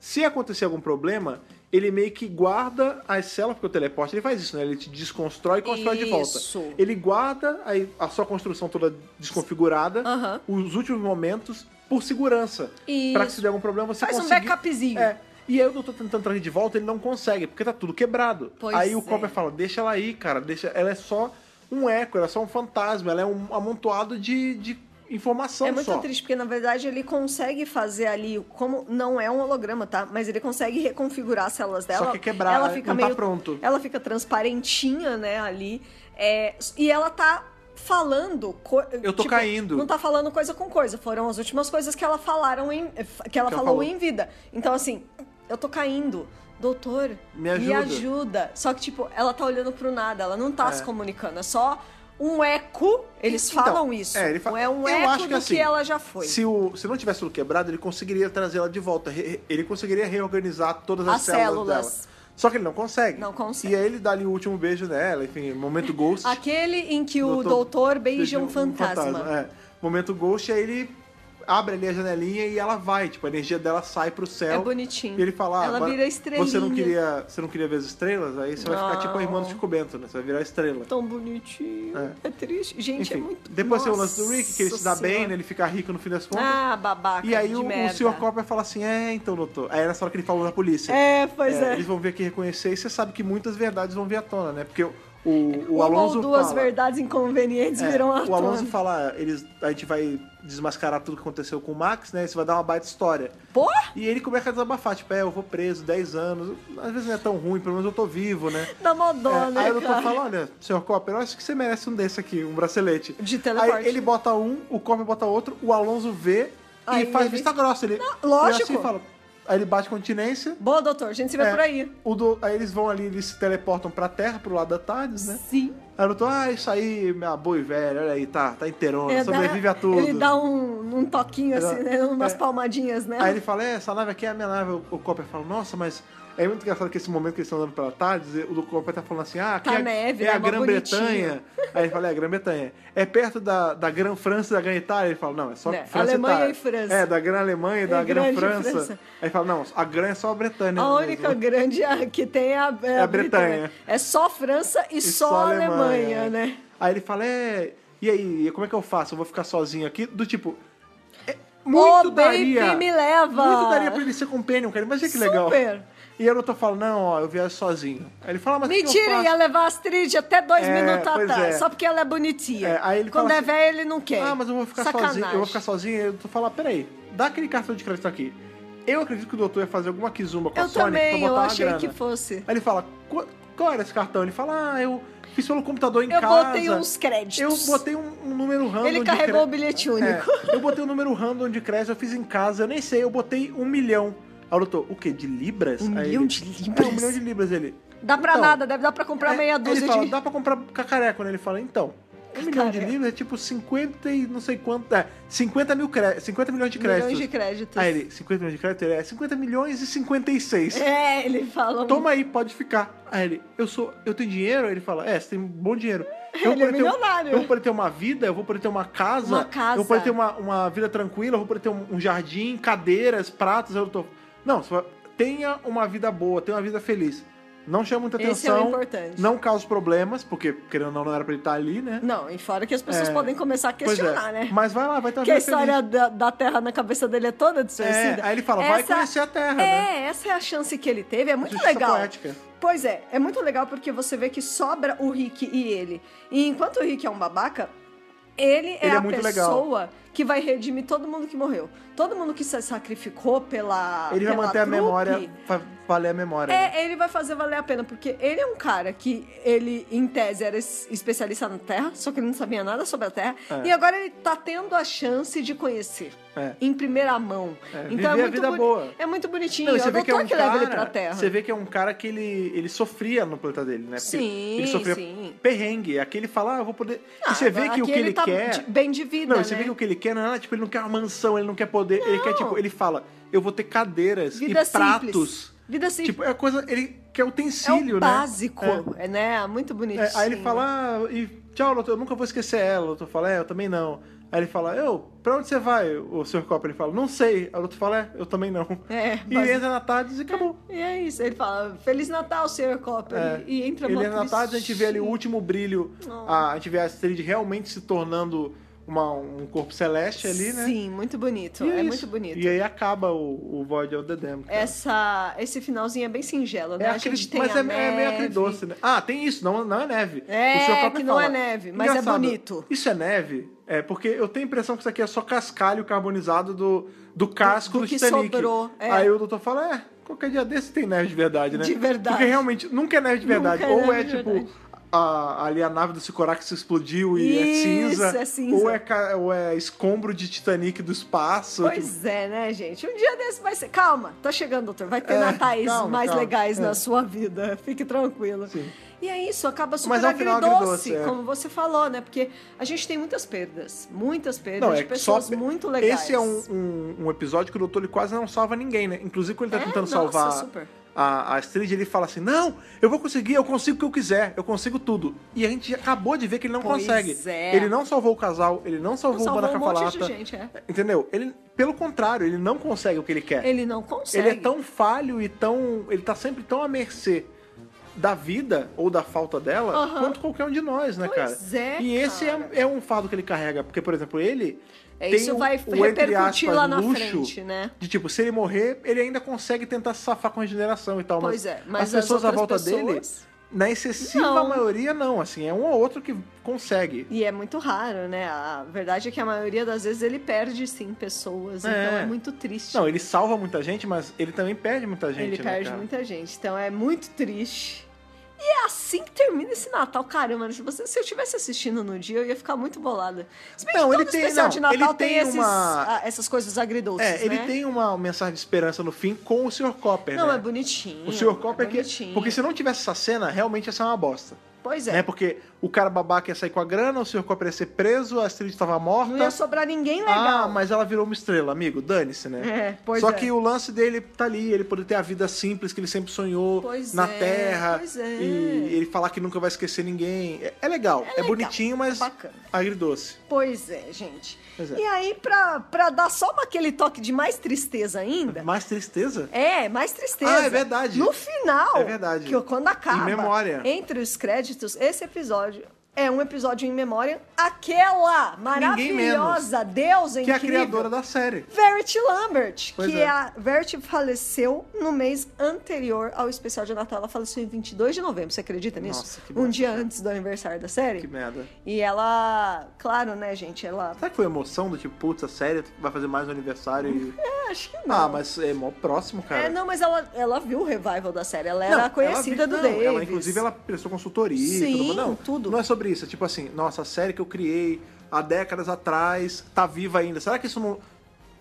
[SPEAKER 1] Se acontecer algum problema, ele meio que guarda as células, porque o teleporte ele faz isso, né? Ele te desconstrói e constrói de volta.
[SPEAKER 2] Isso.
[SPEAKER 1] Ele guarda aí a sua construção toda desconfigurada,
[SPEAKER 2] Aham.
[SPEAKER 1] os últimos momentos, por segurança.
[SPEAKER 2] Isso.
[SPEAKER 1] Pra que se der algum problema, você
[SPEAKER 2] Faz um
[SPEAKER 1] conseguir-
[SPEAKER 2] backupzinho.
[SPEAKER 1] É. E aí o doutor tentando trazer de volta, ele não consegue, porque tá tudo quebrado.
[SPEAKER 2] Pois
[SPEAKER 1] aí o
[SPEAKER 2] é.
[SPEAKER 1] Copper fala, deixa ela aí, cara, deixa. Ela é só um eco, ela é só um fantasma, ela é um amontoado de, de informação
[SPEAKER 2] É muito
[SPEAKER 1] só.
[SPEAKER 2] triste, porque na verdade ele consegue fazer ali, como não é um holograma, tá? Mas ele consegue reconfigurar as células dela.
[SPEAKER 1] que quebrar,
[SPEAKER 2] ela
[SPEAKER 1] né?
[SPEAKER 2] fica
[SPEAKER 1] Não tá
[SPEAKER 2] meio,
[SPEAKER 1] pronto.
[SPEAKER 2] Ela fica transparentinha, né, ali. É, e ela tá falando. co-
[SPEAKER 1] Eu tô caindo.
[SPEAKER 2] Não tá falando coisa com coisa. Foram as últimas coisas que ela falaram em, que ela
[SPEAKER 1] Que ela
[SPEAKER 2] falou,
[SPEAKER 1] falou.
[SPEAKER 2] em vida. Então, assim, eu tô caindo. Doutor,
[SPEAKER 1] Me ajuda."
[SPEAKER 2] ajuda. Só que, tipo, ela tá olhando pro nada, ela não tá
[SPEAKER 1] É.
[SPEAKER 2] se comunicando, é só um eco. Eles
[SPEAKER 1] Então,
[SPEAKER 2] falam isso.
[SPEAKER 1] é, ele fala-
[SPEAKER 2] É um
[SPEAKER 1] eu
[SPEAKER 2] eco
[SPEAKER 1] acho que
[SPEAKER 2] do
[SPEAKER 1] assim,
[SPEAKER 2] que ela já foi.
[SPEAKER 1] Se, o, se não tivesse tudo quebrado, ele conseguiria trazer ela de volta. re- re- Ele conseguiria reorganizar todas as,
[SPEAKER 2] As
[SPEAKER 1] células,
[SPEAKER 2] células.
[SPEAKER 1] dela. Só que ele não consegue.
[SPEAKER 2] Não consegue.
[SPEAKER 1] E aí ele dá ali o último beijo nela, enfim, momento ghost.
[SPEAKER 2] Aquele em que o doutor, beija um fantasma.
[SPEAKER 1] é. Momento ghost, aí ele abre ali a janelinha e ela vai. Tipo, a energia dela sai pro céu.
[SPEAKER 2] É bonitinho.
[SPEAKER 1] E ele fala, ah,
[SPEAKER 2] Ela
[SPEAKER 1] agora
[SPEAKER 2] vira estrelinha.
[SPEAKER 1] Você não, queria, você não queria ver as estrelas? Aí você vai ficar tipo a irmã do
[SPEAKER 2] Não.
[SPEAKER 1] Chico Bento, né? Você vai virar estrela.
[SPEAKER 2] É Tão bonitinho. É, triste. Gente, é
[SPEAKER 1] Enfim,
[SPEAKER 2] muito.
[SPEAKER 1] depois tem o lance
[SPEAKER 2] Nossa
[SPEAKER 1] do Rick, que ele se dá bem,
[SPEAKER 2] Senhora.
[SPEAKER 1] né? Ele fica rico no fim das contas.
[SPEAKER 2] Ah, babaca.
[SPEAKER 1] e aí
[SPEAKER 2] de
[SPEAKER 1] o, o
[SPEAKER 2] merda.
[SPEAKER 1] senhor Copper fala assim, é, então, doutor. Aí é nessa hora que ele falou da polícia.
[SPEAKER 2] É, pois é.
[SPEAKER 1] Eles vão vir aqui reconhecer e você sabe que muitas verdades vão vir à tona, né? Porque o, o, o
[SPEAKER 2] Uma
[SPEAKER 1] Alonso
[SPEAKER 2] ou duas
[SPEAKER 1] fala,
[SPEAKER 2] verdades inconvenientes
[SPEAKER 1] É,
[SPEAKER 2] viram à
[SPEAKER 1] o Alonso
[SPEAKER 2] tona.
[SPEAKER 1] fala, eles, a gente vai desmascarar tudo que aconteceu com o Max, né? Isso vai dar uma baita história.
[SPEAKER 2] Porra!
[SPEAKER 1] E ele começa a desabafar, tipo, é, eu vou preso 10 anos. Às vezes não é tão ruim, pelo menos eu tô vivo, né?
[SPEAKER 2] Da
[SPEAKER 1] É,
[SPEAKER 2] Madonna.
[SPEAKER 1] aí o doutor
[SPEAKER 2] cara.
[SPEAKER 1] fala, olha, senhor Copper, eu acho que você merece um desse aqui, um bracelete.
[SPEAKER 2] De teleporte.
[SPEAKER 1] Aí ele bota um, o Copper bota outro, o Alonso vê
[SPEAKER 2] Aí
[SPEAKER 1] e faz
[SPEAKER 2] ele-
[SPEAKER 1] vista grossa. Ele,
[SPEAKER 2] lógico.
[SPEAKER 1] Ele assim, fala, aí ele bate continência.
[SPEAKER 2] Boa, doutor. A gente se vê
[SPEAKER 1] é,
[SPEAKER 2] por aí.
[SPEAKER 1] o do- aí eles vão ali, eles se teleportam pra terra, pro lado da Tardes, né?
[SPEAKER 2] Sim.
[SPEAKER 1] Aí eu tô, ah, isso aí, minha boi velha, olha aí, tá, tá inteirona,
[SPEAKER 2] É, dá-
[SPEAKER 1] sobrevive a tudo.
[SPEAKER 2] Ele dá um, um toquinho
[SPEAKER 1] Ele dá-
[SPEAKER 2] assim, né? Umas
[SPEAKER 1] é.
[SPEAKER 2] palmadinhas, né?
[SPEAKER 1] Aí ele fala, é, essa nave aqui é a minha nave. O o Copper fala, nossa, mas é muito engraçado que esse momento que eles estão andando pela tarde, o do Copper tá falando assim, ah, aqui
[SPEAKER 2] Tá
[SPEAKER 1] é,
[SPEAKER 2] neve,
[SPEAKER 1] é
[SPEAKER 2] né?
[SPEAKER 1] a
[SPEAKER 2] Mó
[SPEAKER 1] Grã-Bretanha. Aí ele fala, é a Grã-Bretanha. É perto da, da Grã-França e da Grã-Itália? Ele fala, não, é só
[SPEAKER 2] Né,
[SPEAKER 1] França
[SPEAKER 2] Alemanha
[SPEAKER 1] Itália.
[SPEAKER 2] e França.
[SPEAKER 1] É, da Grã-Alemanha e da
[SPEAKER 2] E grande
[SPEAKER 1] Grã-França.
[SPEAKER 2] França.
[SPEAKER 1] Aí ele fala, não, a Grã é só a Bretanha.
[SPEAKER 2] A
[SPEAKER 1] mesmo.
[SPEAKER 2] única grande a- que tem é a, é
[SPEAKER 1] a
[SPEAKER 2] a
[SPEAKER 1] Bretanha.
[SPEAKER 2] Bretanha. É só a França e,
[SPEAKER 1] E
[SPEAKER 2] só a Alemanha, né?
[SPEAKER 1] Aí ele fala, é, e aí, como é que eu faço? Eu vou ficar sozinho aqui? Do tipo... é,
[SPEAKER 2] Ô, baby, me leva!
[SPEAKER 1] Muito daria pra ele ser companion, cara. Imagina que legal.
[SPEAKER 2] Super.
[SPEAKER 1] E a doutor fala, não, ó, eu viajo sozinho. Aí ele fala, "Ah, mas o que que eu
[SPEAKER 2] Mentira,
[SPEAKER 1] faço?
[SPEAKER 2] ia levar a Astrid até dois
[SPEAKER 1] É,
[SPEAKER 2] minutos
[SPEAKER 1] pois
[SPEAKER 2] atrás,
[SPEAKER 1] é.
[SPEAKER 2] só porque ela é bonitinha.
[SPEAKER 1] É, aí ele
[SPEAKER 2] Quando
[SPEAKER 1] fala
[SPEAKER 2] é
[SPEAKER 1] assim,
[SPEAKER 2] velha, ele não quer.
[SPEAKER 1] Ah, mas eu vou ficar
[SPEAKER 2] Sacanagem.
[SPEAKER 1] sozinho. Eu vou ficar sozinho. E o doutor fala, peraí, dá aquele cartão de crédito aqui. Eu acredito que o doutor ia fazer alguma kizumba com a
[SPEAKER 2] Eu
[SPEAKER 1] Sonic pra
[SPEAKER 2] também,
[SPEAKER 1] botar
[SPEAKER 2] eu
[SPEAKER 1] uma
[SPEAKER 2] achei
[SPEAKER 1] grana.
[SPEAKER 2] que fosse.
[SPEAKER 1] Aí ele fala, "Qu- qual era esse cartão? Ele fala, ah, eu fiz pelo computador em
[SPEAKER 2] Eu
[SPEAKER 1] casa.
[SPEAKER 2] botei uns créditos.
[SPEAKER 1] Eu botei um, um número random
[SPEAKER 2] Ele
[SPEAKER 1] de
[SPEAKER 2] carregou o
[SPEAKER 1] cre-
[SPEAKER 2] bilhete
[SPEAKER 1] É,
[SPEAKER 2] único.
[SPEAKER 1] eu botei um número random de crédito, eu fiz em casa, eu nem sei, eu botei um milhão. Aí o doutor, o quê? De libras?
[SPEAKER 2] Um
[SPEAKER 1] Aí
[SPEAKER 2] milhão
[SPEAKER 1] ele,
[SPEAKER 2] de
[SPEAKER 1] É, um
[SPEAKER 2] libras?
[SPEAKER 1] milhão de libras, ele.
[SPEAKER 2] Dá pra
[SPEAKER 1] Então,
[SPEAKER 2] nada, deve dar pra comprar
[SPEAKER 1] É,
[SPEAKER 2] meia dúzia
[SPEAKER 1] ele fala,
[SPEAKER 2] de.
[SPEAKER 1] dá pra comprar cacareco, né? Ele fala, então, um milhão de
[SPEAKER 2] Cacareco.
[SPEAKER 1] livros é tipo 50 e não sei quanto. É, 50, mil cre... 50 milhões de créditos.
[SPEAKER 2] milhões de créditos.
[SPEAKER 1] Aí ele, 50 milhões de crédito? Ele é 50 milhões e 56.
[SPEAKER 2] É, ele fala. um-
[SPEAKER 1] Toma aí, pode ficar. Aí ele, eu sou. Eu tenho dinheiro? Aí ele fala, é, você tem bom dinheiro. Eu
[SPEAKER 2] Ele
[SPEAKER 1] vou poder
[SPEAKER 2] é
[SPEAKER 1] ter- um,
[SPEAKER 2] milionário.
[SPEAKER 1] Eu vou poder ter uma vida, eu vou poder ter uma casa.
[SPEAKER 2] Uma casa.
[SPEAKER 1] Eu vou poder ter uma, uma vida tranquila, eu vou poder ter um, um jardim, cadeiras, pratos. Eu tô... Não, você vai- tenha uma vida boa, tenha uma vida feliz. Não chame muita
[SPEAKER 2] Esse é o
[SPEAKER 1] atenção.
[SPEAKER 2] importante.
[SPEAKER 1] Não cause problemas, porque, querendo ou não, não era pra ele estar ali, né?
[SPEAKER 2] um, Não, e fora que as pessoas
[SPEAKER 1] É.
[SPEAKER 2] podem começar a
[SPEAKER 1] Pois é.
[SPEAKER 2] questionar, né?
[SPEAKER 1] Mas vai lá, vai estar
[SPEAKER 2] Porque a história da, da Terra na cabeça dele é toda de suicida.
[SPEAKER 1] Tá É, aí ele fala, vai conhecer a Terra,
[SPEAKER 2] É,
[SPEAKER 1] né?
[SPEAKER 2] essa é a chance que ele teve, é muito
[SPEAKER 1] Justiça
[SPEAKER 2] legal.
[SPEAKER 1] poética.
[SPEAKER 2] Pois é, é muito legal porque você vê que sobra o Rick e ele. E enquanto o Rick é um babaca, ele é
[SPEAKER 1] Ele é
[SPEAKER 2] a
[SPEAKER 1] muito legal.
[SPEAKER 2] pessoa que que vai redimir todo mundo que morreu. Todo mundo que se sacrificou pela.
[SPEAKER 1] Ele vai
[SPEAKER 2] pela
[SPEAKER 1] manter a
[SPEAKER 2] trupe,
[SPEAKER 1] memória, pra valer a memória. né?
[SPEAKER 2] É, ele vai fazer valer a pena, porque ele é um cara que ele, em tese, era es- especialista na Terra, só que ele não sabia nada sobre a Terra,
[SPEAKER 1] É.
[SPEAKER 2] e agora ele tá tendo a chance de conhecer.
[SPEAKER 1] É.
[SPEAKER 2] Em primeira mão.
[SPEAKER 1] É, viver
[SPEAKER 2] então é
[SPEAKER 1] a
[SPEAKER 2] muito
[SPEAKER 1] vida
[SPEAKER 2] boni-
[SPEAKER 1] boa.
[SPEAKER 2] É muito bonitinho.
[SPEAKER 1] Não, e
[SPEAKER 2] eu
[SPEAKER 1] você vê que é
[SPEAKER 2] doutor
[SPEAKER 1] um
[SPEAKER 2] que leva ele pra
[SPEAKER 1] cara,
[SPEAKER 2] Terra.
[SPEAKER 1] você vê que é um cara que ele, ele sofria no planeta dele, né? Porque
[SPEAKER 2] Sim,
[SPEAKER 1] ele sofria
[SPEAKER 2] sim.
[SPEAKER 1] perrengue. Aqui ele fala, ah, eu vou poder.
[SPEAKER 2] Ah,
[SPEAKER 1] e você vê que o
[SPEAKER 2] aqui
[SPEAKER 1] que ele,
[SPEAKER 2] tá
[SPEAKER 1] quer.
[SPEAKER 2] de- Bem de vida,
[SPEAKER 1] Não, e você
[SPEAKER 2] né?
[SPEAKER 1] vê que o que ele quer não é nada, tipo, ele não quer uma mansão, ele não quer poder. Ele quer, tipo, ele fala, eu vou ter cadeiras
[SPEAKER 2] Vida
[SPEAKER 1] e pratos.
[SPEAKER 2] simples. Vida simples.
[SPEAKER 1] Tipo, é a coisa. Ele quer
[SPEAKER 2] é o
[SPEAKER 1] utensílio, né?
[SPEAKER 2] básico,
[SPEAKER 1] É.
[SPEAKER 2] é. né? Muito bonitinho.
[SPEAKER 1] É, aí ele fala, ah, e tchau, doutor, eu nunca vou esquecer ela. O doutor fala, é, eu também não. Aí ele fala, eu, pra onde você vai, o Sr. Copper? Ele fala, não sei. Aí o doutor fala, é, eu também não.
[SPEAKER 2] É,
[SPEAKER 1] e
[SPEAKER 2] basi-
[SPEAKER 1] entra na tarde e acabou.
[SPEAKER 2] E é isso. Ele fala, Feliz Natal, Sr. Copper.
[SPEAKER 1] É.
[SPEAKER 2] E entra
[SPEAKER 1] Ele
[SPEAKER 2] mó
[SPEAKER 1] entra na tarde, a gente vê ali o último brilho. A, a gente vê a Astrid realmente se tornando uma- um corpo celeste ali, né?
[SPEAKER 2] Sim, muito bonito.
[SPEAKER 1] E
[SPEAKER 2] é
[SPEAKER 1] isso.
[SPEAKER 2] muito bonito. É,
[SPEAKER 1] E aí acaba o, o Void of the Dam. cara.
[SPEAKER 2] Essa, esse finalzinho é bem singelo, né? a
[SPEAKER 1] acri-
[SPEAKER 2] gente tem
[SPEAKER 1] mas
[SPEAKER 2] a
[SPEAKER 1] é, é meio
[SPEAKER 2] neve.
[SPEAKER 1] agridoce, né? Ah, tem isso, não, não é neve.
[SPEAKER 2] É,
[SPEAKER 1] O Sr. Copper
[SPEAKER 2] que não é neve, mas é bonito.
[SPEAKER 1] Isso é neve? É, porque eu tenho a impressão que isso aqui é só cascalho carbonizado do, do casco
[SPEAKER 2] Do-
[SPEAKER 1] do,
[SPEAKER 2] do que
[SPEAKER 1] Titanic.
[SPEAKER 2] sobrou, é.
[SPEAKER 1] Aí o doutor fala, é, qualquer dia desse tem neve de verdade, né?
[SPEAKER 2] De verdade.
[SPEAKER 1] Porque realmente, nunca é neve de verdade.
[SPEAKER 2] Nunca é
[SPEAKER 1] Ou
[SPEAKER 2] neve
[SPEAKER 1] é,
[SPEAKER 2] de
[SPEAKER 1] tipo...
[SPEAKER 2] verdade.
[SPEAKER 1] a- ali a nave do Sicorax se explodiu e
[SPEAKER 2] Isso,
[SPEAKER 1] é, cinza,
[SPEAKER 2] é cinza.
[SPEAKER 1] Ou, é, ca- ou é escombro de Titanic do espaço. tipo,
[SPEAKER 2] Pois é, né, gente? Um dia desse vai ser. Calma, tá chegando, doutor. Vai ter
[SPEAKER 1] É,
[SPEAKER 2] natais
[SPEAKER 1] calma,
[SPEAKER 2] mais
[SPEAKER 1] calma.
[SPEAKER 2] legais
[SPEAKER 1] É.
[SPEAKER 2] na sua vida. Fique tranquilo.
[SPEAKER 1] Sim.
[SPEAKER 2] E é isso, acaba super
[SPEAKER 1] Mas é um final
[SPEAKER 2] agridoce,
[SPEAKER 1] agridoce, é.
[SPEAKER 2] como você falou, né? Porque a gente tem muitas perdas. Muitas perdas
[SPEAKER 1] Não, é
[SPEAKER 2] de
[SPEAKER 1] que
[SPEAKER 2] pessoas
[SPEAKER 1] só-
[SPEAKER 2] muito legais.
[SPEAKER 1] Esse é um, um- um episódio que o doutor ele quase não salva ninguém, né? Inclusive, quando ele tá
[SPEAKER 2] É,
[SPEAKER 1] tentando
[SPEAKER 2] nossa,
[SPEAKER 1] salvar
[SPEAKER 2] super.
[SPEAKER 1] a, a Astrid, ele fala assim: Não, eu vou conseguir, eu consigo o que eu quiser, eu consigo tudo. E a gente acabou de ver que ele não
[SPEAKER 2] Pois
[SPEAKER 1] consegue.
[SPEAKER 2] é.
[SPEAKER 1] Ele não salvou o casal, ele não salvou,
[SPEAKER 2] Não
[SPEAKER 1] o
[SPEAKER 2] salvou um
[SPEAKER 1] Manacafalata.
[SPEAKER 2] monte de gente, é.
[SPEAKER 1] Entendeu? Ele, pelo contrário, ele não consegue o que ele quer.
[SPEAKER 2] Ele não consegue.
[SPEAKER 1] Ele é tão falho e tão. Ele tá sempre tão à mercê da vida ou da falta dela
[SPEAKER 2] Aham.
[SPEAKER 1] quanto qualquer um de nós, né, cara?
[SPEAKER 2] Pois é,
[SPEAKER 1] e esse
[SPEAKER 2] cara.
[SPEAKER 1] é, é um fardo que ele carrega, porque, por exemplo, ele.
[SPEAKER 2] É,
[SPEAKER 1] tem
[SPEAKER 2] isso
[SPEAKER 1] o-
[SPEAKER 2] vai
[SPEAKER 1] o,
[SPEAKER 2] repercutir
[SPEAKER 1] entre aspas,
[SPEAKER 2] lá na
[SPEAKER 1] luxo
[SPEAKER 2] frente, né?
[SPEAKER 1] De tipo, se ele morrer, ele ainda consegue tentar se safar com a regeneração e tal.
[SPEAKER 2] Pois
[SPEAKER 1] Mas,
[SPEAKER 2] é, mas
[SPEAKER 1] as
[SPEAKER 2] as
[SPEAKER 1] pessoas à
[SPEAKER 2] outras
[SPEAKER 1] volta
[SPEAKER 2] pessoas-
[SPEAKER 1] dele, na excessiva
[SPEAKER 2] Não.
[SPEAKER 1] maioria, não. Assim, é um ou outro que consegue.
[SPEAKER 2] E é muito raro, né? A verdade é que a maioria das vezes ele perde, sim, pessoas.
[SPEAKER 1] É.
[SPEAKER 2] Então é muito triste.
[SPEAKER 1] Não, ele salva muita gente, mas ele também perde muita gente, né,
[SPEAKER 2] ele perde
[SPEAKER 1] cara?
[SPEAKER 2] muita gente. Então é muito triste. E é assim que termina esse Natal. Caramba, se, você, se eu tivesse assistindo no dia, eu ia ficar muito bolada. Se bem que
[SPEAKER 1] Não,
[SPEAKER 2] todo
[SPEAKER 1] ele tem-
[SPEAKER 2] especial
[SPEAKER 1] não,
[SPEAKER 2] de Natal
[SPEAKER 1] ele
[SPEAKER 2] tem,
[SPEAKER 1] tem
[SPEAKER 2] esses-
[SPEAKER 1] uma-
[SPEAKER 2] ah, essas coisas agridoces,
[SPEAKER 1] É, ele
[SPEAKER 2] né?
[SPEAKER 1] tem uma mensagem de esperança no fim com o Sr. Copper,
[SPEAKER 2] Não,
[SPEAKER 1] né?
[SPEAKER 2] é bonitinho.
[SPEAKER 1] O Sr. Copper
[SPEAKER 2] é
[SPEAKER 1] é que.
[SPEAKER 2] bonitinho.
[SPEAKER 1] Porque se não tivesse essa cena, realmente ia ser uma bosta.
[SPEAKER 2] Pois é.
[SPEAKER 1] Né? Porque o cara babaca ia sair com a grana, o Sr. Copper ia ser preso, a Astrid estava morta.
[SPEAKER 2] Não ia sobrar ninguém
[SPEAKER 1] ah,
[SPEAKER 2] legal.
[SPEAKER 1] mas ela virou uma estrela, amigo, dane-se, né?
[SPEAKER 2] É, pois
[SPEAKER 1] Só
[SPEAKER 2] é.
[SPEAKER 1] que o lance dele tá ali, ele poder ter a vida simples que ele sempre sonhou
[SPEAKER 2] Pois
[SPEAKER 1] na
[SPEAKER 2] é,
[SPEAKER 1] Terra.
[SPEAKER 2] pois é.
[SPEAKER 1] E ele falar que nunca vai esquecer ninguém. É, é legal, é,
[SPEAKER 2] legal,
[SPEAKER 1] bonitinho, mas
[SPEAKER 2] é bacana.
[SPEAKER 1] agridoce.
[SPEAKER 2] Pois é, gente.
[SPEAKER 1] Pois é.
[SPEAKER 2] E aí, pra, pra dar só uma- aquele toque de mais tristeza ainda,
[SPEAKER 1] Mais tristeza?
[SPEAKER 2] É, mais tristeza.
[SPEAKER 1] Ah, é verdade.
[SPEAKER 2] No final.
[SPEAKER 1] É verdade.
[SPEAKER 2] Que quando acaba.
[SPEAKER 1] Em memória.
[SPEAKER 2] Entre os créditos, esse episódio é um episódio em memória. Aquela
[SPEAKER 1] Ninguém menos.
[SPEAKER 2] maravilhosa deusa
[SPEAKER 1] Que é a
[SPEAKER 2] incrível.
[SPEAKER 1] criadora da série.
[SPEAKER 2] Verity Lambert,
[SPEAKER 1] Pois
[SPEAKER 2] que
[SPEAKER 1] é.
[SPEAKER 2] a Verity faleceu no mês anterior ao especial de Natal. Ela faleceu em 22 de novembro, você acredita nisso?
[SPEAKER 1] Nossa, que
[SPEAKER 2] um
[SPEAKER 1] bosta,
[SPEAKER 2] dia
[SPEAKER 1] cara.
[SPEAKER 2] antes do aniversário da série.
[SPEAKER 1] Que merda.
[SPEAKER 2] E ela, claro, né, gente, ela...
[SPEAKER 1] Será que foi emoção do tipo, putz, a série vai fazer mais um aniversário e.
[SPEAKER 2] É, acho que não.
[SPEAKER 1] Ah, mas é mó próximo, cara.
[SPEAKER 2] É, não, mas ela, ela viu o revival da série. Ela
[SPEAKER 1] Não,
[SPEAKER 2] era
[SPEAKER 1] ela
[SPEAKER 2] conhecida
[SPEAKER 1] vive-
[SPEAKER 2] do
[SPEAKER 1] não,
[SPEAKER 2] Davis.
[SPEAKER 1] Ela, inclusive, ela prestou consultoria e
[SPEAKER 2] Sim,
[SPEAKER 1] tudo. mas Não,
[SPEAKER 2] tudo.
[SPEAKER 1] Não é sobre isso. É tipo assim, nossa, a série que eu criei há décadas atrás tá viva ainda. Será que isso não.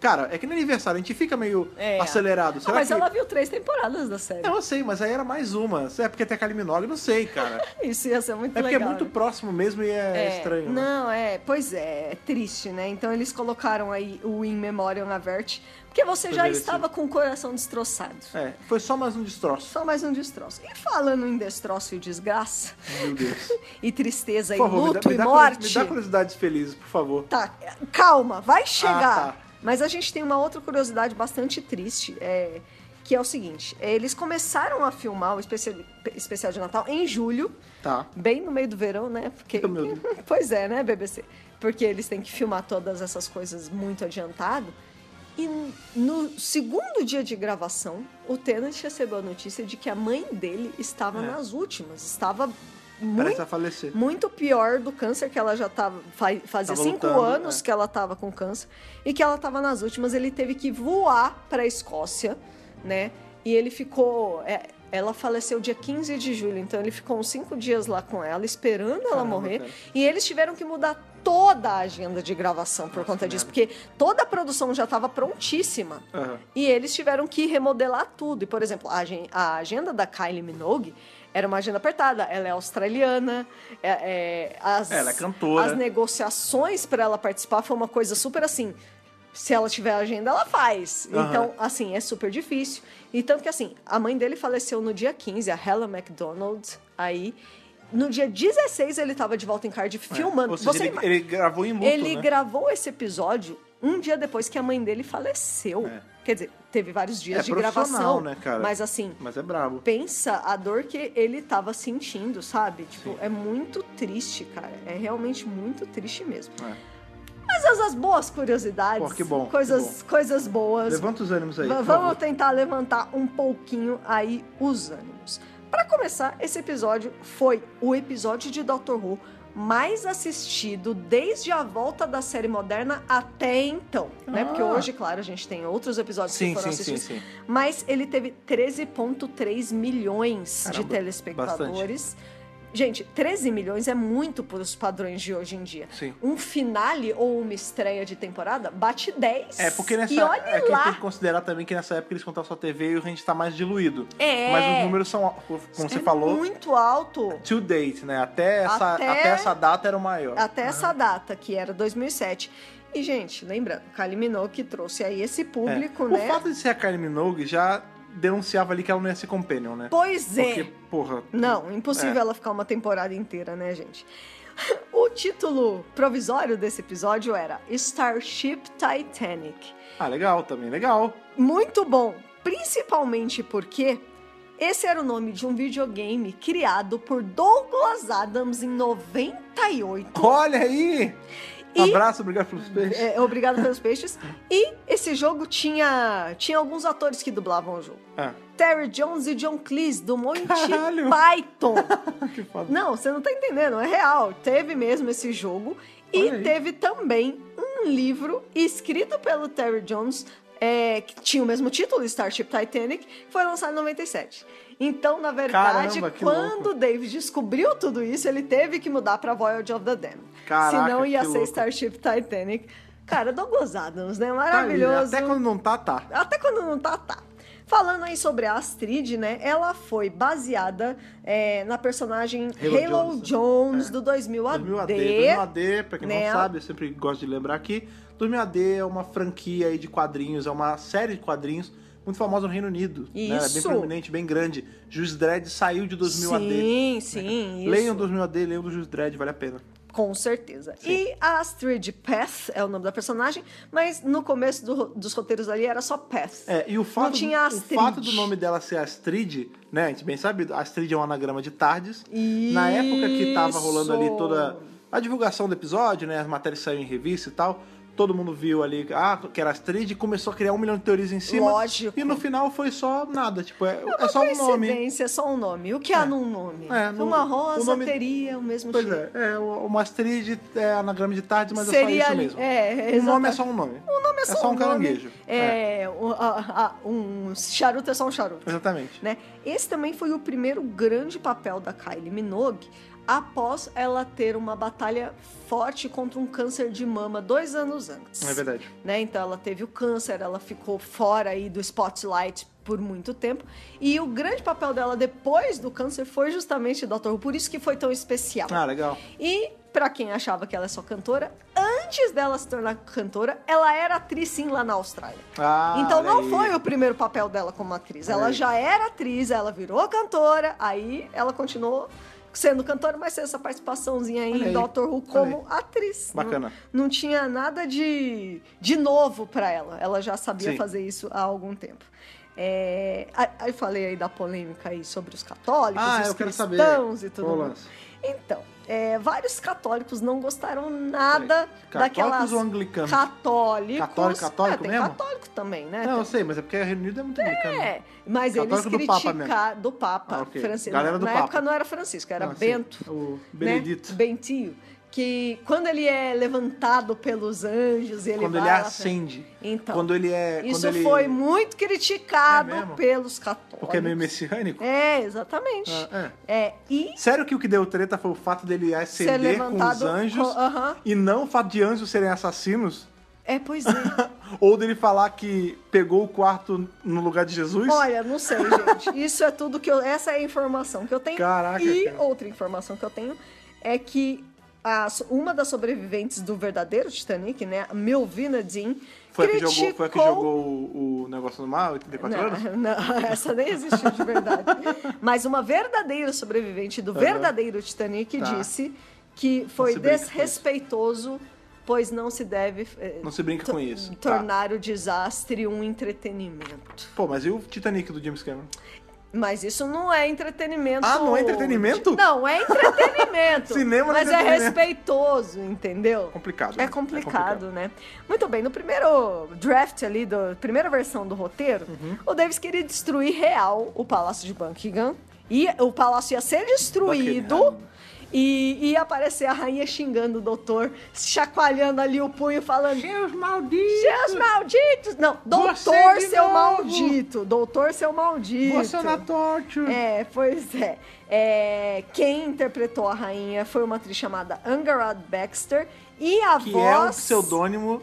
[SPEAKER 1] Cara, é que no aniversário a gente fica meio
[SPEAKER 2] É.
[SPEAKER 1] acelerado.
[SPEAKER 2] Não,
[SPEAKER 1] Será
[SPEAKER 2] mas
[SPEAKER 1] que.
[SPEAKER 2] ela viu três temporadas da série.
[SPEAKER 1] Não, eu sei, mas aí era mais uma. É porque tem a Kylie Minogue, não sei, cara.
[SPEAKER 2] Isso ia ser muito
[SPEAKER 1] É porque
[SPEAKER 2] legal.
[SPEAKER 1] é muito
[SPEAKER 2] né?
[SPEAKER 1] próximo mesmo e é,
[SPEAKER 2] É,
[SPEAKER 1] estranho. né?
[SPEAKER 2] Não, é, pois é, é triste, né? Então eles colocaram aí o In Memoriam na Vert, porque você
[SPEAKER 1] Foi
[SPEAKER 2] já
[SPEAKER 1] merecido.
[SPEAKER 2] estava com o coração destroçado.
[SPEAKER 1] É, foi só mais um destroço.
[SPEAKER 2] Só mais um destroço. E falando em destroço e desgraça,
[SPEAKER 1] Meu Deus.
[SPEAKER 2] e tristeza,
[SPEAKER 1] É. Por
[SPEAKER 2] e
[SPEAKER 1] favor, me dá,
[SPEAKER 2] luto,
[SPEAKER 1] me, dá,
[SPEAKER 2] e
[SPEAKER 1] curi- me
[SPEAKER 2] morte.
[SPEAKER 1] dá curiosidades felizes, por favor.
[SPEAKER 2] Tá, calma, vai chegar.
[SPEAKER 1] Ah, tá.
[SPEAKER 2] Mas a gente tem uma outra curiosidade bastante triste, é, que é o seguinte: eles começaram a filmar o especial, especial de Natal em julho,
[SPEAKER 1] Tá.
[SPEAKER 2] bem no meio do verão, né? Porque...
[SPEAKER 1] Meu Deus.
[SPEAKER 2] pois é, né, BBC? Porque eles têm que filmar todas essas coisas muito adiantado. E no segundo dia de gravação, o Tennant recebeu a notícia de que a mãe dele estava nas últimas, estava
[SPEAKER 1] É. Parece a
[SPEAKER 2] muito,
[SPEAKER 1] falecer.
[SPEAKER 2] muito pior do câncer que ela já tava. fa- Fazia
[SPEAKER 1] Tava
[SPEAKER 2] cinco
[SPEAKER 1] lutando,
[SPEAKER 2] anos
[SPEAKER 1] é.
[SPEAKER 2] que ela tava com câncer e que ela tava nas últimas. Ele teve que voar pra Escócia, né? E ele ficou. é, ela faleceu dia 15 de julho, então ele ficou uns cinco dias lá com ela, esperando ela
[SPEAKER 1] Caramba,
[SPEAKER 2] morrer.
[SPEAKER 1] cara.
[SPEAKER 2] E eles tiveram que mudar toda a agenda de gravação
[SPEAKER 1] Nossa,
[SPEAKER 2] por
[SPEAKER 1] né?
[SPEAKER 2] conta
[SPEAKER 1] que
[SPEAKER 2] disso,
[SPEAKER 1] merda.
[SPEAKER 2] porque toda a produção já estava prontíssima.
[SPEAKER 1] Aham.
[SPEAKER 2] E eles tiveram que remodelar tudo. E, por exemplo, a, agen- a agenda da Kylie Minogue era uma agenda apertada. Ela é australiana, é- é, as,
[SPEAKER 1] Ela é cantora.
[SPEAKER 2] as negociações para ela participar foi uma coisa super assim. Se ela tiver agenda, ela faz.
[SPEAKER 1] Aham.
[SPEAKER 2] Então, assim, é super difícil. E tanto que, assim, a mãe dele faleceu no dia 15, a Helen McDonald, aí. No dia 16, ele tava de volta em Cardiff filmando.
[SPEAKER 1] É. Ou seja,
[SPEAKER 2] Você
[SPEAKER 1] ele,
[SPEAKER 2] ima-
[SPEAKER 1] ele gravou em luto,
[SPEAKER 2] ele
[SPEAKER 1] né?
[SPEAKER 2] gravou esse episódio um dia depois que a mãe dele faleceu.
[SPEAKER 1] É.
[SPEAKER 2] Quer dizer, teve vários dias
[SPEAKER 1] É
[SPEAKER 2] de
[SPEAKER 1] profissional,
[SPEAKER 2] gravação.
[SPEAKER 1] né, cara?
[SPEAKER 2] Mas assim,
[SPEAKER 1] Mas é brabo.
[SPEAKER 2] pensa a dor que ele tava sentindo, sabe? Tipo,
[SPEAKER 1] Sim.
[SPEAKER 2] é muito triste, cara. É realmente muito triste mesmo.
[SPEAKER 1] É.
[SPEAKER 2] Mas as, as boas curiosidades,
[SPEAKER 1] Pô, que bom, que
[SPEAKER 2] coisas, coisas boas.
[SPEAKER 1] Levanta os ânimos aí.
[SPEAKER 2] Va-
[SPEAKER 1] por
[SPEAKER 2] Vamos
[SPEAKER 1] favor.
[SPEAKER 2] tentar levantar um pouquinho aí os ânimos. Pra começar, esse episódio foi o episódio de Doctor Who mais assistido desde a volta da série moderna até então, né?
[SPEAKER 1] Ah.
[SPEAKER 2] Porque hoje, claro, a gente tem outros episódios
[SPEAKER 1] Sim,
[SPEAKER 2] que foram
[SPEAKER 1] sim, sim,
[SPEAKER 2] assistidos,
[SPEAKER 1] sim.
[SPEAKER 2] mas ele teve 13.3 milhões de
[SPEAKER 1] Caramba,
[SPEAKER 2] telespectadores. Gente, 13 milhões é muito para os padrões de hoje em dia.
[SPEAKER 1] Sim.
[SPEAKER 2] Um finale ou uma estreia de temporada bate 10.
[SPEAKER 1] É, porque nessa.
[SPEAKER 2] E olha
[SPEAKER 1] é que
[SPEAKER 2] lá.
[SPEAKER 1] tem que considerar também que nessa época eles contavam só TV e o gente tá mais diluído.
[SPEAKER 2] É.
[SPEAKER 1] Mas os números são, como você
[SPEAKER 2] É
[SPEAKER 1] falou,
[SPEAKER 2] Muito alto
[SPEAKER 1] to date, né? Até essa,
[SPEAKER 2] Até-
[SPEAKER 1] até... essa data era o maior.
[SPEAKER 2] até essa data, que era 2007. E, gente, lembrando, Kylie Minogue trouxe aí esse
[SPEAKER 1] É.
[SPEAKER 2] público,
[SPEAKER 1] O
[SPEAKER 2] né?
[SPEAKER 1] fato de ser a Kylie Minogue já denunciava ali que ela não ia ser companion, né?
[SPEAKER 2] Pois é.
[SPEAKER 1] Porque, porra.
[SPEAKER 2] Não, impossível
[SPEAKER 1] É.
[SPEAKER 2] ela ficar uma temporada inteira, né, gente? O título provisório desse episódio era Starship Titanic.
[SPEAKER 1] Ah, legal também, legal.
[SPEAKER 2] Muito bom, principalmente porque esse era o nome de um videogame criado por Douglas Adams em 98.
[SPEAKER 1] Olha aí!
[SPEAKER 2] E-
[SPEAKER 1] Abraço, obrigado pelos peixes.
[SPEAKER 2] É, obrigado pelos peixes. E esse jogo tinha, tinha alguns atores que dublavam o jogo.
[SPEAKER 1] Ah,
[SPEAKER 2] Terry Jones e John Cleese, do Monty
[SPEAKER 1] Caralho!
[SPEAKER 2] Python.
[SPEAKER 1] que foda.
[SPEAKER 2] Não, você não tá entendendo, é real. Teve mesmo esse jogo. E
[SPEAKER 1] Olha aí.
[SPEAKER 2] teve também um livro escrito pelo Terry Jones, é, que tinha o mesmo título, Starship Titanic, que foi lançado em 97. Então, na verdade,
[SPEAKER 1] Caramba, que
[SPEAKER 2] quando
[SPEAKER 1] louco.
[SPEAKER 2] o David descobriu tudo isso, ele teve que mudar pra Voyage of the Damned.
[SPEAKER 1] Caraca,
[SPEAKER 2] Senão ia
[SPEAKER 1] que
[SPEAKER 2] ser
[SPEAKER 1] louco.
[SPEAKER 2] Starship Titanic. Cara, Douglas Adams, né?
[SPEAKER 1] Tá aí, né?
[SPEAKER 2] Maravilhoso.
[SPEAKER 1] Até quando não tá, tá.
[SPEAKER 2] Até quando não tá, tá. Falando aí sobre a Astrid, né? Ela foi baseada é, na personagem Halo,
[SPEAKER 1] Halo
[SPEAKER 2] Jones,
[SPEAKER 1] Jones, é.
[SPEAKER 2] do 2000 AD.
[SPEAKER 1] 2000 AD. 2000 AD, pra quem
[SPEAKER 2] né?
[SPEAKER 1] não sabe, eu sempre gosto de lembrar aqui. 2000 AD é uma franquia aí de quadrinhos, é uma série de quadrinhos muito famosa no Reino Unido. Né? Era bem
[SPEAKER 2] Isso.
[SPEAKER 1] prominente, bem grande. Juiz Dredd saiu de 2000 AD.
[SPEAKER 2] né? Sim, sim. Isso.
[SPEAKER 1] Leiam 2000 AD, leiam do Juiz Dredd, vale a pena.
[SPEAKER 2] Com certeza.
[SPEAKER 1] Sim.
[SPEAKER 2] E a Astrid Path é o nome da personagem, mas no começo do- dos roteiros ali era só Path.
[SPEAKER 1] É, e o fato,
[SPEAKER 2] tinha
[SPEAKER 1] do, o
[SPEAKER 2] Astrid.
[SPEAKER 1] fato do nome dela ser Astrid, né? A gente bem sabe, Astrid é um anagrama de Tardes.
[SPEAKER 2] Isso.
[SPEAKER 1] Na época que tava rolando ali toda a divulgação do episódio, né? As matérias saíram em revista e tal. Todo mundo viu ali, ah, que era Astrid, e começou a criar um milhão de teorias em cima.
[SPEAKER 2] Lógico.
[SPEAKER 1] E no final foi só nada, tipo, é,
[SPEAKER 2] É
[SPEAKER 1] é
[SPEAKER 2] uma
[SPEAKER 1] só um nome.
[SPEAKER 2] coincidência, é só um nome. O que há num nome?
[SPEAKER 1] É, no-
[SPEAKER 2] Uma
[SPEAKER 1] o
[SPEAKER 2] rosa
[SPEAKER 1] nome-
[SPEAKER 2] teria o mesmo
[SPEAKER 1] Pois
[SPEAKER 2] cheiro.
[SPEAKER 1] é, é uma Astrid é anagrama de Tardes, mas é só isso
[SPEAKER 2] ali-
[SPEAKER 1] mesmo.
[SPEAKER 2] É,
[SPEAKER 1] um nome é
[SPEAKER 2] exatamente.
[SPEAKER 1] só um nome.
[SPEAKER 2] O nome é só,
[SPEAKER 1] um
[SPEAKER 2] nome.
[SPEAKER 1] caranguejo.
[SPEAKER 2] É, o- a- a- um charuto é só um charuto.
[SPEAKER 1] Exatamente.
[SPEAKER 2] Né? Esse também foi o primeiro grande papel da Kylie Minogue após ela ter uma batalha forte contra um câncer de mama dois anos antes.
[SPEAKER 1] É verdade.
[SPEAKER 2] Né? Então ela teve o câncer, ela ficou fora aí do spotlight por muito tempo. E o grande papel dela depois do câncer foi justamente Dr. Who, por isso que foi tão especial.
[SPEAKER 1] Ah, legal.
[SPEAKER 2] E pra quem achava que ela é só cantora, antes dela se tornar cantora, ela era atriz sim lá na Austrália.
[SPEAKER 1] Ah,
[SPEAKER 2] então
[SPEAKER 1] olha
[SPEAKER 2] não
[SPEAKER 1] aí.
[SPEAKER 2] foi o primeiro papel dela como atriz.
[SPEAKER 1] Olha
[SPEAKER 2] Ela
[SPEAKER 1] aí.
[SPEAKER 2] já era atriz, ela virou cantora, aí ela continuou sendo cantora, mas fez essa participaçãozinha aí
[SPEAKER 1] Olha
[SPEAKER 2] em
[SPEAKER 1] aí.
[SPEAKER 2] Doctor Who
[SPEAKER 1] Olha
[SPEAKER 2] como atriz.
[SPEAKER 1] Bacana.
[SPEAKER 2] Não, não tinha nada de, de novo pra ela. Ela já sabia
[SPEAKER 1] Sim.
[SPEAKER 2] fazer isso há algum tempo. É, aí- aí eu falei aí da polêmica aí sobre os católicos,
[SPEAKER 1] Ah,
[SPEAKER 2] os
[SPEAKER 1] eu quero saber.
[SPEAKER 2] cristãos e tudo
[SPEAKER 1] Qual o
[SPEAKER 2] mais.
[SPEAKER 1] lance?
[SPEAKER 2] Então, é, vários católicos não gostaram nada
[SPEAKER 1] Católicos
[SPEAKER 2] daquelas.
[SPEAKER 1] ou anglicanos?
[SPEAKER 2] Católicos.
[SPEAKER 1] Católico, católico
[SPEAKER 2] é, tem
[SPEAKER 1] mesmo?
[SPEAKER 2] católico também, né?
[SPEAKER 1] Não, eu
[SPEAKER 2] Tem-
[SPEAKER 1] sei, mas é porque a Reino Unido é muito americano.
[SPEAKER 2] É, mas
[SPEAKER 1] Católico do
[SPEAKER 2] eles
[SPEAKER 1] Papa
[SPEAKER 2] criticaram do Papa,
[SPEAKER 1] Ah, ok.
[SPEAKER 2] Francisco.
[SPEAKER 1] Galera do
[SPEAKER 2] Na
[SPEAKER 1] Papa.
[SPEAKER 2] época não era Francisco, era
[SPEAKER 1] Não, sim,
[SPEAKER 2] Bento.
[SPEAKER 1] O
[SPEAKER 2] né?
[SPEAKER 1] Benedito.
[SPEAKER 2] Bentinho. Que quando ele é levantado pelos anjos, ele
[SPEAKER 1] Quando
[SPEAKER 2] vai
[SPEAKER 1] ele
[SPEAKER 2] lá pra-
[SPEAKER 1] acende.
[SPEAKER 2] Então,
[SPEAKER 1] quando ele é.
[SPEAKER 2] Isso
[SPEAKER 1] quando ele...
[SPEAKER 2] foi muito criticado
[SPEAKER 1] É mesmo?
[SPEAKER 2] pelos católicos.
[SPEAKER 1] Porque é meio messiânico?
[SPEAKER 2] É, exatamente.
[SPEAKER 1] Ah,
[SPEAKER 2] É, e
[SPEAKER 1] Sério que o que deu treta foi o fato dele
[SPEAKER 2] ser
[SPEAKER 1] acender com
[SPEAKER 2] levantado.
[SPEAKER 1] os anjos
[SPEAKER 2] co- aham.
[SPEAKER 1] e não o fato de anjos serem assassinos?
[SPEAKER 2] É, pois é.
[SPEAKER 1] Ou dele falar que pegou o quarto no lugar de Jesus?
[SPEAKER 2] Olha, não sei, gente. Isso é tudo que eu. Essa é a informação que eu tenho.
[SPEAKER 1] Caraca,
[SPEAKER 2] e
[SPEAKER 1] cara.
[SPEAKER 2] outra informação que eu tenho é que a so- uma das sobreviventes do verdadeiro Titanic, né, a Melvina Dean,
[SPEAKER 1] foi, a que
[SPEAKER 2] criticou...
[SPEAKER 1] jogou, foi a que jogou o, o negócio no mar, 84 anos?
[SPEAKER 2] Não, não, essa nem existiu de verdade. Mas uma verdadeira sobrevivente do
[SPEAKER 1] Aham.
[SPEAKER 2] verdadeiro Titanic
[SPEAKER 1] Tá.
[SPEAKER 2] disse que foi
[SPEAKER 1] se brinca com isso.
[SPEAKER 2] desrespeitoso, pois não se deve eh,
[SPEAKER 1] Não se brinca
[SPEAKER 2] to-
[SPEAKER 1] com isso. Tá.
[SPEAKER 2] tornar o desastre um entretenimento.
[SPEAKER 1] Pô, mas e o Titanic do James Cameron?
[SPEAKER 2] Mas isso não é entretenimento.
[SPEAKER 1] Ah, não é entretenimento?
[SPEAKER 2] Não, é entretenimento.
[SPEAKER 1] Cinema não é
[SPEAKER 2] mas é
[SPEAKER 1] entretenimento.
[SPEAKER 2] respeitoso, entendeu?
[SPEAKER 1] Complicado, né?
[SPEAKER 2] É
[SPEAKER 1] É complicado.
[SPEAKER 2] complicado, né? Muito bem, no primeiro draft ali, da primeira versão do roteiro,
[SPEAKER 1] Uhum.
[SPEAKER 2] o Davis queria destruir real o Palácio de Buckingham. E o palácio ia ser destruído.
[SPEAKER 1] Buckingham.
[SPEAKER 2] E ia aparecer a rainha xingando o doutor, chacoalhando ali o punho, falando:
[SPEAKER 1] Deus maldito!
[SPEAKER 2] Seus malditos! Não,
[SPEAKER 1] Você
[SPEAKER 2] doutor
[SPEAKER 1] de
[SPEAKER 2] seu
[SPEAKER 1] novo! é
[SPEAKER 2] maldito! Doutor seu maldito!
[SPEAKER 1] torture!
[SPEAKER 2] É, pois é. É, Quem interpretou a rainha foi uma atriz chamada Angarad Baxter e a
[SPEAKER 1] Que é o
[SPEAKER 2] voz.
[SPEAKER 1] pseudônimo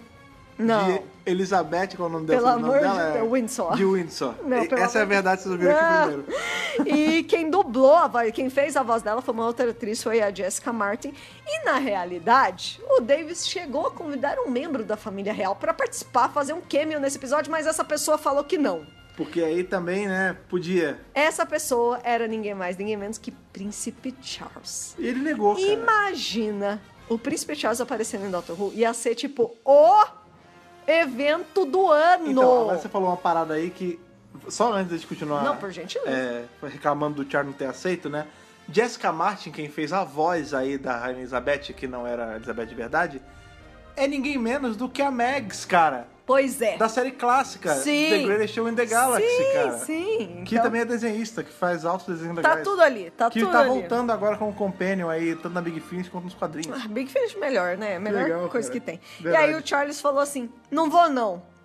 [SPEAKER 2] Não.
[SPEAKER 1] de Elizabeth, qual é o nome
[SPEAKER 2] Pelo
[SPEAKER 1] dela? O nome
[SPEAKER 2] amor
[SPEAKER 1] dela
[SPEAKER 2] de
[SPEAKER 1] é
[SPEAKER 2] Deus, Windsor.
[SPEAKER 1] De Windsor.
[SPEAKER 2] Não,
[SPEAKER 1] E-
[SPEAKER 2] pelo
[SPEAKER 1] Essa é a
[SPEAKER 2] amor de
[SPEAKER 1] verdade, vocês ouviram aqui
[SPEAKER 2] Não.
[SPEAKER 1] primeiro.
[SPEAKER 2] E quem dublou a voz, quem fez a voz dela foi uma outra atriz, foi a Jessica Martin. E na realidade, o Davis chegou a convidar um membro da família real pra participar, fazer um cameo nesse episódio, mas essa pessoa falou que não.
[SPEAKER 1] Porque aí também, né, podia.
[SPEAKER 2] Essa pessoa era ninguém mais, ninguém menos que Príncipe Charles.
[SPEAKER 1] E ele negou, cara.
[SPEAKER 2] Imagina o Príncipe Charles aparecendo em Doctor Who ia ser tipo o evento do ano.
[SPEAKER 1] Então, agora você falou uma parada aí que. Só antes de continuar.
[SPEAKER 2] Não, por gentileza.
[SPEAKER 1] é, reclamando do Charles não ter aceito, né? Jessica Martin, quem fez a voz aí da Rainha Elizabeth, que não era a Elizabeth de verdade, é ninguém menos do que a Megs, cara.
[SPEAKER 2] Pois é.
[SPEAKER 1] Da série clássica.
[SPEAKER 2] Sim.
[SPEAKER 1] The Greatest Show in the Galaxy,
[SPEAKER 2] sim,
[SPEAKER 1] cara.
[SPEAKER 2] sim.
[SPEAKER 1] Que
[SPEAKER 2] Então,
[SPEAKER 1] também é desenhista, que faz alto desenho
[SPEAKER 2] tá
[SPEAKER 1] legais.
[SPEAKER 2] tudo ali, tá
[SPEAKER 1] que
[SPEAKER 2] tudo
[SPEAKER 1] tá
[SPEAKER 2] ali.
[SPEAKER 1] voltando agora com o Companion aí, tanto na Big Finish quanto nos quadrinhos.
[SPEAKER 2] Ah, Big Finish melhor, né? Melhor
[SPEAKER 1] legal,
[SPEAKER 2] coisa
[SPEAKER 1] cara.
[SPEAKER 2] que tem.
[SPEAKER 1] Verdade.
[SPEAKER 2] E aí o Charles falou assim: "Não vou não".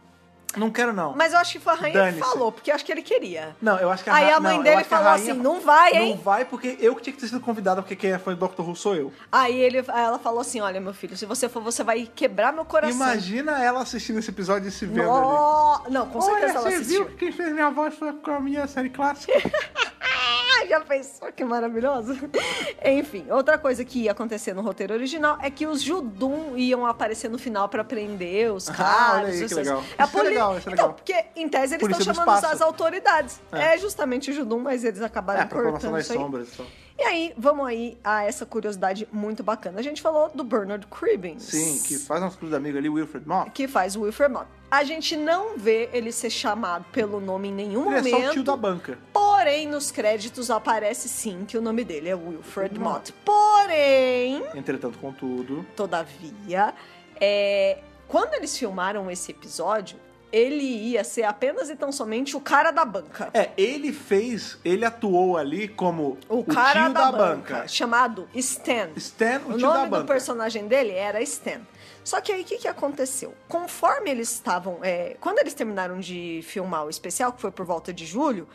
[SPEAKER 1] Não quero, não.
[SPEAKER 2] Mas eu acho que foi a rainha que
[SPEAKER 1] Dane-se.
[SPEAKER 2] falou, porque eu acho que ele queria.
[SPEAKER 1] Não, eu acho que a
[SPEAKER 2] Aí
[SPEAKER 1] ra-
[SPEAKER 2] a mãe
[SPEAKER 1] não, eu
[SPEAKER 2] dele
[SPEAKER 1] acho que a
[SPEAKER 2] falou
[SPEAKER 1] rainha-
[SPEAKER 2] assim: "Não vai, hein?".
[SPEAKER 1] Não vai porque eu que tinha que ter sido convidada, porque quem é fã do Dr. Who sou eu.
[SPEAKER 2] Aí ele, aí ela falou assim: "Olha, meu filho, se você for, você vai quebrar meu coração".
[SPEAKER 1] Imagina ela assistindo esse episódio e se vendo ali.
[SPEAKER 2] No... Não, com certeza ela
[SPEAKER 1] Olha, você
[SPEAKER 2] assistiu.
[SPEAKER 1] viu que quem fez minha voz foi com a minha série clássica.
[SPEAKER 2] Ah, já pensou que maravilhoso? Enfim, outra coisa que ia acontecer no roteiro original é que os Judum iam aparecer no final pra prender os
[SPEAKER 1] Ah,
[SPEAKER 2] caras.
[SPEAKER 1] olha aí,
[SPEAKER 2] os
[SPEAKER 1] que
[SPEAKER 2] seus-
[SPEAKER 1] legal.
[SPEAKER 2] É a
[SPEAKER 1] Isso é
[SPEAKER 2] poli-
[SPEAKER 1] legal, isso é
[SPEAKER 2] então,
[SPEAKER 1] legal.
[SPEAKER 2] porque em tese eles
[SPEAKER 1] Polícia
[SPEAKER 2] estão
[SPEAKER 1] do
[SPEAKER 2] chamando
[SPEAKER 1] espaço.
[SPEAKER 2] as autoridades.
[SPEAKER 1] É.
[SPEAKER 2] É, justamente o Judum, mas eles acabaram
[SPEAKER 1] é, proclamação
[SPEAKER 2] cortando
[SPEAKER 1] das
[SPEAKER 2] isso aí.
[SPEAKER 1] sombras. Só.
[SPEAKER 2] E aí, vamos aí a essa curiosidade muito bacana. A gente falou do Bernard Cribbins.
[SPEAKER 1] Sim, que faz umas cruzes amigo ali, Wilfred Moss.
[SPEAKER 2] que faz o Wilfred Mott. A gente não vê ele ser chamado pelo nome em nenhum
[SPEAKER 1] Ele é
[SPEAKER 2] momento.
[SPEAKER 1] só o tio da banca.
[SPEAKER 2] Porém, nos créditos aparece sim que o nome dele é Wilfred
[SPEAKER 1] Não.
[SPEAKER 2] Mott. Porém,
[SPEAKER 1] Entretanto, contudo.
[SPEAKER 2] todavia, é, quando eles filmaram esse episódio, ele ia ser apenas e tão somente o cara da banca.
[SPEAKER 1] É, ele fez, ele atuou ali como
[SPEAKER 2] O, cara
[SPEAKER 1] tio
[SPEAKER 2] da,
[SPEAKER 1] da,
[SPEAKER 2] banca, chamado Stan.
[SPEAKER 1] Stan, o,
[SPEAKER 2] O
[SPEAKER 1] tio da
[SPEAKER 2] nome do
[SPEAKER 1] banca.
[SPEAKER 2] personagem dele era Stan. Só que aí o que, que aconteceu? Conforme eles estavam. é, quando eles terminaram de filmar o especial, que foi por volta de julho,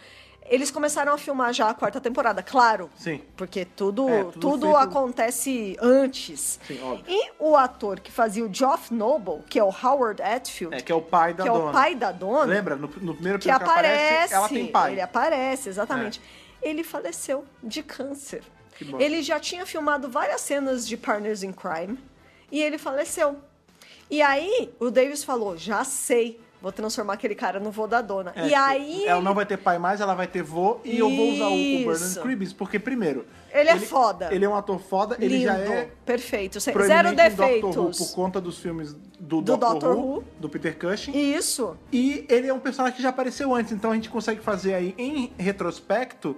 [SPEAKER 2] eles começaram a filmar já a quarta temporada, claro.
[SPEAKER 1] Sim.
[SPEAKER 2] Porque tudo,
[SPEAKER 1] É, tudo
[SPEAKER 2] tudo,
[SPEAKER 1] feito-
[SPEAKER 2] acontece antes.
[SPEAKER 1] Sim, óbvio.
[SPEAKER 2] E o ator que fazia o Geoff Noble, que é o Howard Atfield,
[SPEAKER 1] É, que é o pai da
[SPEAKER 2] que é
[SPEAKER 1] dona.
[SPEAKER 2] o pai da dona,
[SPEAKER 1] Lembra? No, no primeiro episódio
[SPEAKER 2] que aparece,
[SPEAKER 1] ela tem pai. É.
[SPEAKER 2] ele aparece, exatamente. Ele faleceu de câncer.
[SPEAKER 1] Que bosta.
[SPEAKER 2] Ele já tinha filmado várias cenas de Partners in Crime e ele faleceu. E aí o Davis falou: "Já sei, vou transformar aquele cara no vô da dona".
[SPEAKER 1] É,
[SPEAKER 2] e
[SPEAKER 1] tipo,
[SPEAKER 2] aí
[SPEAKER 1] Ela não vai ter pai mais, ela vai ter vô e eu vou usar o, o Bernard
[SPEAKER 2] Isso.
[SPEAKER 1] Cribbins, porque primeiro.
[SPEAKER 2] Ele é foda.
[SPEAKER 1] Ele é um ator foda, ele
[SPEAKER 2] lindo,
[SPEAKER 1] já é.
[SPEAKER 2] perfeito, se-
[SPEAKER 1] proeminente
[SPEAKER 2] zero
[SPEAKER 1] em Doctor Who
[SPEAKER 2] defeitos.
[SPEAKER 1] por conta dos filmes do,
[SPEAKER 2] Do
[SPEAKER 1] Doctor,
[SPEAKER 2] Doctor
[SPEAKER 1] Who,
[SPEAKER 2] Who.
[SPEAKER 1] do Peter Cushing. E...
[SPEAKER 2] Isso.
[SPEAKER 1] ele é um personagem que já apareceu antes, então a gente consegue fazer aí, em retrospecto,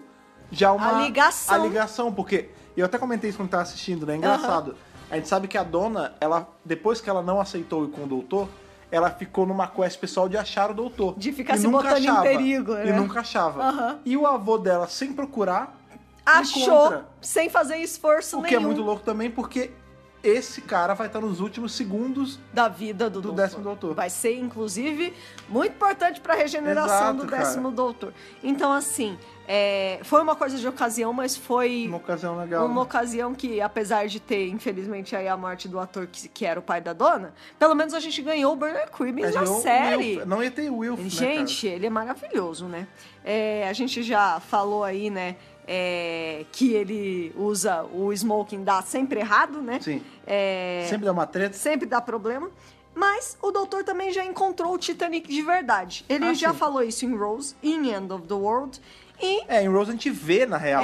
[SPEAKER 1] já uma.
[SPEAKER 2] A ligação.
[SPEAKER 1] A ligação, porque E eu até comentei isso quando tava assistindo, né? Engraçado. A gente sabe que a dona, ela, depois que ela não aceitou ir com o doutor, ela ficou numa quest pessoal de achar o doutor.
[SPEAKER 2] De ficar
[SPEAKER 1] E
[SPEAKER 2] se
[SPEAKER 1] nunca
[SPEAKER 2] botando em
[SPEAKER 1] achava.
[SPEAKER 2] perigo,
[SPEAKER 1] E
[SPEAKER 2] né?
[SPEAKER 1] nunca achava.
[SPEAKER 2] Aham.
[SPEAKER 1] E o avô dela, sem procurar,
[SPEAKER 2] Achou
[SPEAKER 1] encontra.
[SPEAKER 2] sem fazer esforço
[SPEAKER 1] O que é
[SPEAKER 2] nenhum
[SPEAKER 1] muito louco também, porque esse cara vai estar nos últimos segundos
[SPEAKER 2] da vida do,
[SPEAKER 1] do
[SPEAKER 2] doutor.
[SPEAKER 1] décimo doutor.
[SPEAKER 2] Vai ser, inclusive, muito importante para a regeneração
[SPEAKER 1] Exato,
[SPEAKER 2] do
[SPEAKER 1] cara.
[SPEAKER 2] décimo doutor. Então, assim, é, foi uma coisa de ocasião, mas foi
[SPEAKER 1] numa ocasião legal.
[SPEAKER 2] uma
[SPEAKER 1] né?
[SPEAKER 2] ocasião que, apesar de ter, infelizmente, aí a morte do ator que, que era o pai da dona, pelo menos a gente ganhou o Bernard Cribbins
[SPEAKER 1] Mas
[SPEAKER 2] na
[SPEAKER 1] É, eu- eu-
[SPEAKER 2] série.
[SPEAKER 1] não ia ter Wilf, né, cara?
[SPEAKER 2] Gente, ele é maravilhoso, né? É, a gente já falou aí, né? é, que ele usa o smoking, dá sempre errado, né?
[SPEAKER 1] Sim.
[SPEAKER 2] É,
[SPEAKER 1] Sempre dá uma treta.
[SPEAKER 2] sempre dá problema. Mas o doutor também já encontrou o Titanic de verdade. Ele
[SPEAKER 1] Ah,
[SPEAKER 2] já
[SPEAKER 1] sim.
[SPEAKER 2] falou isso em Rose, em End of the World. E
[SPEAKER 1] É, em Rose a gente vê, na real,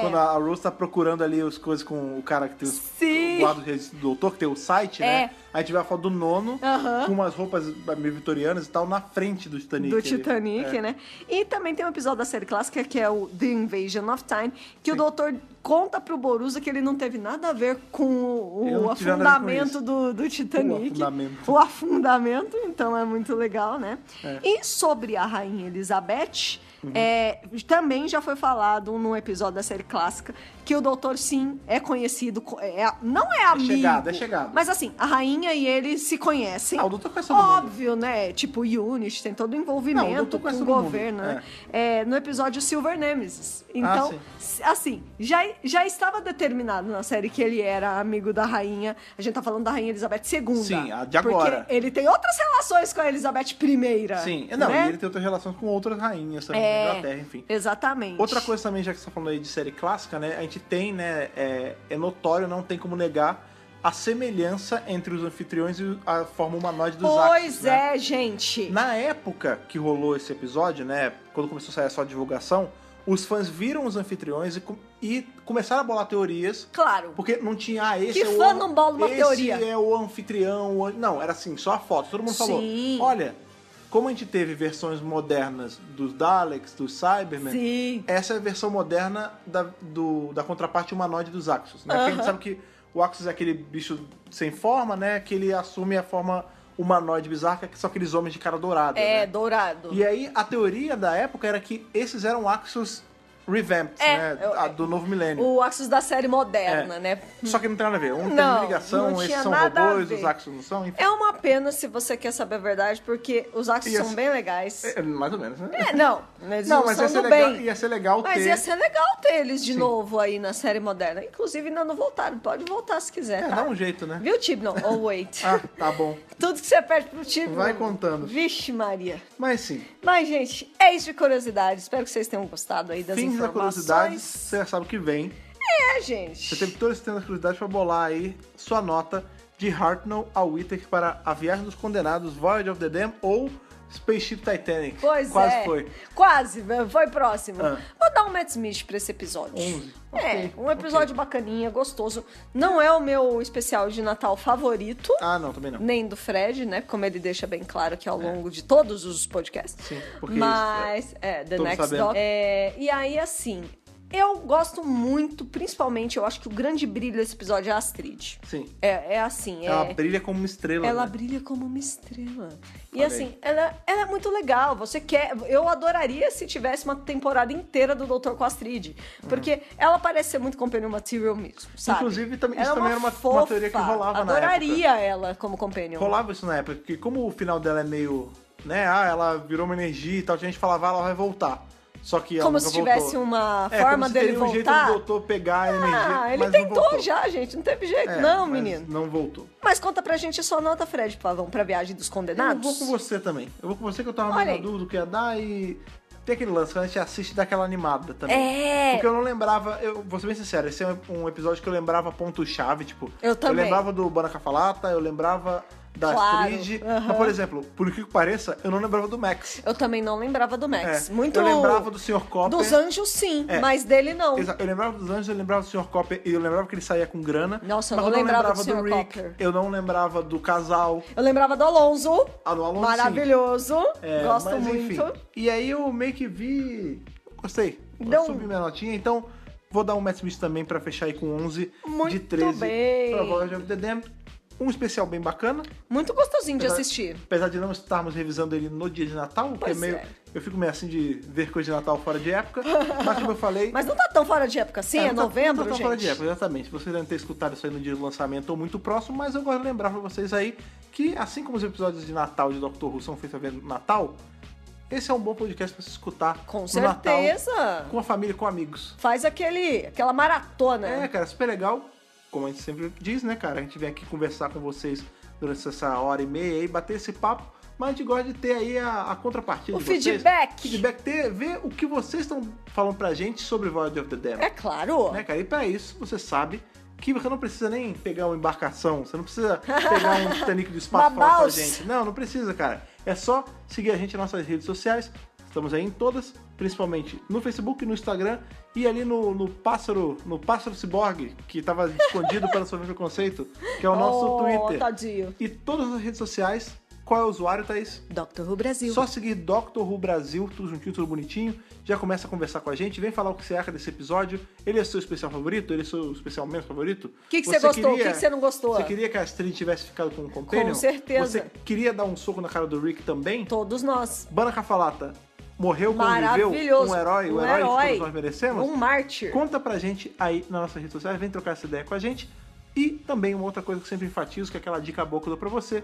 [SPEAKER 1] né? Quando a Rose tá procurando ali as coisas com o cara que tem os
[SPEAKER 2] Sim.
[SPEAKER 1] o guarda do registro do doutor, que tem o site,
[SPEAKER 2] É.
[SPEAKER 1] né? A gente vê a foto do nono,
[SPEAKER 2] Aham.
[SPEAKER 1] com umas roupas eh, meio vitorianas e tal, na frente do Titanic.
[SPEAKER 2] do
[SPEAKER 1] ali. É.
[SPEAKER 2] Titanic, né? E também tem um episódio da série clássica que é o The Invasion of Time, que o doutor conta pro Borusa que ele não teve nada a ver com o,
[SPEAKER 1] Eu
[SPEAKER 2] o
[SPEAKER 1] não tive nada a ver com
[SPEAKER 2] afundamento
[SPEAKER 1] isso.
[SPEAKER 2] do, do Titanic.
[SPEAKER 1] O afundamento.
[SPEAKER 2] O afundamento, então é muito legal, né?
[SPEAKER 1] É.
[SPEAKER 2] E sobre a Rainha Elizabeth, é, também já foi falado num episódio da série clássica que o doutor, sim, é conhecido, co- é, não é amigo.
[SPEAKER 1] chegado, é chegado.
[SPEAKER 2] Mas assim, a Rainha e ele se conhecem.
[SPEAKER 1] Ah, o doutor conhece todo mundo.
[SPEAKER 2] Óbvio, né? Tipo, Unity tem todo o
[SPEAKER 1] Não,
[SPEAKER 2] envolvimento
[SPEAKER 1] o
[SPEAKER 2] envolvimento
[SPEAKER 1] doutor
[SPEAKER 2] com
[SPEAKER 1] conhece
[SPEAKER 2] o
[SPEAKER 1] todo mundo, Ah,
[SPEAKER 2] governo, né? É, no episódio Silver Nemesis. Então,
[SPEAKER 1] sim.
[SPEAKER 2] se- assim, já, já estava determinado na série que ele era amigo da rainha. A gente tá falando da rainha Elizabeth II.
[SPEAKER 1] Sim, a de agora.
[SPEAKER 2] Porque ele tem outras relações com a Elizabeth I.
[SPEAKER 1] Sim, É, não,
[SPEAKER 2] né?
[SPEAKER 1] e ele tem outras relações com outras rainhas também,
[SPEAKER 2] É.
[SPEAKER 1] da Inglaterra, enfim.
[SPEAKER 2] Exatamente.
[SPEAKER 1] Outra coisa também, já que você tá falando aí de série clássica, né? A gente tem, né? É, é notório, não tem como negar a semelhança entre os anfitriões e a forma humanoide dos
[SPEAKER 2] Pois
[SPEAKER 1] Axis, né?
[SPEAKER 2] é, gente.
[SPEAKER 1] Na época que rolou esse episódio, né? Quando começou a sair só a divulgação, os fãs viram os anfitriões e, com- e começaram a bolar teorias.
[SPEAKER 2] Claro.
[SPEAKER 1] Porque não tinha, ah, esse
[SPEAKER 2] Que
[SPEAKER 1] é o...
[SPEAKER 2] fã não bola uma
[SPEAKER 1] esse
[SPEAKER 2] teoria?
[SPEAKER 1] é o anfitrião, o an- não, era assim, só a foto, todo mundo falou.
[SPEAKER 2] Sim.
[SPEAKER 1] Olha, como a gente teve versões modernas dos Daleks, dos Cybermen,
[SPEAKER 2] Sim.
[SPEAKER 1] essa é a versão moderna da, do- da contraparte humanoide dos Axos, né? Porque a gente
[SPEAKER 2] Aham.
[SPEAKER 1] sabe que o Axos é aquele bicho sem forma, né? Que ele assume a forma humanoide bizarra, que são aqueles homens de cara dourada,
[SPEAKER 2] É,
[SPEAKER 1] né?
[SPEAKER 2] dourado.
[SPEAKER 1] E aí, a teoria da época era que esses eram Axos revamped,
[SPEAKER 2] É,
[SPEAKER 1] né?
[SPEAKER 2] eu-
[SPEAKER 1] A- do novo milênio.
[SPEAKER 2] O Axis da série moderna,
[SPEAKER 1] É.
[SPEAKER 2] né?
[SPEAKER 1] Só que não tem nada a ver. Um
[SPEAKER 2] Não,
[SPEAKER 1] tem ligação,
[SPEAKER 2] não tinha
[SPEAKER 1] esses são
[SPEAKER 2] nada a
[SPEAKER 1] robôs,
[SPEAKER 2] ver.
[SPEAKER 1] os Axos não são, enfim.
[SPEAKER 2] É uma pena se você quer saber a verdade, porque os Axis
[SPEAKER 1] E
[SPEAKER 2] são
[SPEAKER 1] esse-
[SPEAKER 2] bem legais.
[SPEAKER 1] É, mais ou menos, né?
[SPEAKER 2] É, não, eles não,
[SPEAKER 1] não, mas
[SPEAKER 2] são
[SPEAKER 1] ia ser,
[SPEAKER 2] do
[SPEAKER 1] legal,
[SPEAKER 2] bem.
[SPEAKER 1] ia ser legal
[SPEAKER 2] Mas
[SPEAKER 1] ter...
[SPEAKER 2] ia ser legal ter eles de
[SPEAKER 1] Sim.
[SPEAKER 2] novo aí na série moderna. Inclusive, ainda não voltaram. Pode voltar se quiser,
[SPEAKER 1] É,
[SPEAKER 2] tá?
[SPEAKER 1] dá um jeito, né?
[SPEAKER 2] Viu, Tibnon? Oh, wait.
[SPEAKER 1] Ah, tá bom.
[SPEAKER 2] Tudo que você perde pro Tibnon.
[SPEAKER 1] Vai contando.
[SPEAKER 2] Vixe Maria.
[SPEAKER 1] Mas sim,
[SPEAKER 2] Mas, gente, é isso de curiosidade. Espero que vocês tenham gostado aí das
[SPEAKER 1] fim da
[SPEAKER 2] informações.
[SPEAKER 1] curiosidade, você já sabe o que vem.
[SPEAKER 2] É, gente.
[SPEAKER 1] Você teve todo esse tempo da curiosidade pra bolar aí sua nota de Hartnell a Whittaker para A Viagem dos Condenados, Voyage of the Dam ou Spaceship Titanic.
[SPEAKER 2] Pois
[SPEAKER 1] Quase
[SPEAKER 2] é.
[SPEAKER 1] foi.
[SPEAKER 2] Quase, foi próximo.
[SPEAKER 1] Ah.
[SPEAKER 2] Vou dar um Matt Smith pra esse episódio.
[SPEAKER 1] 11.
[SPEAKER 2] É,
[SPEAKER 1] Ok,
[SPEAKER 2] um episódio bacaninha, gostoso. Não é o meu especial de Natal favorito.
[SPEAKER 1] Ah, não, também não.
[SPEAKER 2] Nem do Fred, né? Como ele deixa bem claro que ao longo de todos os podcasts.
[SPEAKER 1] Sim, porque
[SPEAKER 2] Mas, é, The
[SPEAKER 1] todos
[SPEAKER 2] Next
[SPEAKER 1] sabemos.
[SPEAKER 2] Doc. É, e aí, assim, eu gosto muito, principalmente, eu acho que o grande brilho desse episódio é a Astrid.
[SPEAKER 1] Sim.
[SPEAKER 2] É, é assim, é...
[SPEAKER 1] Ela brilha como uma estrela.
[SPEAKER 2] Ela
[SPEAKER 1] né?
[SPEAKER 2] brilha como uma estrela. E
[SPEAKER 1] Olha
[SPEAKER 2] assim,
[SPEAKER 1] aí.
[SPEAKER 2] ela, ela é muito legal. Você quer. Eu adoraria se tivesse uma temporada inteira do Doutor com a Astrid. Porque ela parece ser muito companion material mesmo, sabe?
[SPEAKER 1] Inclusive, também- isso
[SPEAKER 2] Ela é
[SPEAKER 1] também era uma- uma
[SPEAKER 2] fofa.
[SPEAKER 1] teoria que rolava na
[SPEAKER 2] Adoraria ela como companion.
[SPEAKER 1] Rolava isso na época, porque como o final dela é meio. né? Ah, ela virou uma energia e tal, a gente falava, ah, ela vai voltar. Só que ela
[SPEAKER 2] como
[SPEAKER 1] nunca
[SPEAKER 2] se tivesse
[SPEAKER 1] voltou.
[SPEAKER 2] uma
[SPEAKER 1] É,
[SPEAKER 2] forma
[SPEAKER 1] como se
[SPEAKER 2] dele
[SPEAKER 1] teria um jeito
[SPEAKER 2] voltar.
[SPEAKER 1] do doutor pegar a energia.
[SPEAKER 2] ah, ele
[SPEAKER 1] mas não
[SPEAKER 2] tentou
[SPEAKER 1] voltou.
[SPEAKER 2] já, gente. Não teve jeito.
[SPEAKER 1] É,
[SPEAKER 2] não,
[SPEAKER 1] mas
[SPEAKER 2] menino.
[SPEAKER 1] Não voltou.
[SPEAKER 2] Mas conta pra gente sua nota, Fred Pavão, pra viagem dos condenados.
[SPEAKER 1] Eu vou com você também. Eu vou com você que eu tava
[SPEAKER 2] Olha
[SPEAKER 1] mais na
[SPEAKER 2] aí.
[SPEAKER 1] dúvida do que ia dar e. Tem aquele lance que a gente assiste daquela animada também.
[SPEAKER 2] É.
[SPEAKER 1] Porque eu não lembrava, eu vou ser bem sincero, esse é um um episódio que eu lembrava ponto-chave, tipo.
[SPEAKER 2] Eu também.
[SPEAKER 1] Eu lembrava do Banaka Falata, eu lembrava da
[SPEAKER 2] Claro,
[SPEAKER 1] Astrid.
[SPEAKER 2] aham.
[SPEAKER 1] Mas, por exemplo, por que que pareça, eu não lembrava do Max.
[SPEAKER 2] Eu também não lembrava do Max.
[SPEAKER 1] É,
[SPEAKER 2] Muito
[SPEAKER 1] Eu lembrava do Sr. Copper.
[SPEAKER 2] Dos anjos, sim,
[SPEAKER 1] É.
[SPEAKER 2] mas dele não.
[SPEAKER 1] Exa- Eu lembrava dos anjos, eu lembrava do Sr. Copper e eu lembrava que ele saía com grana.
[SPEAKER 2] Nossa, eu
[SPEAKER 1] mas eu
[SPEAKER 2] não
[SPEAKER 1] não
[SPEAKER 2] lembrava
[SPEAKER 1] lembrava
[SPEAKER 2] do
[SPEAKER 1] do,
[SPEAKER 2] Sr.
[SPEAKER 1] Rick.
[SPEAKER 2] Copper.
[SPEAKER 1] Eu não lembrava do casal.
[SPEAKER 2] Eu lembrava do Alonso.
[SPEAKER 1] Ah, do Alonso, sim.
[SPEAKER 2] Maravilhoso.
[SPEAKER 1] É,
[SPEAKER 2] Gosto
[SPEAKER 1] mas,
[SPEAKER 2] muito.
[SPEAKER 1] enfim. E aí eu meio que vi. Gostei.
[SPEAKER 2] Deu um-
[SPEAKER 1] Eu subi minha notinha, então Vou dar um Matt Smith também pra fechar aí com 11 de
[SPEAKER 2] Muito
[SPEAKER 1] 13
[SPEAKER 2] bem.
[SPEAKER 1] pra Voyage of the Damned. Um especial bem bacana,
[SPEAKER 2] Muito gostosinho de
[SPEAKER 1] Apesar-
[SPEAKER 2] assistir.
[SPEAKER 1] apesar de não estarmos revisando ele no dia de Natal, que é
[SPEAKER 2] Pois
[SPEAKER 1] meio,
[SPEAKER 2] é.
[SPEAKER 1] eu fico meio assim de ver coisa de Natal fora de época, mas como eu falei,
[SPEAKER 2] Mas não tá tão fora de época assim?
[SPEAKER 1] não
[SPEAKER 2] É,
[SPEAKER 1] tá- não
[SPEAKER 2] novembro,
[SPEAKER 1] tá
[SPEAKER 2] gente?
[SPEAKER 1] fora de época, exatamente. Vocês devem ter escutado isso aí no dia do lançamento ou muito próximo, mas eu gosto de lembrar pra vocês aí que, assim como os episódios de Natal de Doctor Who são feitos a ver no Natal, esse é um bom podcast pra se escutar
[SPEAKER 2] Com
[SPEAKER 1] no Natal,
[SPEAKER 2] certeza.
[SPEAKER 1] com a família, com amigos.
[SPEAKER 2] Faz aquele, aquela maratona.
[SPEAKER 1] É, cara, super legal. Como a gente sempre diz, né, cara? A gente vem aqui conversar com vocês durante essa hora e meia e bater esse papo, mas a gente gosta de ter aí a, a contrapartida
[SPEAKER 2] O
[SPEAKER 1] de vocês.
[SPEAKER 2] feedback.
[SPEAKER 1] Feedback, ter, ver o que vocês estão falando pra gente sobre Voyage of the Devil.
[SPEAKER 2] É claro.
[SPEAKER 1] Né, cara? E pra isso, você sabe que você não precisa nem pegar uma embarcação, você não precisa pegar um Titanic do espaço pra falar com a
[SPEAKER 2] Babaus.
[SPEAKER 1] gente. Não, não precisa, cara. É só seguir a gente nas nossas redes sociais. Estamos aí em todas, principalmente no Facebook, no Instagram e ali no, no pássaro, no pássaro ciborgue, que tava escondido para não sofrer preconceito, que é o nosso
[SPEAKER 2] oh,
[SPEAKER 1] Twitter.
[SPEAKER 2] tadinho.
[SPEAKER 1] E todas as redes sociais, qual é o usuário, Thaís?
[SPEAKER 2] Doctor Who Brasil.
[SPEAKER 1] Só seguir Dr. Who Brasil, tudo juntinho, tudo bonitinho. Já começa a conversar com a gente, vem falar o que você acha desse episódio. Ele é seu especial favorito? Ele é seu especial menos favorito?
[SPEAKER 2] O que que você gostou? O que que você não gostou?
[SPEAKER 1] Você queria que a Astrid tivesse ficado com o Companion?
[SPEAKER 2] Com certeza.
[SPEAKER 1] Você queria dar um soco na cara do Rick também?
[SPEAKER 2] Todos nós.
[SPEAKER 1] Bana Cafalata, morreu, conviveu,
[SPEAKER 2] Maravilhoso.
[SPEAKER 1] um herói, o
[SPEAKER 2] Um
[SPEAKER 1] herói,
[SPEAKER 2] herói.
[SPEAKER 1] que todos nós merecemos?
[SPEAKER 2] Um mártir.
[SPEAKER 1] Conta pra gente aí nas nossas redes sociais, vem trocar essa ideia com a gente. E também uma outra coisa que eu sempre enfatizo, que é aquela dica boa que eu dou pra você.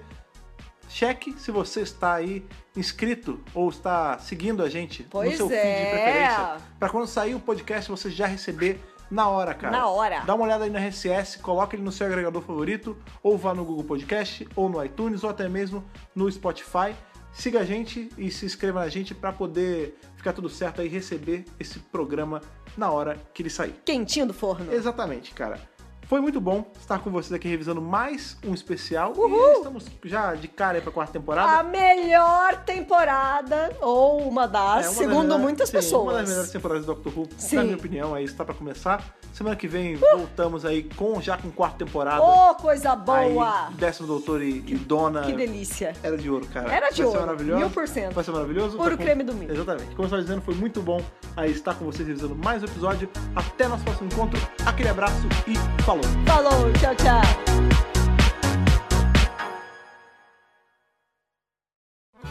[SPEAKER 1] Cheque se você está aí inscrito ou está seguindo a gente no
[SPEAKER 2] Pois
[SPEAKER 1] seu feed de
[SPEAKER 2] é.
[SPEAKER 1] preferência. Pra quando sair o podcast você já receber na hora, cara.
[SPEAKER 2] Na hora.
[SPEAKER 1] Dá uma olhada aí no RSS, coloca ele no seu agregador favorito, ou vá no Google Podcast, ou no iTunes, ou até mesmo no Spotify. Siga a gente e se inscreva na gente pra poder ficar tudo certo aí e receber esse programa na hora que ele sair.
[SPEAKER 2] Quentinho do forno.
[SPEAKER 1] Exatamente, cara. Foi muito bom estar com vocês aqui revisando mais um especial. E estamos já de cara aí pra quarta temporada.
[SPEAKER 2] A melhor temporada, ou uma das,
[SPEAKER 1] É, uma das
[SPEAKER 2] segundo
[SPEAKER 1] melhores-
[SPEAKER 2] muitas
[SPEAKER 1] sim, Uma das melhores
[SPEAKER 2] pessoas.
[SPEAKER 1] temporadas do Doctor Who,
[SPEAKER 2] Sim. Uh!
[SPEAKER 1] na minha opinião, aí está pra começar. Semana que vem voltamos aí com já com quarta temporada.
[SPEAKER 2] Oh, coisa boa!
[SPEAKER 1] Aí, décimo doutor e, e dona.
[SPEAKER 2] Que delícia.
[SPEAKER 1] Era de ouro, cara.
[SPEAKER 2] Era de
[SPEAKER 1] Vai
[SPEAKER 2] ouro,
[SPEAKER 1] Ser maravilhoso.
[SPEAKER 2] mil por cento.
[SPEAKER 1] Vai ser maravilhoso.
[SPEAKER 2] Puro
[SPEAKER 1] Vai com-
[SPEAKER 2] creme do milho.
[SPEAKER 1] Exatamente. Como eu estava dizendo, foi muito bom aí estar com vocês revisando mais um episódio. Até nosso próximo encontro. Aquele abraço e falou!
[SPEAKER 2] Falou, tchau, tchau.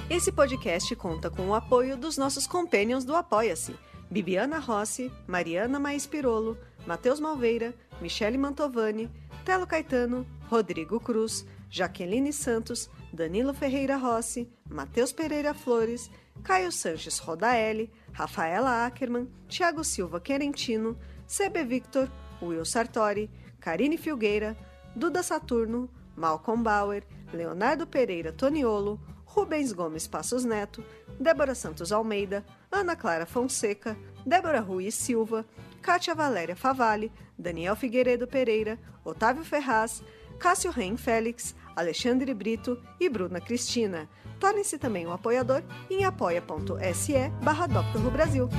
[SPEAKER 2] Esse podcast conta com o apoio dos nossos companions do Apoia-se: Bibiana Rossi, Mariana Maes Pirolo, Matheus Malveira, Michele Mantovani, Telo Caetano, Rodrigo Cruz, Jaqueline Santos, Danilo Ferreira Rossi, Matheus Pereira Flores, Caio Sanches Rodaelli, Rafaela Ackerman, Thiago Silva Querentino, CB Victor, Will Sartori, Karine Filgueira, Duda Saturno, Malcolm Bauer, Leonardo Pereira Toniolo, Rubens Gomes Passos Neto, Débora Santos Almeida, Ana Clara Fonseca, Débora Ruiz Silva, Kátia Valéria Favalli, Daniel Figueiredo Pereira, Otávio Ferraz, Cássio Reim Félix, Alexandre Brito e Bruna Cristina. Torne-se também um apoiador em apoia.se barra Dr. Who Brasil.